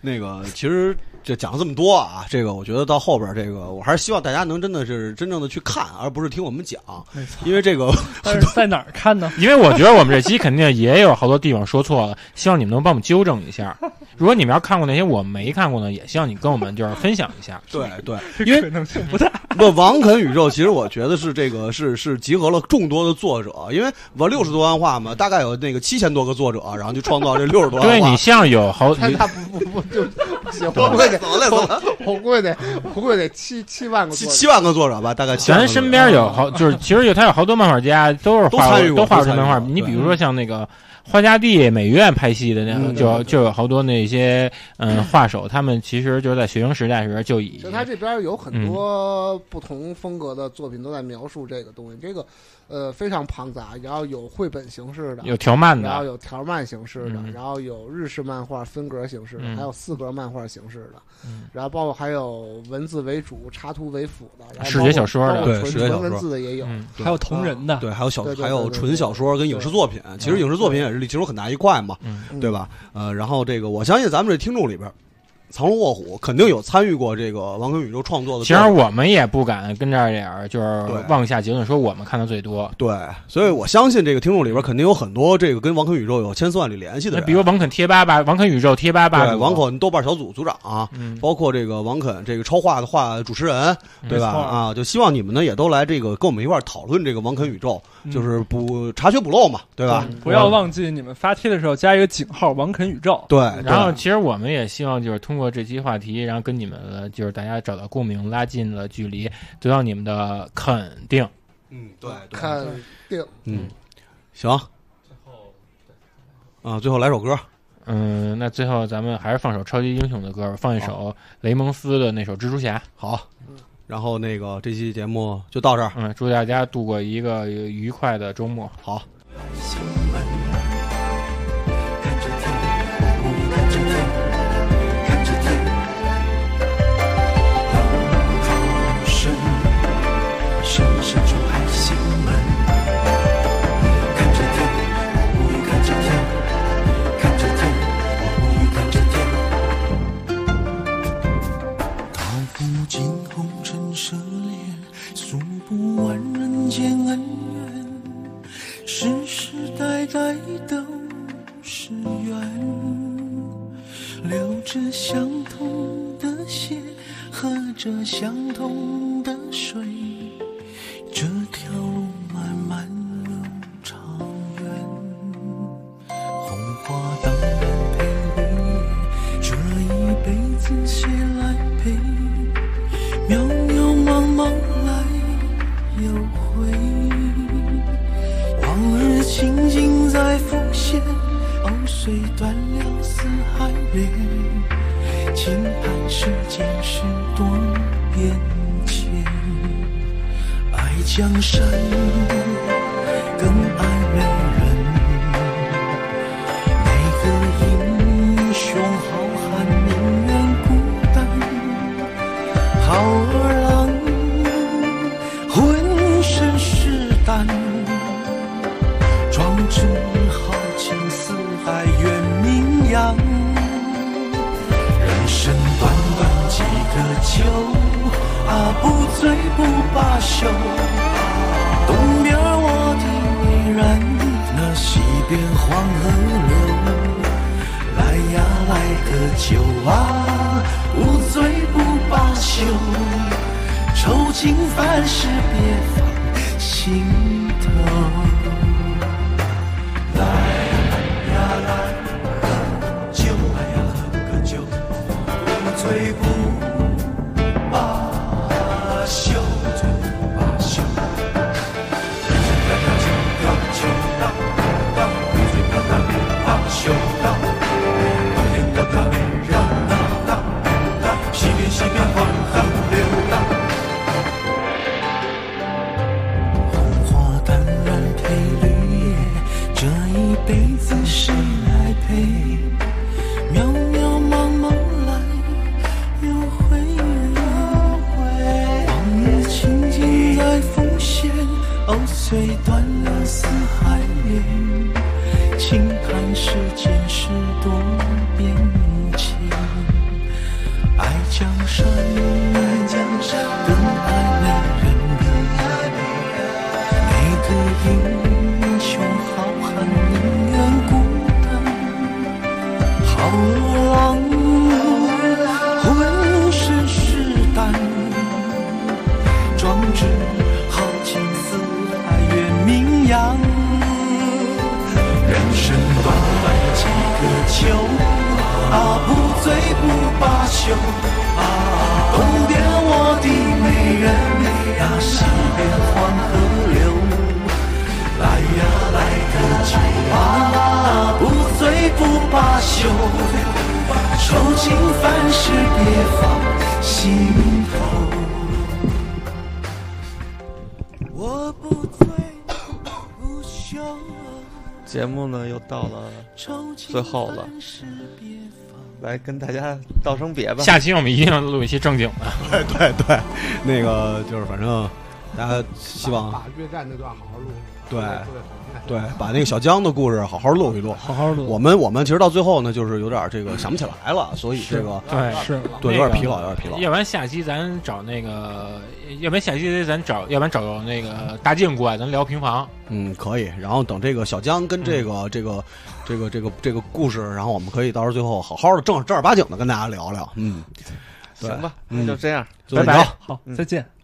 那个其实这讲了这么多啊，这个我觉得到后边儿这个，我还是希望大家能真的是真正的去看，而不是听我们讲，没错。因为这个 但是在哪儿看呢？因为我觉得我们这期肯定也有好多地方说错了，希望你们能帮我们纠正一下。如果你们要看过那些我没看过呢，也希望你跟我们就是分享一下。对对，因为可能性不大。不，王肯宇宙其实我觉得是这个是是集合了众多的作者，因为我六十多万话嘛，大概有那个七千多个作者，然后就创 造这六十多万话。对你像有好，他你他不不不就 不行，我我估计得死了累死了，我估计得我估计得七七万个七作者七万个作者吧，大概七万咱个作者身边有好，就是其实有他有好多漫画家都是画都参与过都画都出参与漫画。过你对比如说像那个花家地美院拍戏的那个，嗯对就对就有好多那些嗯画手，他们其实就是在学生时代时就已就他这边有嗯很多不同风格的作品都在描述这个东西，这个呃非常庞杂，然后有绘本形式的，有条漫然后的，有条漫形式的，嗯然后有日式漫画分格形式的，嗯还有四格漫画形式的，嗯然后包括还有文字为主、插图为辅的，然后视觉小说的包括对纯视觉小纯文说字的也有。嗯，对还有同人的，对，还有小对对对还有对对纯小说跟影视作品，其实影视作品也是其中很大一块嘛，嗯对吧？呃，然后这个我相信咱们这听众里边，藏龙卧虎肯定有参与过这个王肯宇宙创作的其作实品。我们也不敢跟这儿点儿就是对妄下结论说我们看的最多。对，所以我相信这个听众里边肯定有很多这个跟王肯宇宙有千丝万缕联系的那人，哎比如王肯贴吧吧，王肯宇宙贴吧吧对主，王肯豆瓣小组组长啊，嗯，包括这个王肯这个超话的话主持人，对吧？没错啊，就希望你们呢也都来这个跟我们一块儿讨论这个王肯宇宙，嗯就是补查缺补漏嘛，对嗯吧？不要忘记你们发帖的时候加一个井号“王肯宇宙对，然后，对其实我们也希望就是通过这期话题，然后跟你们呃就是大家找到共鸣，拉近了距离，得到你们的肯定。嗯，对，对看定嗯，行。啊，最后来首歌，嗯，那最后咱们还是放首超级英雄的歌吧，放一首雷蒙斯的那首《蜘蛛侠》。好。然后那个这期节目就到这儿，嗯，祝大家度过一个愉快的周末。好。胸闷，看着天，我们看着天，看着天，老出神，神神出海心门，看着天，我们看着天，看着天，我们看着天。道不尽红尘奢恋，诉不完人间恩怨。世世代代都是缘，流着相同的着相同的水，这条路漫漫又长远。红花当然陪你，这一辈子谁来陪？渺渺茫茫来又回。往日情景在浮现，藕虽断了丝还连。轻叹世间事多变迁，爱江山更爱美人。每个英雄好汉宁愿孤单，好儿郎浑身是胆。壮志豪情四海远名扬。人生短短几个秋，啊，不醉不罢休。东边我的美人，那西边黄河流。来呀来个酒啊，不醉不罢休。愁情烦事别放心头。来呀来喝酒，来呀喝个酒，不醉不罢休，不醉不罢休。飘飘荡荡，不醉飘荡荡，休荡。东边的大美人啊荡荡，西边西边黄河流荡。红花淡然配绿叶，这一辈子谁来陪？渺渺茫茫来又回，往日情景在浮现，藕虽断了丝还连。轻叹世间事多变迁，爱江山，爱江山更爱美人。每个英雄好汉宁愿孤单，好郎浑身是胆，壮志豪情四海远名扬。人生短短几个秋，啊，不醉不罢休。啊，东边我的美人，啊，西边黄河流。来呀，来个酒啊，不醉不罢休。愁情烦事别放心头。我不醉不休。节目呢又到了，最最后了，来跟大家道声别吧。下期我们一定要录一期正经的。对对对，那个就是反正大家希望把越战那段好好录。对对对把那个小江的故事好好录一录。好好录。我们我们其实到最后呢，就是有点这个想不起来了，所以这个对是那对有点个疲劳，有点疲劳。要不然下期咱找那个，要不然下期咱找，要不然找那个大靖过来，咱聊平房。嗯，可以。然后等这个小江跟这个、这嗯个这个这个这个故事，然后我们可以到时候最后好好的正正儿八经的跟大家聊聊。嗯，对行吧，嗯那就这样。就这么拜着拜，好，再见。